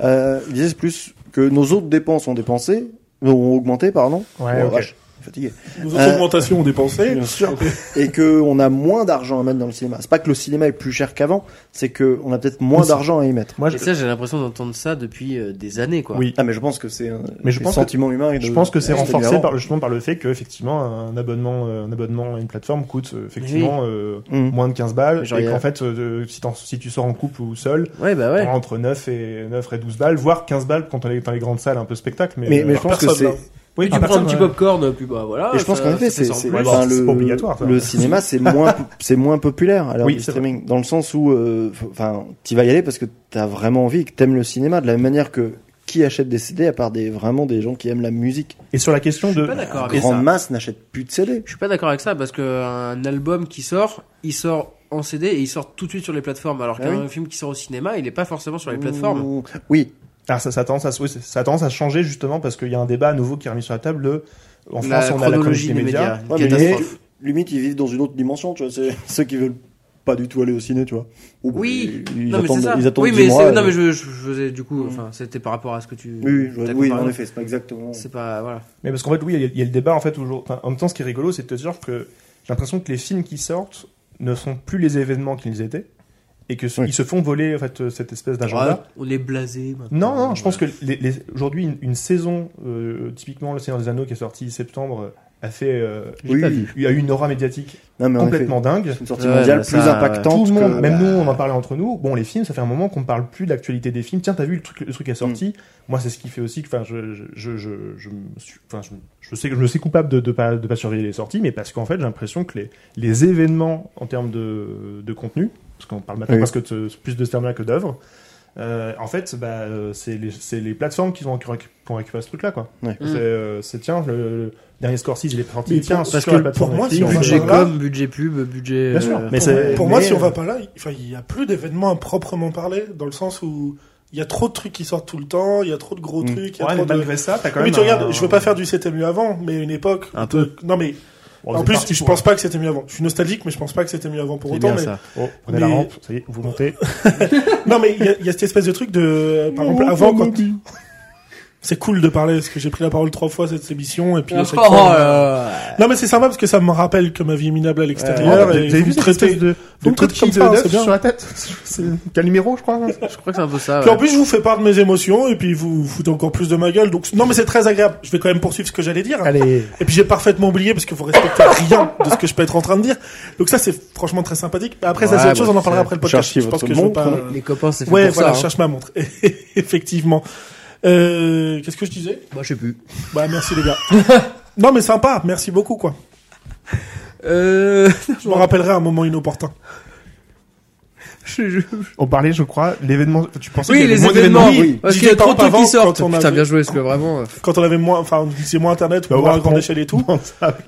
Euh, ils disent plus que nos autres dépenses ont dépensé, ont augmenté, pardon.
Ouais,
Oh,
ok.
vache, fatigué.
Nos autres
Euh,
augmentations ont dépensé.
Bien sûr. et que on a moins d'argent à mettre dans le cinéma. C'est pas que le cinéma est plus cher qu'avant, c'est que on a peut-être moins
Aussi.
d'argent à y mettre.
Moi, je,
Et ça, j'ai l'impression d'entendre ça depuis euh, des années, quoi.
Oui.
Ah, mais je pense que c'est un
Mais je
des
pense que-
sentiments humains. et de-
je pense que c'est
Ouais, c'était mieux
renforcé
avant.
par, justement par le fait que effectivement un abonnement, euh, un abonnement à une plateforme coûte euh, effectivement euh,
Mhm.
moins de 15 balles.
Genre,
et
il y a-
qu'en fait, euh, si, t'en- si tu sors en couple ou seul,
Ouais, bah ouais.
t'en as entre 9 et, 9 et 12 balles, voire 15 balles quand on est dans les grandes salles un peu spectacle. Mais,
Mais,
euh,
mais je pense que
personne,
c'est.
là.
oui,
Plus tu
par
prends un
personne,
petit
ouais.
popcorn, plus bah voilà.
Et je pense
ça-
qu'en effet,
ça
c'est
sort
c'est-
plus.
Ouais,
enfin,
c'est
le,
pas obligatoire, ça.
le cinéma, c'est moins, po- c'est moins populaire à l'heure
Oui,
du
c'est
streaming, dans le sens où, euh, f- enfin, t'y vas y aller parce que t'as vraiment envie, et que t'aimes le cinéma, de la même manière que qui achète des CD à part des vraiment des gens qui aiment la musique.
Et sur la question de
Je suis pas d'accord
La
avec Ah, ça.
grande masse n'achète plus de CD.
Je suis pas d'accord avec ça parce qu'un album qui sort, il sort en CD et il sort tout de suite sur les plateformes. Alors
Ah
qu'un film qui sort au cinéma, il est pas forcément sur les plateformes.
Ouh. Oui,
Ah, ça, ça, a tendance à, se- oui, ça a tendance à changer justement parce qu'il y a un débat à nouveau qui est remis sur la table. de- en
La
France, on a la
chronologie
chronologie des médias.
Une
Ouais, mais
catastrophe.
limite ils vivent dans une autre dimension, tu vois. C'est ceux qui veulent pas du tout aller au ciné, tu vois. Ou- bah,
Oui,
ils,
non, mais c'est
attendent,
ça.
ils attendent
oui,
dix
mais
mois,
c'est- non,
euh,
mais je, je faisais du coup, enfin, c'était par rapport à ce que tu.
Oui, oui, je vois-
t'as
oui,
comparé.
en effet, c'est pas exactement.
C'est pas voilà.
Mais parce qu'en fait, oui, il y a- il y, a le débat en fait toujours. Enfin, en même temps, ce qui est rigolo, c'est de te dire que j'ai l'impression que les films qui sortent ne sont plus les événements qu'ils étaient et que ce-
Oui.
ils se font voler en fait euh, cette espèce d'agenda.
Ouais, on est blasé. maintenant.
Non, non, je pense que
Voilà.
les- les- aujourd'hui, une, une saison, euh, typiquement Le Seigneur des Anneaux qui est sorti septembre, euh, a fait. euh,
Oui,
il y a eu une aura médiatique
non, mais en effet,
complètement dingue.
c'est une sortie
Ouais,
mondiale
bah,
plus
ça,
impactante.
Tout le monde,
que-
bah,
même nous, on en parlait entre nous. Bon, les films, ça fait un moment qu'on parle plus de l'actualité des films. Tiens, t'as vu le truc, le truc est sorti.
Mm.
Moi, c'est ce qui fait aussi que, enfin, je, je, je, je, je me suis, enfin, je, je sais que je me suis coupable de, de pas, de pas surveiller les sorties, mais parce qu'en fait, j'ai l'impression que les, les événements en termes de, de contenu, parce qu'on parle maintenant
Oui.
parce que de- plus de ce terme-là que d'œuvres, euh, en fait, bah, euh, c'est les, c'est les plateformes qui ont, récu- qui ont récupéré ce truc-là, quoi.
Ouais.
C'est, euh, c'est, tiens, le, le dernier Scorsese, il est sorti,
Mais
tiens,
pour-
sur
parce
la
que
plateforme
pour moi,
Netflix,
c'est
on va-
budget
budget là.
com, budget pub, budget.
Mmh. Bien sûr,
euh,
mais
pour,
c'est-
pour moi,
mais,
si on
euh,
va pas là, il- enfin, il n'y a plus d'événements à proprement parler, dans le sens où il y a trop de trucs qui sortent tout le temps, il y a trop de gros
Mm.
trucs, il y a
Ouais, mais
trop de...
malgré ça, t'as quand
Oui, mais
même.
tu regardes,
un-
je veux pas faire du c'était mieux avant, mais une époque.
Un
de- Non, mais
Bon, vous
en
êtes
plus,
parti
je
pour-
pense pas que c'était mieux avant. Je suis nostalgique, mais je pense pas que c'était mieux avant pour
C'est
autant.
bien
mais-
ça.
Oh, prenez la
Mais-
rampe, ça y est, vous montez.
Non, mais il y, a- il y a cette espèce de truc de. Par exemple, avant, quand. C'est cool de parler, parce que j'ai pris la parole trois fois cette émission, et puis à chaque
Oh,
fois- euh,
là.
Non, mais c'est sympa parce que ça me rappelle que ma vie est minable à l'extérieur.
Euh, Vous
et vous
avez vu
me
cette
traitez-
espèce de,
vous
de
me
truc
traitez
comme
comme
ça
ça, c'est bien.
sur la tête C'est Calimero, je crois. hein
Je crois que c'est un peu ça.
Puis en
ouais.
plus, je vous fais part de mes émotions et puis vous vous foutez encore plus de ma gueule. Donc non, mais c'est très agréable. Je vais quand même poursuivre ce que j'allais dire. hein.
Allez.
Et puis j'ai parfaitement oublié parce que vous respectez rien de ce que je peux être en train de dire. Donc ça, c'est franchement très sympathique. Mais Après, ça,
Ouais,
c'est autre chose.
bah,
On en parlera
c'est-
après le podcast.
Cherchez
je pense
votre
que je veux
montre,
pas.
hein.
Les copains, c'est fait
Ouais,
pour
voilà,
ça.
je
hein.
cherche ma montre. Effectivement. Euh, Qu'est-ce que je disais
Bah, je sais plus.
Bah merci les gars. non mais sympa. Merci beaucoup quoi.
Euh,
Je m'en rappellerai à un moment inopportun.
je- je-
On parlait, je crois, l'événement. Tu pensais
Oui,
qu'il y avait
les
moins
événements.
d'événements.
Oui,
oui, parce
disait
qu'il y a trop de
par
trucs
avant,
qui sortent.
quand on
Putain,
avait-
bien joué, parce que vraiment. euh,
Quand on avait moins, enfin, c'est moins internet, moins
Bah,
à
Warcraft.
grande échelle et tout.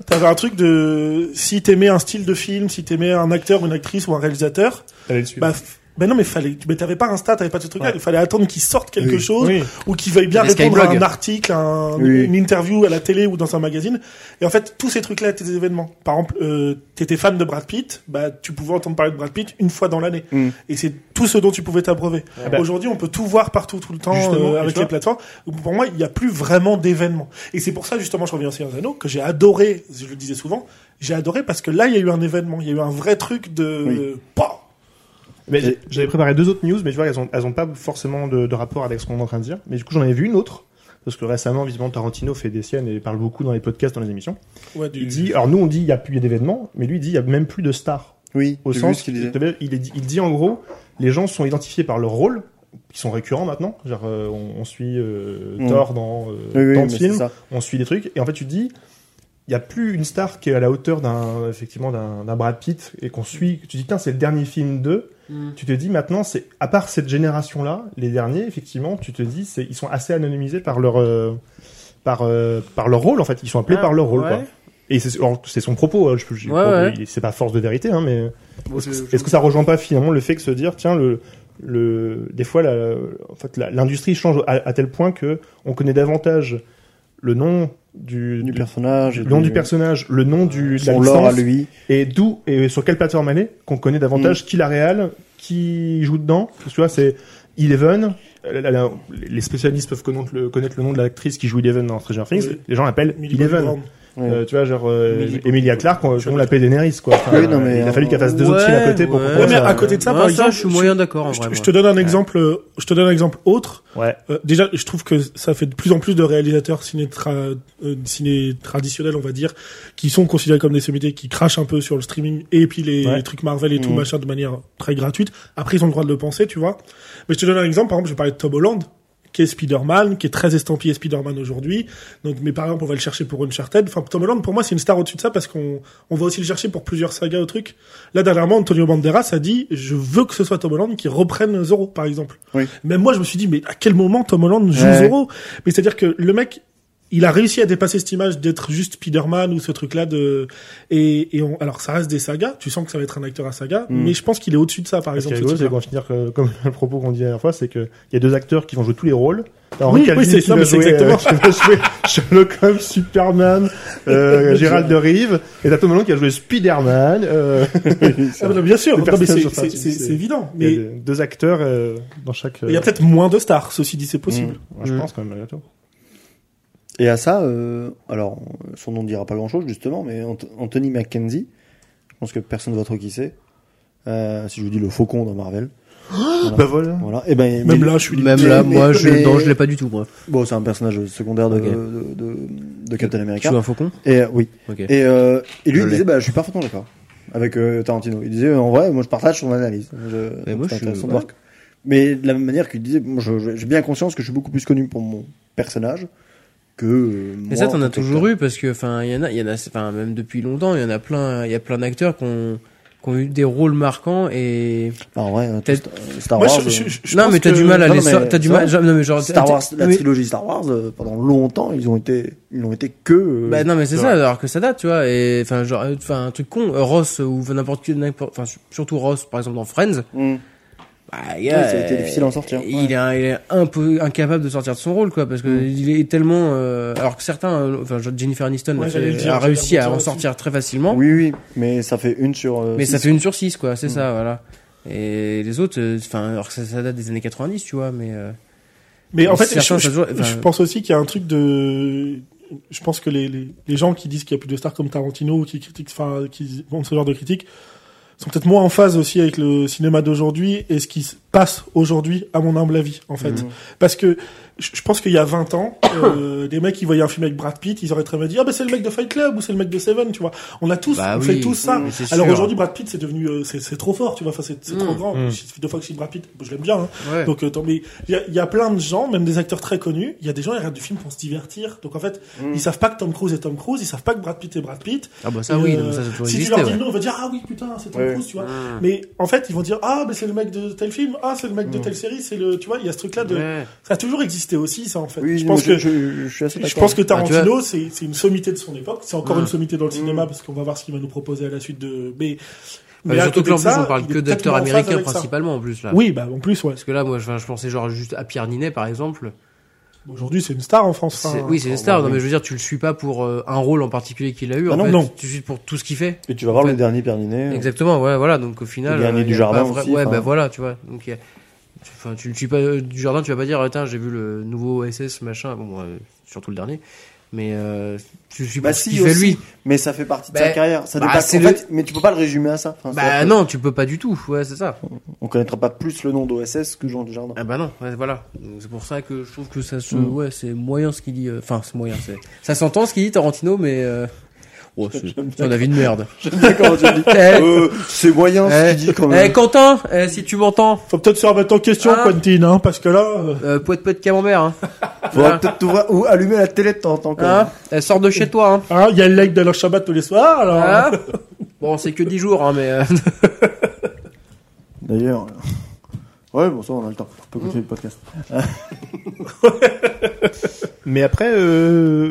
T'avais un truc de si t'aimais un style de film, si t'aimais un acteur ou une actrice ou un réalisateur,
Allez, le suivre.
bah f- Ben non, mais fallait, mais t'avais pas Insta, t'avais pas ce truc-là. Il fallait attendre qu'il sorte quelque
Oui.
chose
Oui.
ou qu'il veuille bien
Il y avait
répondre à un
Skyblog.
article, à un-
Oui.
une interview à la télé ou dans un magazine. Et en fait, tous ces trucs-là étaient des événements. Par exemple, euh, t'étais fan de Brad Pitt, bah tu pouvais entendre parler de Brad Pitt une fois dans l'année.
Mm.
Et c'est tout ce dont tu pouvais t'abreuver.
Ah bah.
Aujourd'hui, on peut tout voir partout, tout le temps,
Justement,
euh,
et
avec
tu
les
vois.
plateformes. Pour moi, il n'y a plus vraiment d'événements. Et c'est pour ça, justement, je reviens aussi à Anneaux, que j'ai adoré, je le disais souvent, j'ai adoré parce que là, il y a eu un événement, il y a eu un vrai truc de...
Oui.
Pouah
Mais
J'ai-
j'avais préparé deux autres news, mais tu vois, elles ont, elles ont pas forcément de, de rapport avec ce qu'on est en train de dire. Mais du coup, j'en ai vu une autre. Parce que récemment, visiblement, Tarantino fait des siennes et parle beaucoup dans les podcasts, dans les émissions.
Ouais, du-
Il dit, alors nous, on dit, il y a plus d'événements, mais lui, il dit, il y a même plus de stars.
Oui,
Au
j'ai vu
sens,
ce qu'il disait.
il, il dit- il dit en gros, les gens sont identifiés par leur rôle, qui sont récurrents maintenant. Genre, euh, on, on suit euh,
Mm.
Thor dans euh,
Oui, oui,
tant
mais
de
c'est
films,
ça.
on suit des trucs, et en fait, tu te dis, il n'y a plus une star qui est à la hauteur d'un, effectivement, d'un d'un Brad Pitt, et qu'on suit, tu te dis, tiens, c'est le dernier film d'eux.
Mm.
Tu te dis, maintenant, c'est, à part cette génération-là, les derniers, effectivement, tu te dis, c'est, ils sont assez anonymisés par leur, euh, par, euh, par leur rôle, en fait. Ils sont appelés
Ah,
par leur rôle,
ouais.
quoi. Et c'est alors, c'est son propos, hein, je, je-
Ouais, ouais.
il- c'est pas force de vérité, hein, mais
Bon,
est-ce
je-
que, est-ce que ça rejoint pas finalement le fait que se dire tiens le le des fois la, en fait la- l'industrie change à, à tel point que on connaît davantage le nom du, du-
Du personnage.
le nom du personnage, le nom du de la
Son lore à
licence,
lui. Mm.
et d'où et sur quelle plateforme elle est, qu'on connaît davantage qui la réal, qui joue dedans. Parce que tu vois, c'est Eleven. euh, la- la- les spécialistes peuvent connaître le, connaître le nom de l'actrice qui joue Eleven dans Stranger Things.
Oui.
Les gens l'appellent
Millie Bobby
Eleven.
Brown.
Ouais.
Euh, tu vois, genre euh,
Emily-
Emilia Clarke, on, on l'appelle Daenerys, quoi. Enfin,
Oui, non, mais,
il a
euh,
fallu qu'elle fasse deux autres films à côté pour
ouais,
comprendre
Ouais, mais
ça.
à côté de ça,
Ouais,
par exemple,
je suis
je-
moyen d'accord en
Je,
vrai.
te- je
moi.
te donne un exemple, euh, je te donne un exemple autre.
Ouais.
Euh, déjà, je trouve que ça fait de plus en plus de réalisateurs ciné, tra- euh, ciné traditionnels, on va dire, qui sont considérés comme des sommités, qui crachent un peu sur le streaming et puis les,
Ouais. Mm.
les trucs Marvel et tout
Mhm.
machin de manière très gratuite. Après, ils ont le droit de le penser, tu vois. Mais je te donne un exemple. Par exemple, je parlais de Tom Holland, qui est Spider-Man, qui est très estampillé Spider-Man aujourd'hui. Donc, mais par exemple, on va le chercher pour Uncharted. Enfin, Tom Holland, pour moi, c'est une star au-dessus de ça parce qu'on on va aussi le chercher pour plusieurs sagas au truc. Là, dernièrement, Antonio Banderas a dit, je veux que ce soit Tom Holland qui reprenne Zorro, par exemple.
Oui.
Même moi, je me suis dit, mais à quel moment Tom Holland joue
Ouais.
Zorro? Mais c'est-à-dire que le mec, il a réussi à dépasser cette image d'être juste Spider-Man ou ce truc-là de, et, et on- alors ça reste des sagas, tu sens que ça va être un acteur à saga,
Mm.
mais je pense qu'il est au-dessus de ça, par
Ce qui est
exemple. ce
rigolo, c'est
type-là.
qu'on va finir que- comme le propos qu'on dit la dernière fois, c'est qu'il y a deux acteurs qui vont jouer tous les rôles. T'as
Oui, oui, c'est
qui
ça,
va
mais c'est
jouer, euh,
exactement.
qui va jouer Sherlock Holmes, Superman, euh, Gérald de Rive, et t'as Tom Holland qui va jouer Spider-Man. Euh,
Ah, bah, bien sûr, Non, mais
Les personnages
c'est-
sont
c'est
partis,
c'est-
c'est-
c'est évident,
Il
mais
y a des- deux acteurs euh, dans chaque. euh,
il y a peut-être Mm. moins de stars, ceci dit, c'est possible.
ouais, je pense quand même malgré tout.
Et à ça, euh, alors, son nom ne dira pas grand-chose, justement, mais Ant- Anthony Mackenzie, je pense que personne ne va trop qui c'est. Euh, si je vous dis le faucon dans Marvel.
Bah voilà.
Voilà. Et ben,
Même
mais-
là, je suis
Même
Mais-
là,
mais-
moi, je,
mais-
non, je l'ai pas du tout, moi.
Bon, c'est un personnage secondaire de,
Ok.
de, de- de Captain
Je suis
America.
un faucon.
Et, euh, oui.
Ok.
Et, euh, et lui,
Je
il
l'ai.
disait, bah, je suis parfaitement d'accord avec euh, Tarantino. Il disait, en vrai, moi, je partage son analyse. Je,
Et moi, je suis-
c'est intéressant de
ouais.
voir que- Mais de la même manière qu'il disait, moi, je- je- j'ai bien conscience que je suis beaucoup plus connu pour mon personnage que. euh,
Et
moi,
ça,
en
t'en as
tant
toujours
qu'acteur.
eu parce que, enfin, il y en a, il y en a, enfin, même depuis longtemps, il y en a plein, il y a plein d'acteurs qui ont, qui ont eu des rôles marquants et.
Bah, en vrai,
T'as-
Star- Star
Bah, Moi, je-
Wars. euh,
je- je- je
non,
pense
mais t'as
que-
du mal à
non,
les,
mais
sor- t'as du
ça
mal,
va.
genre- non, mais genre,
Star
t'as-
Wars, la
mais-
trilogie Star Wars, euh, pendant longtemps, ils ont été, ils ont été que. euh,
Bah non mais c'est
c'est
ça
vrai.
alors que ça date tu vois et enfin genre euh, enfin un truc con euh, Ross euh, ou n'importe qui n'importe enfin su- surtout Ross par exemple dans Friends
Mm.
hmm.
bah gars,
Ouais, ça a été
euh,
difficile d'en sortir, ouais.
il est un- il est un peu incapable de sortir de son rôle quoi parce que
Mm.
il est tellement euh, alors que certains euh, enfin genre Jennifer Aniston
Ouais,
a, fait-
j'allais le dire,
a
j'allais
réussi à en
rebondir
sortir très facilement
Oui, oui, mais ça fait une sur. euh,
mais ça
six.
fait une sur six quoi
Mm.
c'est ça voilà et les autres euh, enfin alors que ça, ça date des années 90 tu vois mais euh,
Mais en
Mais
fait,
certains,
je,
ça se voit,
je-
enfin-
je pense aussi qu'il y a un truc de. Je pense que les, les, les gens qui disent qu'il n'y a plus de stars comme Tarantino ou qui critiquent, enfin, qui font ce genre de critiques, sont peut-être moins en phase aussi avec le cinéma d'aujourd'hui et ce qui se passe aujourd'hui, à mon humble avis, en fait. Parce que je je pense qu'il y a 20 ans, euh, des mecs qui voyaient un film avec Brad Pitt, ils auraient très bien dit Ah, ben c'est le mec de Fight Club ou c'est le mec de Seven, tu vois. On a tous,
Bah
on
oui,
fait tous ça.
mais c'est
Alors
sûr.
aujourd'hui, Brad Pitt, c'est devenu, euh, c'est c'est trop fort, tu vois. Enfin, c'est c'est trop grand.
Mm.
Je- Deux fois que je suis Brad Pitt, je l'aime bien, hein.
ouais.
Donc, euh, tant- mais il y a- il y, a plein de gens, même des acteurs très connus, il y a des gens qui regardent du film pour se divertir. Donc en fait,
Mm.
ils savent pas que Tom Cruise est Tom Cruise, ils savent pas que Brad Pitt est Brad Pitt.
ah bah ça
Et,
oui
euh,
non, mais ça ça a toujours
si
existé
tu leur dis
ouais. Mm.
non, on va dire ah oui putain c'est Tom
Ouais.
Cruise, tu vois. Mais en fait, ils vont dire ah mais c'est le mec de tel film, ah c'est le mec de telle série, c'est le, tu vois, il y a ce truc-là de,
Mm. Ouais.
ça a toujours existé aussi ça en fait.
Oui,
je pense que
je, je suis assez
je
d'accord.
pense que
d'accord. Ah, tu
Tarantino, c'est c'est une sommité de son époque. C'est encore
Mm.
une sommité dans le cinéma parce qu'on va voir ce qu'il va nous proposer à la suite de. Mais Mais à
Euh, Bah, surtout
côté
que là, en
de
plus,
ça,
on parle
il est
que d'acteurs
tellement en phase
américains
avec ça.
principalement en plus là.
Oui, bah en plus, ouais.
Parce que là, moi, je, je pensais genre juste à Pierre Ninet par exemple.
Aujourd'hui, c'est une star en France. hein.
C'est-
Enfin,
oui, c'est une star. Non, mais je veux dire, tu le suis pas pour euh, un rôle en particulier qu'il a eu.
Bah
en
non,
fait.
non.
Tu le suis pour tout ce qu'il fait.
Et tu vas voir
En fait,
le dernier euh, Perninet.
Exactement. Ouais, voilà. Donc au final,
Le
euh,
dernier
il y a
Dujardin
pas vra-
aussi,
Ouais,
enfin.
bah voilà, tu vois. Donc il y a- tu- enfin, tu le suis pas euh, du jardin, tu vas pas dire, attends, j'ai vu le nouveau SS machin. Bon, euh, surtout le dernier. Mais euh, tu le suis
Bah
pas pour
si,
ce qu'il fait
aussi,
lui.
mais ça fait partie de
Bah,
sa carrière. Ça
bah,
dépasse.
c'est
en
le-
fait, mais tu peux pas le résumer à ça. Enfin,
Bah
c'est-
non, tu peux pas du tout. Ouais, c'est ça.
On connaîtra pas plus le nom d'OSS que Jean Dujardin.
Ah bah non, ouais, voilà. Donc, C'est pour ça que je trouve que ça se,
Mm.
ouais, c'est moyen ce qu'il dit. euh, Enfin, c'est moyen. C'est, ça s'entend ce qu'il dit Tarantino, mais euh... ouais, c'est c'est un avis de merde.
J'aime bien comment tu le dis.
Eh.
Euh, c'est moyen ce
Eh.
qu'il dit quand
Eh
même.
Quentin, eh, si tu m'entends,
Faut peut-être se remettre en question,
Ah.
Quentin, hein, parce que là, euh,
euh, poète poète camembert, hein.
Faudra peut-être t'ouvrir ou allumer la télé de temps en temps. quand même.
Ah.
Hein Elle sort de chez toi, hein.
hein, il y a le like d'Alain Chabat tous les soirs, alors.
Hein bon, c'est que 10 jours, hein, mais euh,
D'ailleurs. euh, Ouais, bon, ça, on a le temps. On peut continuer le podcast.
Mais après, euh,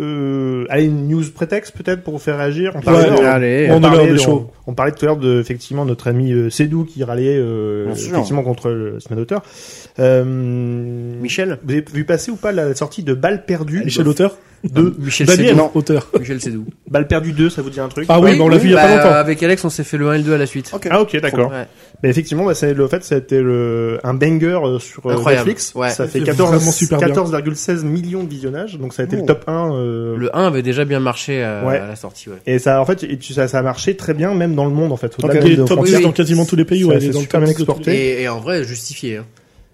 euh, allez, une news prétexte peut-être pour vous faire réagir. On
Ouais,
de-
allez.
on,
On a
parlait
l'air de
de-
chaud.
on parlait tout à l'heure de effectivement notre ami euh, Sédou qui râlait euh,
Bien sûr.
effectivement contre le semaine d'auteur. Euh, Michel, vous avez vu passer ou pas la sortie de Balle perdue
Et chez l'auteur
deux
Michel
Daniel,
Sédou.
non.
auteur.
Michel Sédou.
Balle perdue 2, ça vous dit un truc
Ah oui,
Oui,
bah, on l'a vu il y a
Bah,
pas longtemps.
avec Alex, on s'est fait le 1 et le 2 à la suite.
Ok.
Ah ok d'accord.
Ouais.
Mais effectivement, bah, c'est le fait c'était le un banger euh, sur euh,
Incroyable.
Netflix.
Ouais.
Ça fait
C'est vraiment
14
super bien.
14,16 millions de visionnages, donc ça a été
Oh.
le top 1 euh,
Le 1 avait déjà bien marché euh,
Ouais.
à la sortie, ouais.
et ça en fait et tu- ça, ça a marché très bien même dans le monde en fait. Au-delà
Ok.
de-
Il est
de
top 10
frontières.
oui.
dans quasiment tous les pays,
Ça,
ouais.
c'est
il est dans le top
super bien
10 de tous les
exporté.
pays.
Et, et en vrai, justifié. hein.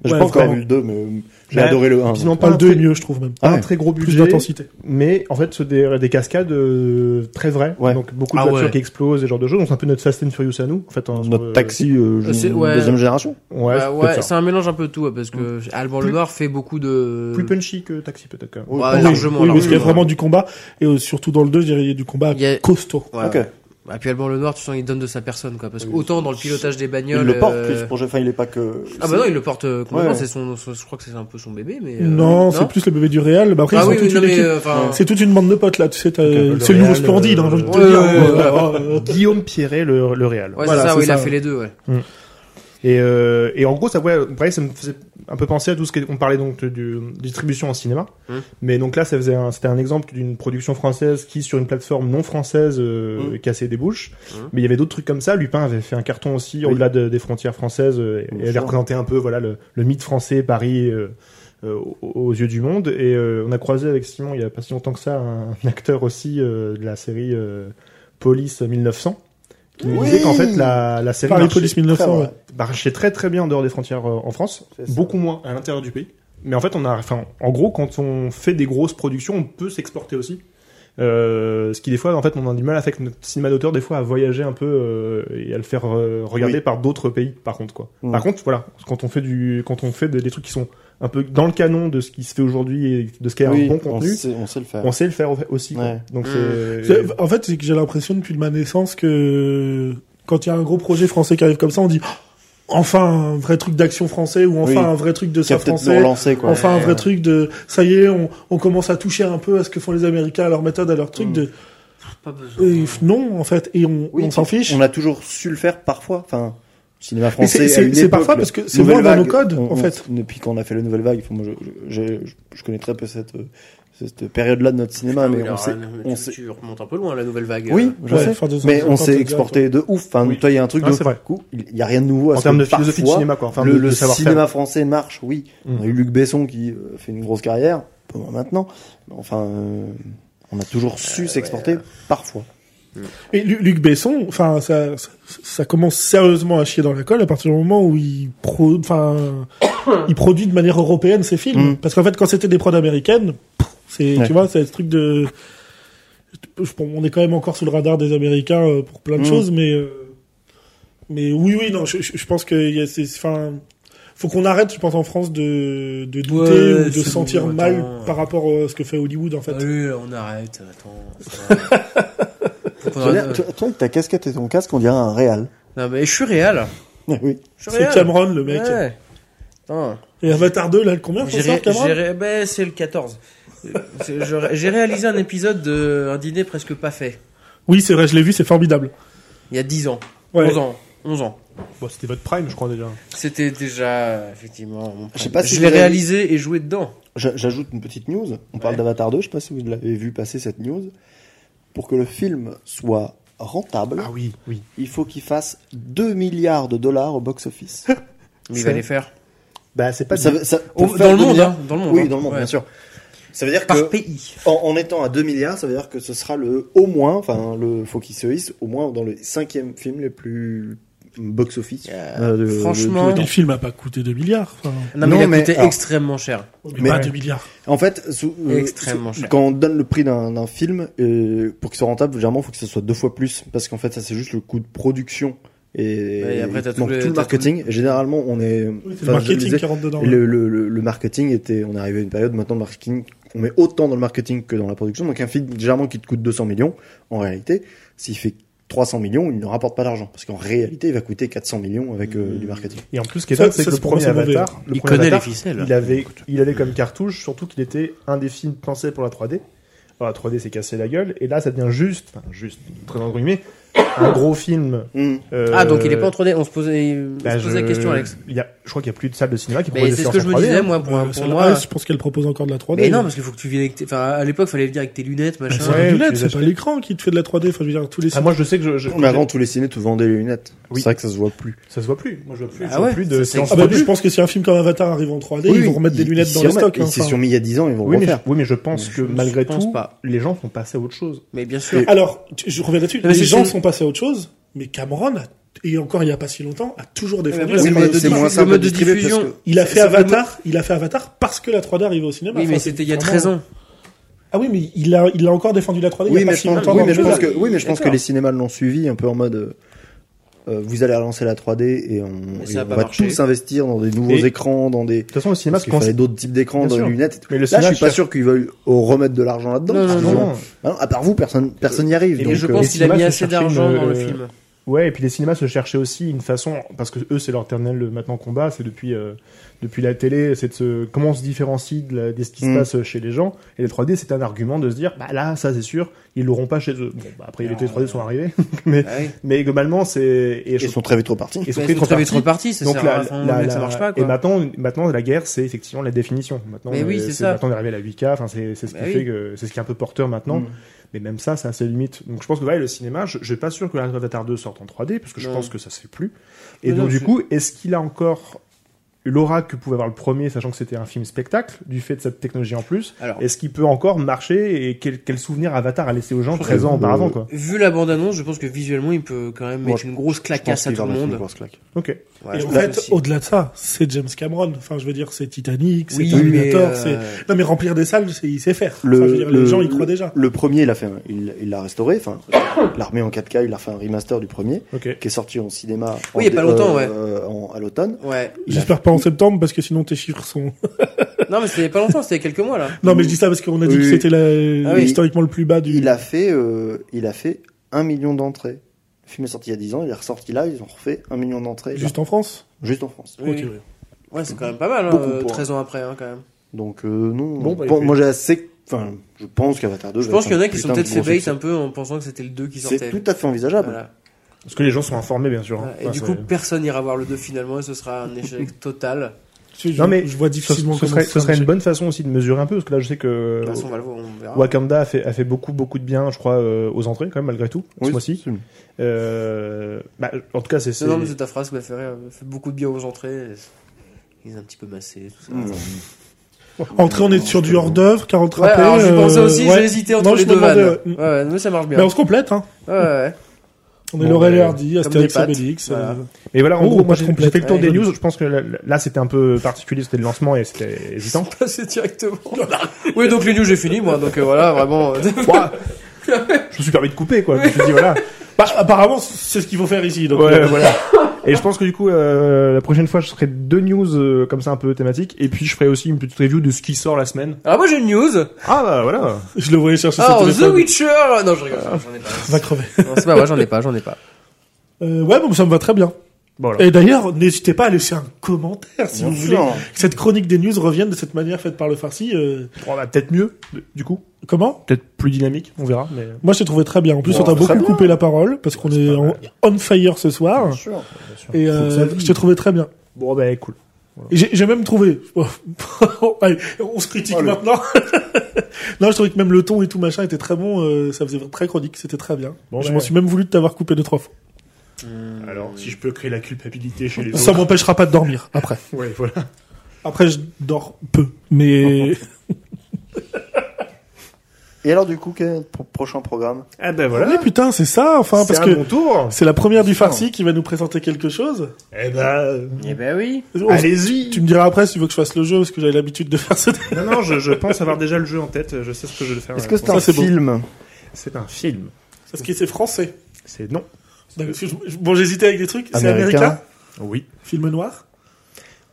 Je
Ouais,
pense quand
vraiment.
même le 2, mais euh, j'ai
Ouais.
adoré le 1.
Sinon
Pas
pas
le 2 est
très-
mieux, je trouve même.
pas
Ah
un
ouais.
très gros
Plus
budget,
d'intensité.
mais en fait c'est des, des cascades euh, très vraies,
Ouais.
donc beaucoup de
Ah
voitures
ouais.
qui explosent, ce genre de choses. Donc c'est un peu notre Fast and Furious à nous, en fait. hein, sur,
Notre
euh,
taxi euh,
Euh, c'est- ouais.
deuxième génération.
Ouais,
Euh,
c'est
ouais,
peut-être
c'est
ça.
un mélange un peu de tout, ouais, parce
Mm.
que Alban
Plus-
Lenoir fait beaucoup de.
plus punchy que taxi peut-être quand même.
Ouais,
Oui,
Ah, largement,
oui,
largement.
parce qu'il y a vraiment du combat. Et euh, surtout dans le 2, je dirais, il y a du combat
Il y a-
costaud.
Ouais,
Ok.
ouais. Et puis Alban Lenoir, tu sens qu'il donne de sa personne, quoi. Parce que autant dans le pilotage des
Il
bagnoles.
le porte,
euh,
le projet. Enfin, il est pas que.
Ah bah non, il le porte euh, complètement.
Ouais.
C'est son, son- je crois que c'est un peu son bébé, mais. euh,
Non, c'est plus le bébé du réel. Bah après, ils
Ah
ont
oui,
toute
oui, non,
une
mais
équipe.
euh, enfin.
C'est toute une bande de potes là, tu sais, t'as-
Donc, le
c'est le nouveau
Real,
splendide, hein,
euh,
j'ai envie de te
ouais,
dire.
ouais, ouais,
Euh,
Guillaume Pierret, le, le Real.
Ouais,
Voilà,
c'est ça, ouais,
c'est
il a
ça.
fait les deux, ouais.
Et, euh, et en gros, ça, ouais, pareil, ça me faisait un peu penser à tout ce qu'on parlait donc de- du distribution en cinéma.
Mmh.
Hum.
Mais donc là, ça faisait un- c'était un exemple d'une production française qui, sur une plateforme non française, euh,
Mmh.
cassait des bouches.
Hum.
Mais il y avait d'autres trucs comme ça. Lupin avait fait un carton aussi au-delà de- des frontières françaises euh,
Bien
et elle
sûr.
représentait un peu voilà le, le mythe français Paris. euh, euh, aux- aux yeux du monde et euh, on a croisé avec Simon il y a pas si longtemps que ça un acteur aussi euh, de la série euh, Police 1900 qui nous
Oui.
disait qu'en fait la, la série
Paris
marchait-
Police 1900, ouais.
marchait Bah, très très bien en dehors des frontières euh, en France,
C'est ça.
beaucoup moins à l'intérieur du pays. Mais en fait, on a, enfin, en gros, quand on fait des grosses productions, on peut s'exporter aussi. Euh, ce qui des fois, en fait, on a du mal avec notre cinéma d'auteur des fois à voyager un peu euh, et à le faire euh, regarder
Oui.
par d'autres pays. Par contre, quoi.
Mm.
Par contre, voilà, quand on fait du, quand on fait des, des trucs qui sont un peu dans le canon de ce qui se fait aujourd'hui et de ce qui est un bon contenu,
On sait, on sait le faire.
on sait le faire au- aussi. quoi.
Ouais.
Donc
Mm.
c'est
C'est- En fait, c'est que j'ai l'impression depuis ma naissance que quand il y a un gros projet français qui arrive comme ça, on dit oh, enfin un vrai truc d'action français ou enfin
Oui.
un vrai truc de
Qui
ça
a peut-être nous
français.
relancer, quoi.
Enfin, un vrai truc de ça y est, on, on commence à toucher un peu à ce que font les Américains, à leur méthode, à leur truc.
Mm.
De
Pas besoin.
et non, en fait, et on
Oui,
on s'en fiche.
On a toujours su le faire parfois. Enfin, le cinéma
Mais c'est-
français.
c'est-
à une
c'est
époque,
parfois
le-
parce que c'est
Nouvelle
moins dans nos
Vague,
codes,
on-
en
on-
fait.
Depuis qu'on a fait la nouvelle vague, enfin, moi, je, je, je, je connais très peu cette, euh, cette période-là de notre cinéma, Ah,
Ah
mais on
euh,
sait. on
tu,
sait-
tu remontes un peu loin, la nouvelle vague. euh,
Oui, je
Ouais,
sais.
faire des-
Mais
des-
on
des-
s'est
des-
exporté de ouf. Enfin,
Oui.
toi, il y a un truc
Ah,
de
c'est vrai.
coup, il y a rien de nouveau à
en
ce
termes
que
de philosophie de
parfois,
cinéma, quoi. En termes
le,
de,
le
de savoir-faire.
cinéma français marche, oui.
Mm.
On a eu Luc Besson qui euh, fait une grosse carrière, un peu moins maintenant. Mais enfin, euh, on a
Euh,
toujours su s'exporter parfois.
Et Lu- Luc Besson, enfin, ça, ça, ça commence sérieusement à chier dans la colle à partir du moment où il, pro, enfin, il produit de manière européenne ses films.
Mm.
Parce qu'en fait, quand c'était des prods américaines, pff, c'est,
Ouais.
tu vois, c'est ce truc de, je- on est quand même encore sous le radar des Américains euh, pour plein de
Mm.
choses, mais, euh, mais oui, oui, non, je, je- je pense que il y a ces, enfin, faut qu'on arrête, je pense, en France de, de douter
Ouais,
ou de
c'est
se sentir
bon,
mal
attends. Ah
par rapport à ce que fait Hollywood, en fait.
Allez, là, on arrête. euh, Attends. Faut qu'on
Je veux dire,
arrête.
Toi, toi, avec ta casquette et ton casque, on dirait un réal.
Non, mais je suis réel.
Oui.
Je suis
C'est
réel.
Cameron, le mec.
Ouais. Attends.
Et Avatar 2, là, le combien,
J'ai
François,
ré-
Cameron
j'ai ré- ben, c'est le 14. Euh, c'est- je ré- J'ai réalisé un épisode de un dîner presque pas fait.
Oui, c'est vrai, je l'ai vu, c'est formidable.
Il y a 10 ans.
Ouais.
11 ans. 11 ans.
Bon, Bah, c'était votre prime, je crois déjà.
C'était déjà, euh, effectivement. mon
Je sais
premier.
pas si
je l'ai
vous avez-
réalisé et joué dedans.
J'a- J'ajoute une petite news. On parle
Ouais.
d'Avatar 2, je sais pas si vous l'avez vu passer cette news. Pour que le film soit rentable,
Ah oui, oui.
il faut qu'il fasse 2 milliards de dollars au box-office.
Mais il
C'est-
va les faire.
Bah, c'est pas
Ça
du-
veut- ça-
Au-
pour faire
dans le
2
monde,
milliards-
hein, dans le monde. hein.
Oui, dans le monde,
Ouais.
bien sûr. Ça veut dire
Par
que
pays.
en, en étant à 2 milliards, ça veut dire que ce sera le au moins, enfin le faut qu'il se hisse au moins dans le cinquième film les plus box-office. euh, de- de tous
franchement,
les temps.
Le film a pas coûté 2 milliards. enfin,
Non, mais
Non,
il a
mais-
coûté
alors-
extrêmement cher.
mais,
Mais-
pas 2 milliards.
En fait, sous- euh,
Extrêmement
sous-
cher.
quand on donne le prix d'un d'un film, euh, pour qu'il soit rentable, généralement, il faut que ce soit deux fois plus, parce qu'en fait, ça c'est juste le coût de production et,
Ouais, et après, t'as
donc,
tous les-
tout le
t'as
marketing. Et Généralement, on
C'est
est enfin,
le
je le
marketing
disais,
qui rentre dedans.
le, le- le- le marketing était, on est arrivé à une période maintenant le marketing, on met autant dans le marketing que dans la production. Donc un film généralement qui te coûte 200 millions, en réalité, s'il fait 300 millions, il ne rapporte pas d'argent, parce qu'en réalité, il va coûter 400 millions avec euh, du marketing.
Et en plus, ce qui est
Ça,
dingue, c'est que
ça,
le
c'est pour
premier
ça mauvais.
Avatar, le
Il
premier
connaît les
Avatar,
ficelles.
il avait, il avait comme cartouche, surtout qu'il était un des films pensés pour la 3D. Alors, la 3D s'est cassé la gueule, et là, ça devient juste, enfin, juste, très entre guillemets, un gros film.
Hmm.
euh,
Ah, donc il est pas en 3D. On se posait, on se
bah,
posait la
je-
question, Alex.
il y a- je crois qu'il y a plus de salles de cinéma qui
Mais
proposent des
c'est ce
séances
que je
en
me
3D,
disais,
hein.
moi, pour,
Euh,
pour
sur la
moi.
base, je pense qu'elle propose encore de la 3D.
Mais non, parce qu'il faut que tu viennes avec tes... Enfin, à l'époque, fallait venir avec tes lunettes,
Mais
machin.
c'est
Ouais,
les
tu
lunettes,
les
c'est
achètes.
pas l'écran qui te fait de la 3D. Enfin, je veux dire, tous les
Ah, moi, je sais que je, je-
Mais avant, tous les ciné te vendaient les lunettes.
Oui.
C'est vrai que ça se voit plus.
ça se voit plus. Moi, je vois plus,
Ah
je vois
ouais,
plus de
ça, c'est
séances
Ah bah,
3D.
je pense que si un film comme Avatar arrive en 3D, ils vont remettre des lunettes dans
les
les stocks.
Ils
hein,
s'y
enfin.
sont mis il y a 10 ans, ils vont
Oui mais, je,
refaire.
oui, mais je pense
Je-
que malgré
pense
tout,
pas.
les gens sont passés à autre chose.
Mais bien sûr.
Alors, tu- je reviens là-dessus.
Non, mais
Les
c'est-
gens
c'est-
sont passés à autre chose, mais Cameron, a- et encore il y a pas si longtemps, a toujours défendu.
après,
la
c'est
3D.
le mode de diffusion- le mode de
distribué parce
diffusion.
que-
Il a fait
c'est- c'est le
Avatar. Il a fait Avatar parce que la 3D arrivait au cinéma.
Oui,
Enfin,
mais
c'est
c'était il y a
vraiment-
13 ans.
Ah oui, mais il a, il a encore défendu la 3D. il y
Oui,
a
mais
pas
je
si
pense,
longtemps
oui,
non
mais je
plus.
pense que, oui, mais je pense que
D'accord.
les cinémas l'ont suivi un peu en mode euh, euh, vous allez relancer la 3D et on,
Mais ça
et
a
on
pas
va
marché.
tous investir dans des nouveaux
Et-
écrans, dans des.
De toute façon, le cinéma,
Parce
c'est
qu'il fallait d'autres types d'écrans,
Bien
dans
sûr.
les lunettes.
Mais le
Là, je
cinéma
suis pas
cherche-
sûr qu'ils veulent euh, remettre de l'argent là-dedans.
Non,
parce
non,
que-
non.
Ah non, à part vous, personne, personne n'y arrive.
Et
donc,
Et je
euh,
les
pense qu'il a
cinémas
mis
se
assez
cherchaient
d'argent
une-
dans le film.
Ouais, et puis les cinémas se cherchaient aussi une façon, parce que eux, c'est leur éternel euh, maintenant combat, c'est depuis, euh, depuis la télé, c'est de se, comment on se différencie de, la- de ce qui
Mm.
se passe euh, chez les gens. Et les 3D, c'est un argument de se dire, bah là, ça c'est sûr, ils l'auront pas chez eux. Bon, bah, après, les télé 3D
euh,
sont arrivés, mais globalement, c'est. Et,
ils sont très vite repartis.
ils sont
Ils
pris
sont
trop
très vite
partis.
repartis, ça
Donc
sert
la,
à rien,
la-
mec, ça
la-
marche pas,
et
quoi.
maintenant, maintenant la guerre, c'est effectivement la définition. Maintenant,
Mais oui,
euh,
c'est ça.
Maintenant, on est arrivé à la 8K. Enfin, c'est c'est ce qui
Mais oui.
fait que c'est ce qui est un peu porteur maintenant.
Mm.
Mais même ça, ça a ses limites. Donc, je pense que ouais, le cinéma, je, je suis pas sûr que l'Avatar 2 sorte en 3D parce que je
Non.
pense que ça se fait plus. Et
Non,
donc,
non,
du
c'est-
coup, est-ce qu'il a encore eu l'aura que pouvait avoir le premier, sachant que c'était un film spectacle, du fait de cette technologie en plus
Alors,
Est-ce qu'il peut encore marcher et quel, quel souvenir Avatar a laissé aux gens
pense
présents
que le-
auparavant quoi
vu la bande-annonce, je pense que visuellement, il peut quand même
Moi,
mettre une grosse
Je pense
clacasse à
qu'il
tout
va
le
mettre une
monde.
grosse claque.
Ok.
Ouais,
Et
je
en
pense
fait,
aussi.
au-delà de ça, c'est James Cameron. Enfin, je veux dire, c'est Titanic, c'est
Oui, mais,
Terminator.
euh,
c'est- Non, mais remplir des salles, c'est- il sait faire.
Le-
Enfin, je veux dire,
le-
les gens y
le-
croient déjà.
Le premier, il a fait, un- il il l'a restauré. Enfin, l'armée en 4K, il a fait un remaster du premier
Ok.
qui est sorti en cinéma.
Oui,
en
il y a pas
dé-
longtemps,
euh, en- à l'automne.
Ouais.
J'espère pas en septembre parce que sinon tes chiffres sont.
Non, mais c'était il y a pas longtemps, c'était il y a quelques mois, là.
Non, mais je dis ça parce qu'on a dit
Oui,
que
oui.
c'était la-
Ah oui.
historiquement le plus bas du.
Il a fait, euh, il a fait un million d'entrées. Le film est sorti il y a 10 ans, il est ressorti là, ils ont refait un million d'entrées là,
Juste en France.
juste en France.
Oui.
Ok, ouais.
Ouais, c'est quand même pas mal, hein,
Beaucoup
euh,
pour un.
13 ans après, hein, quand même.
Donc euh, non,
Bon, bah,
bon,
écoute.
moi j'ai assez, enfin, je pense qu'Avatar 2.
Je pense qu'il y en a qui sont peut-être fait bait un peu en pensant que c'était le 2 qui sortait.
C'est tout à fait envisageable.
Voilà.
Parce que les gens sont informés, bien sûr. hein.
Voilà. Bah, Et
Enfin,
du
c'est-
coup, personne n'ira voir le 2 finalement et ce sera un échec total.
Tu sais,
Non,
je-
mais
je vois
Ce,
difficilement
ce
comment
serait, ce
ça
serait une
marche.
bonne façon aussi de mesurer un peu, parce que là, je sais que
De toute façon, on va le voir, on verra.
Wakanda a fait, a fait beaucoup, beaucoup de bien, je crois, euh, aux entrées, quand même, malgré tout,
Oui,
ce mois-ci.
absolument.
Euh, bah, en tout cas, c'est.
C'est énorme, c'est ta phrase qui m'a fait rire. Fait beaucoup de bien aux entrées. Ils ont un petit peu massé, tout ça.
Mmh.
Entrée, on est sur du hors-d'œuvre, 40
Ouais,
râpés,
alors j'y pensais
euh,
aussi,
ouais.
j'ai hésité entre
Non,
les
je me
deux
demandais,
vannes.
ouais.
Ouais, ouais, mais ça marche bien.
Mais on se complète, hein.
Ouais, ouais.
On est
Bon,
Laurel et
ouais.
Hardy,
Comme
Astérix,
des pattes.
Obélix. euh,
Et voilà, en
Oh,
gros, moi,
pas
j'ai
complète.
j'ai fait le tour
Ouais,
des
joli.
news. Je pense que là, là, c'était un peu particulier, c'était le lancement et c'était hésitant.
Placé directement. oui, donc les news, j'ai fini, moi. Donc euh, voilà, vraiment. euh,
Ouah, je me suis permis de couper, quoi. Je me suis dit, voilà.
Bah, apparemment, c'est ce qu'il faut faire ici. Donc,
Ouais,
euh,
voilà. Et je pense que du coup, euh, la prochaine fois, je ferai deux news euh, comme ça un peu thématiques. Et puis, je ferai aussi une petite review de ce qui sort la semaine.
Alors moi, j'ai une news.
Ah, bah voilà.
Je le voyais chercher
Alors,
son
Oh, The
téléphone.
Witcher. Non, je rigole. J'en ai pas.
Va crever.
Non, c'est pas vrai, j'en ai pas, j'en ai pas.
Euh, ouais, bon, ça me va très bien.
Bon, alors.
Et d'ailleurs, n'hésitez pas à laisser un commentaire si
Bien
vous
sûr.
voulez que cette chronique des news revienne de cette manière faite par le farci. euh,
Bon, bah, peut-être mieux, du coup.
Comment
Peut-être plus dynamique, on verra. Mais...
Moi, je t'ai trouvé très bien. En plus,
Bon,
on t'a
très
beaucoup
bien.
coupé la parole parce qu'on
C'est
est
pas
en
mal.
on fire ce
Bien
soir.
sûr.
Et
Faut que ça
euh,
vive.
je t'ai trouvé très bien.
Bon, bah, cool.
Et J'ai j'ai même trouvé. Allez, on se critique
Allez.
maintenant. non, je trouvais que même le ton et tout machin était très bon. euh, ça faisait très chronique. C'était très bien.
Bon,
je
ben.
bah,
m'en suis même voulu de t'avoir coupé deux trois fois.
Alors, si je peux créer la culpabilité chez les
Ça
autres.
m'empêchera pas de dormir après.
Ouais, voilà.
Après, je dors peu, mais
Et alors, du coup, quel est notre pro- prochain programme
Ah, ben
Ouais,
voilà.
putain, c'est ça. Enfin,
C'est
parce
à
que
mon tour.
c'est la première du farci qui va nous présenter quelque chose.
Eh ben,
Eh ben oui.
On-
allez-y.
Oh, Tu me diras après si tu veux que je fasse le jeu parce que j'avais l'habitude de faire ça.
Non, non, je, je pense avoir déjà le jeu en tête. Je sais ce que je vais faire. euh,
Est-ce que c'est
Ça,
un
c'est beau.
film
C'est un film.
Parce que c'est français.
C'est non.
Parce que je- Bon, j'hésitais avec des trucs. C'est
Américain.
américain.
Oui.
Film noir.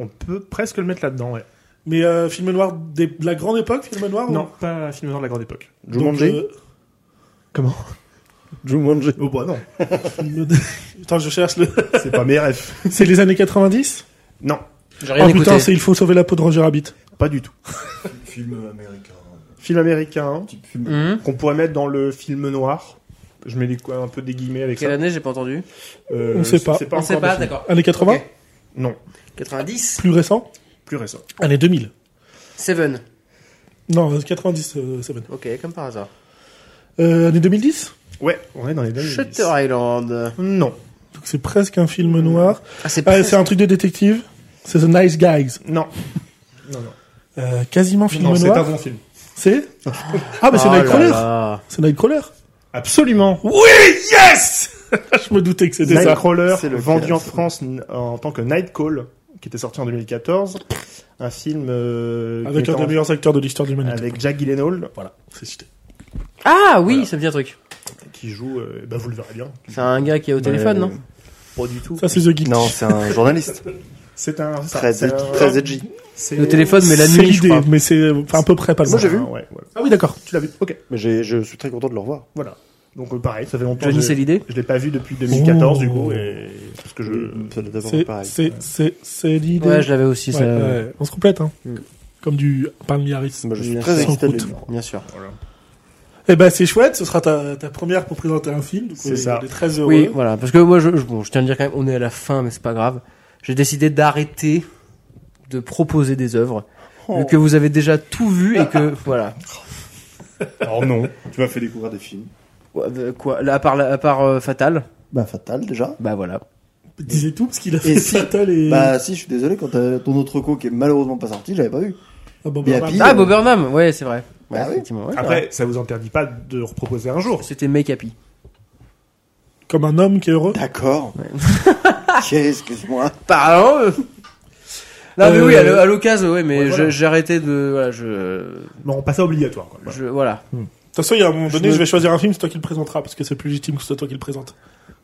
On peut presque le mettre là-dedans, ouais.
Mais euh, film noir des- de la grande époque, film noir ou-
Non, pas un film noir de la grande époque.
Oh. Donc,
Jumanji
euh,
Comment
Jumanji.
Oh bah non,
film- Attends, je cherche le.
c'est pas mes rêves.
C'est les années 90
Non,
J'ai
Oh
rien
putain, c'est
écouté.
Il faut sauver la peau de Roger Rabbit.
pas du tout.
Film américain.
Film américain
Type film.
Mmh.
Hmm.
qu'on pourrait mettre dans le film noir. Je mets des, quoi- un peu des guillemets avec
Quelle
ça.
année j'ai pas entendu
Euh,
On sait
c'est-
pas.
c'est
On sait
encore
pas,
défini.
d'accord.
Années 80
Ok.
Non,
90
Plus récent
plus récent.
Années 2000.
Seven.
Non, euh, 90, euh, Seven.
Ok, comme par hasard.
Euh, années 2010
Ouais, on est dans les deux.
Shutter Island.
Non,
Donc c'est presque un film noir.
Ah, c'est
Ah,
pas.
c'est un truc de détective. C'est The Nice Guys.
non. Non, non.
Euh, quasiment film
Non, c'est un
noir.
bon film.
C'est Ah, mais c'est
Oh là
Nightcrawler.
là.
C'est Nightcrawler.
Absolument.
Oui, yes Je me doutais que c'était ça.
Nightcrawler,
C'est lequel,
vendu en
ça
France n- en tant que Nightcall, qui était sorti en 2014. Un film euh,
Avec
qui
un
était
des
en-
meilleurs acteurs de l'histoire de l'humanité.
avec Jack Gyllenhaal,
Voilà, c'est cité.
Ah oui, ça me dit un truc.
qui joue. euh, bah, vous le verrez bien.
C'est un gars qui est au téléphone, non
Pas du tout.
Ça, c'est The Guilty.
Non, c'est un journaliste.
C'est un. ça,
très,
c'est un-
très edgy.
c'est-
Le téléphone, mais la
C'est
nuit, je
l'idée,
crois.
mais c'est enfin, à peu près pas le
Moi,
même.
j'ai vu.
Ouais, voilà.
Ah oui, d'accord.
Tu l'as vu Ok.
Mais j'ai- je suis très content de le revoir.
Voilà. Donc euh, pareil, ça fait longtemps.
Johnny,
que
c'est
je
l'idée
je l'ai pas vu depuis 2014
Oh.
du coup et parce que je
Ça doit d'abord
C'est-
pareil.
C'est c'est- c'est l'idée.
Ouais, je l'avais aussi, ça.
Ouais, ouais. On se complète, hein. Comme du pain de Yaris.
Mm. Moi, je suis
Bien
très
sûr.
excité de
Sans
le
doute.
voir.
Bien sûr.
Eh ben, c'est chouette. Ce sera ta, ta première pour présenter un film. donc
C'est
on est-
ça.
On est très heureux.
Oui, voilà. Parce que moi, je, je- bon, je tiens à dire quand même, on est à la fin, mais c'est pas grave. J'ai décidé d'arrêter de proposer des œuvres. Vu que vous avez déjà tout vu et que, voilà.
Alors non.
Tu m'as fait découvrir des films.
Quoi, de- quoi là, à part, la- à part euh, Fatal,
Bah, fatal déjà.
bah voilà.
Disais tout parce qu'il a
Et
fait
si-
Fatal et.
Bah, si, je suis désolé, quand t'as ton autre co qui est malheureusement pas sorti, j'avais pas vu.
Ah, bon,
il y a
bah,
pire.
Ah, Bob Burnham, ouais, c'est vrai.
Bah oui.
effectivement, ouais, c'est vrai.
Après, ça vous interdit pas de reproposer un jour.
c'était Make Happy.
Comme un homme qui est heureux.
D'accord. Excuse-moi.
Parlant. euh. Non, mais
Euh,
oui, à l'o- à l'occasion, ouais, mais
ouais,
je-
voilà.
j'ai arrêté de, voilà, je,
Bon, on passe à obligatoire. Quoi.
je, voilà.
De toute façon, il y a un moment donné,
me-
je vais choisir un film, c'est toi qui le présenteras, parce que c'est plus légitime que ce soit toi qui le présente.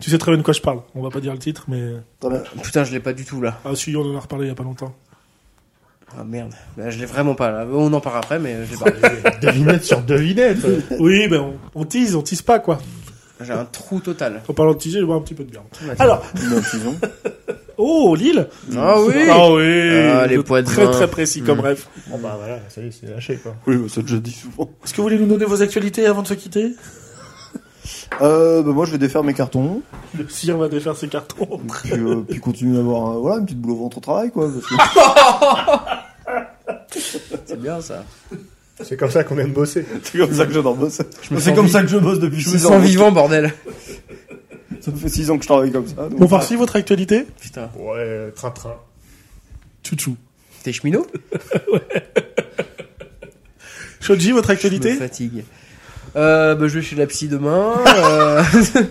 Tu sais très bien de quoi je parle. On va pas dire le titre, mais.
Attends, bah,
Putain, je l'ai pas du tout là.
Ah, si, on en a reparlé il y a pas longtemps.
Ah merde. Bah, je l'ai vraiment pas là. On en parle après, mais je l'ai pas.
devinette sur devinette.
oui, ben, on, on tease, on tease pas, quoi.
J'ai un trou total.
En parlant de teaser, je vais boire un petit peu de bière. Alors,
nous, disons.
oh, Lille
Ah oui.
Ah oui
Ah, les
de
poids de
Très
vin.
très précis comme
Mm.
bref.
bon bah voilà, ça y est, c'est lâché quoi.
Oui, bah, mais ça je le dis souvent.
Est-ce que vous voulez nous donner vos actualités avant de se quitter
Euh, bah, moi, je vais défaire mes cartons.
Le cire va défaire ses cartons.
Puis, euh, puis continuer d'avoir euh, voilà, une petite boule au ventre au travail, quoi. parce que-
C'est bien ça.
C'est comme ça qu'on aime bosser.
c'est comme ça que j'adore bosser. C'est
sens
comme
vi-
ça que je bosse depuis
Je me
6
sens
ans.
vivant, bordel.
Ça fait 6 ans que je travaille comme ça. donc-
Bon, farci, votre actualité
Putain.
Ouais, train-train.
Chouchou.
T'es cheminot
Shoji, votre
Je me
actualité
fatigue. Euh, bah, je vais chez la psy demain. euh, je vais-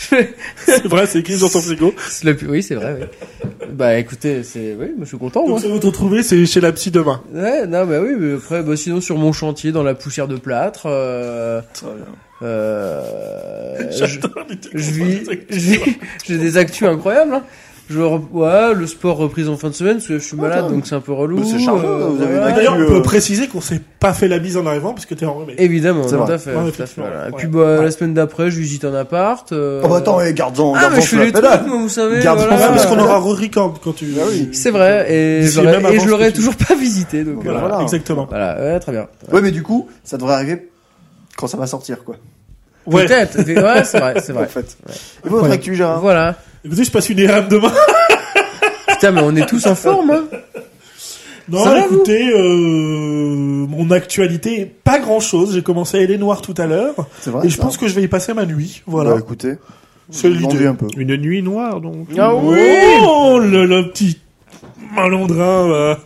C'est vrai, c'est écrit sur son frigo.
C'est le plus- Oui, c'est vrai. oui. Bah écoutez, c'est oui, moi, je suis content.
Donc,
Moi.
si vous te retrouvez, c'est chez la psy demain.
Ouais, non, bah oui, mais après, bah, sinon sur mon chantier dans la poussière de plâtre. Euh...
Très bien.
Euh... je-
J'adore les trucs
Euh, Je
qu'on
vis,
fait.
j'ai j'ai des actus incroyables. hein. Genre, ouais, le sport reprise en fin de semaine, parce que je suis malade, donc c'est un peu relou.
Mais Bah, c'est charmant, vous avez
voilà.
Ah,
des-
D'ailleurs, on peut
euh,
préciser qu'on s'est pas fait la bise en arrivant parce que t'es en remake.
Évidemment,
C'est
non, tout
vrai.
à fait.
Ouais,
tout à
effectivement,
fait, voilà. Et
ouais.
puis, bah, la
Ouais.
semaine d'après, je visite un appart. euh,
Oh bah attends, eh, garde-en,
ah,
garde-en
mais je
sur
fais
la
les trucs,
pédale.
moi, vous savez.
Garde-en
Ah,
voilà.
sur
parce qu'on aura re-record quand tu.
Ah oui.
C'est vrai, et
D'ici
j'aurais-
même avant
et
ce
je
que
l'aurais
tu-
toujours pas visité, donc euh,
Voilà,
Voilà.
exactement.
voilà. ouais, très bien.
Ouais, mais du coup, ça devrait arriver quand ça va sortir, quoi.
Ouais.
Peut-être, ouais, c'est vrai, c'est
En
vrai.
fait. Et votre
Ouais.
actu, Gérard
Voilà.
Écoutez, je passe une RM demain.
Putain, mais on est tous en forme, hein.
Non,
Ça va,
écoutez, euh, mon actualité, pas grand-chose. J'ai commencé à aller noir tout à l'heure.
C'est vrai
et je
ça
pense que je vais y passer ma nuit. Voilà.
Bah, écoutez,
C'est
demandez
l'idée.
un peu.
Une nuit noire, donc.
Ah oui
Oh, le, le petit malandrin, là.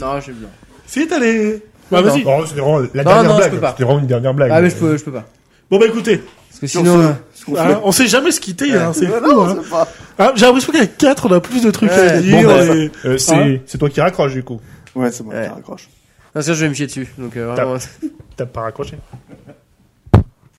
Non, j'ai blanc.
Si, t'as les... Bah,
Non,
vas-y.
Oh, c'était vraiment la
Non,
dernière
non, je
blague.
peux pas.
C'était vraiment une dernière blague.
Ah, mais je peux, je peux pas.
Bon, bah, écoutez.
Parce que
Sur
sinon,
ce,
euh,
ce qu'on
hein, on sait jamais se quitter, hein, c'est
fait.
fou,
Non,
hein.
c'est pas-
Ah, J'ai l'impression qu'à 4, on a plus de trucs à
Ouais.
dire.
Bon, bah,
et-
Euh,
Ah
c'est c'est toi qui raccroche du coup.
Ouais, c'est bon,
Ouais.
raccroche.
parce que je vais me chier dessus, donc euh,
T'as-
vraiment.
T'as pas raccroché.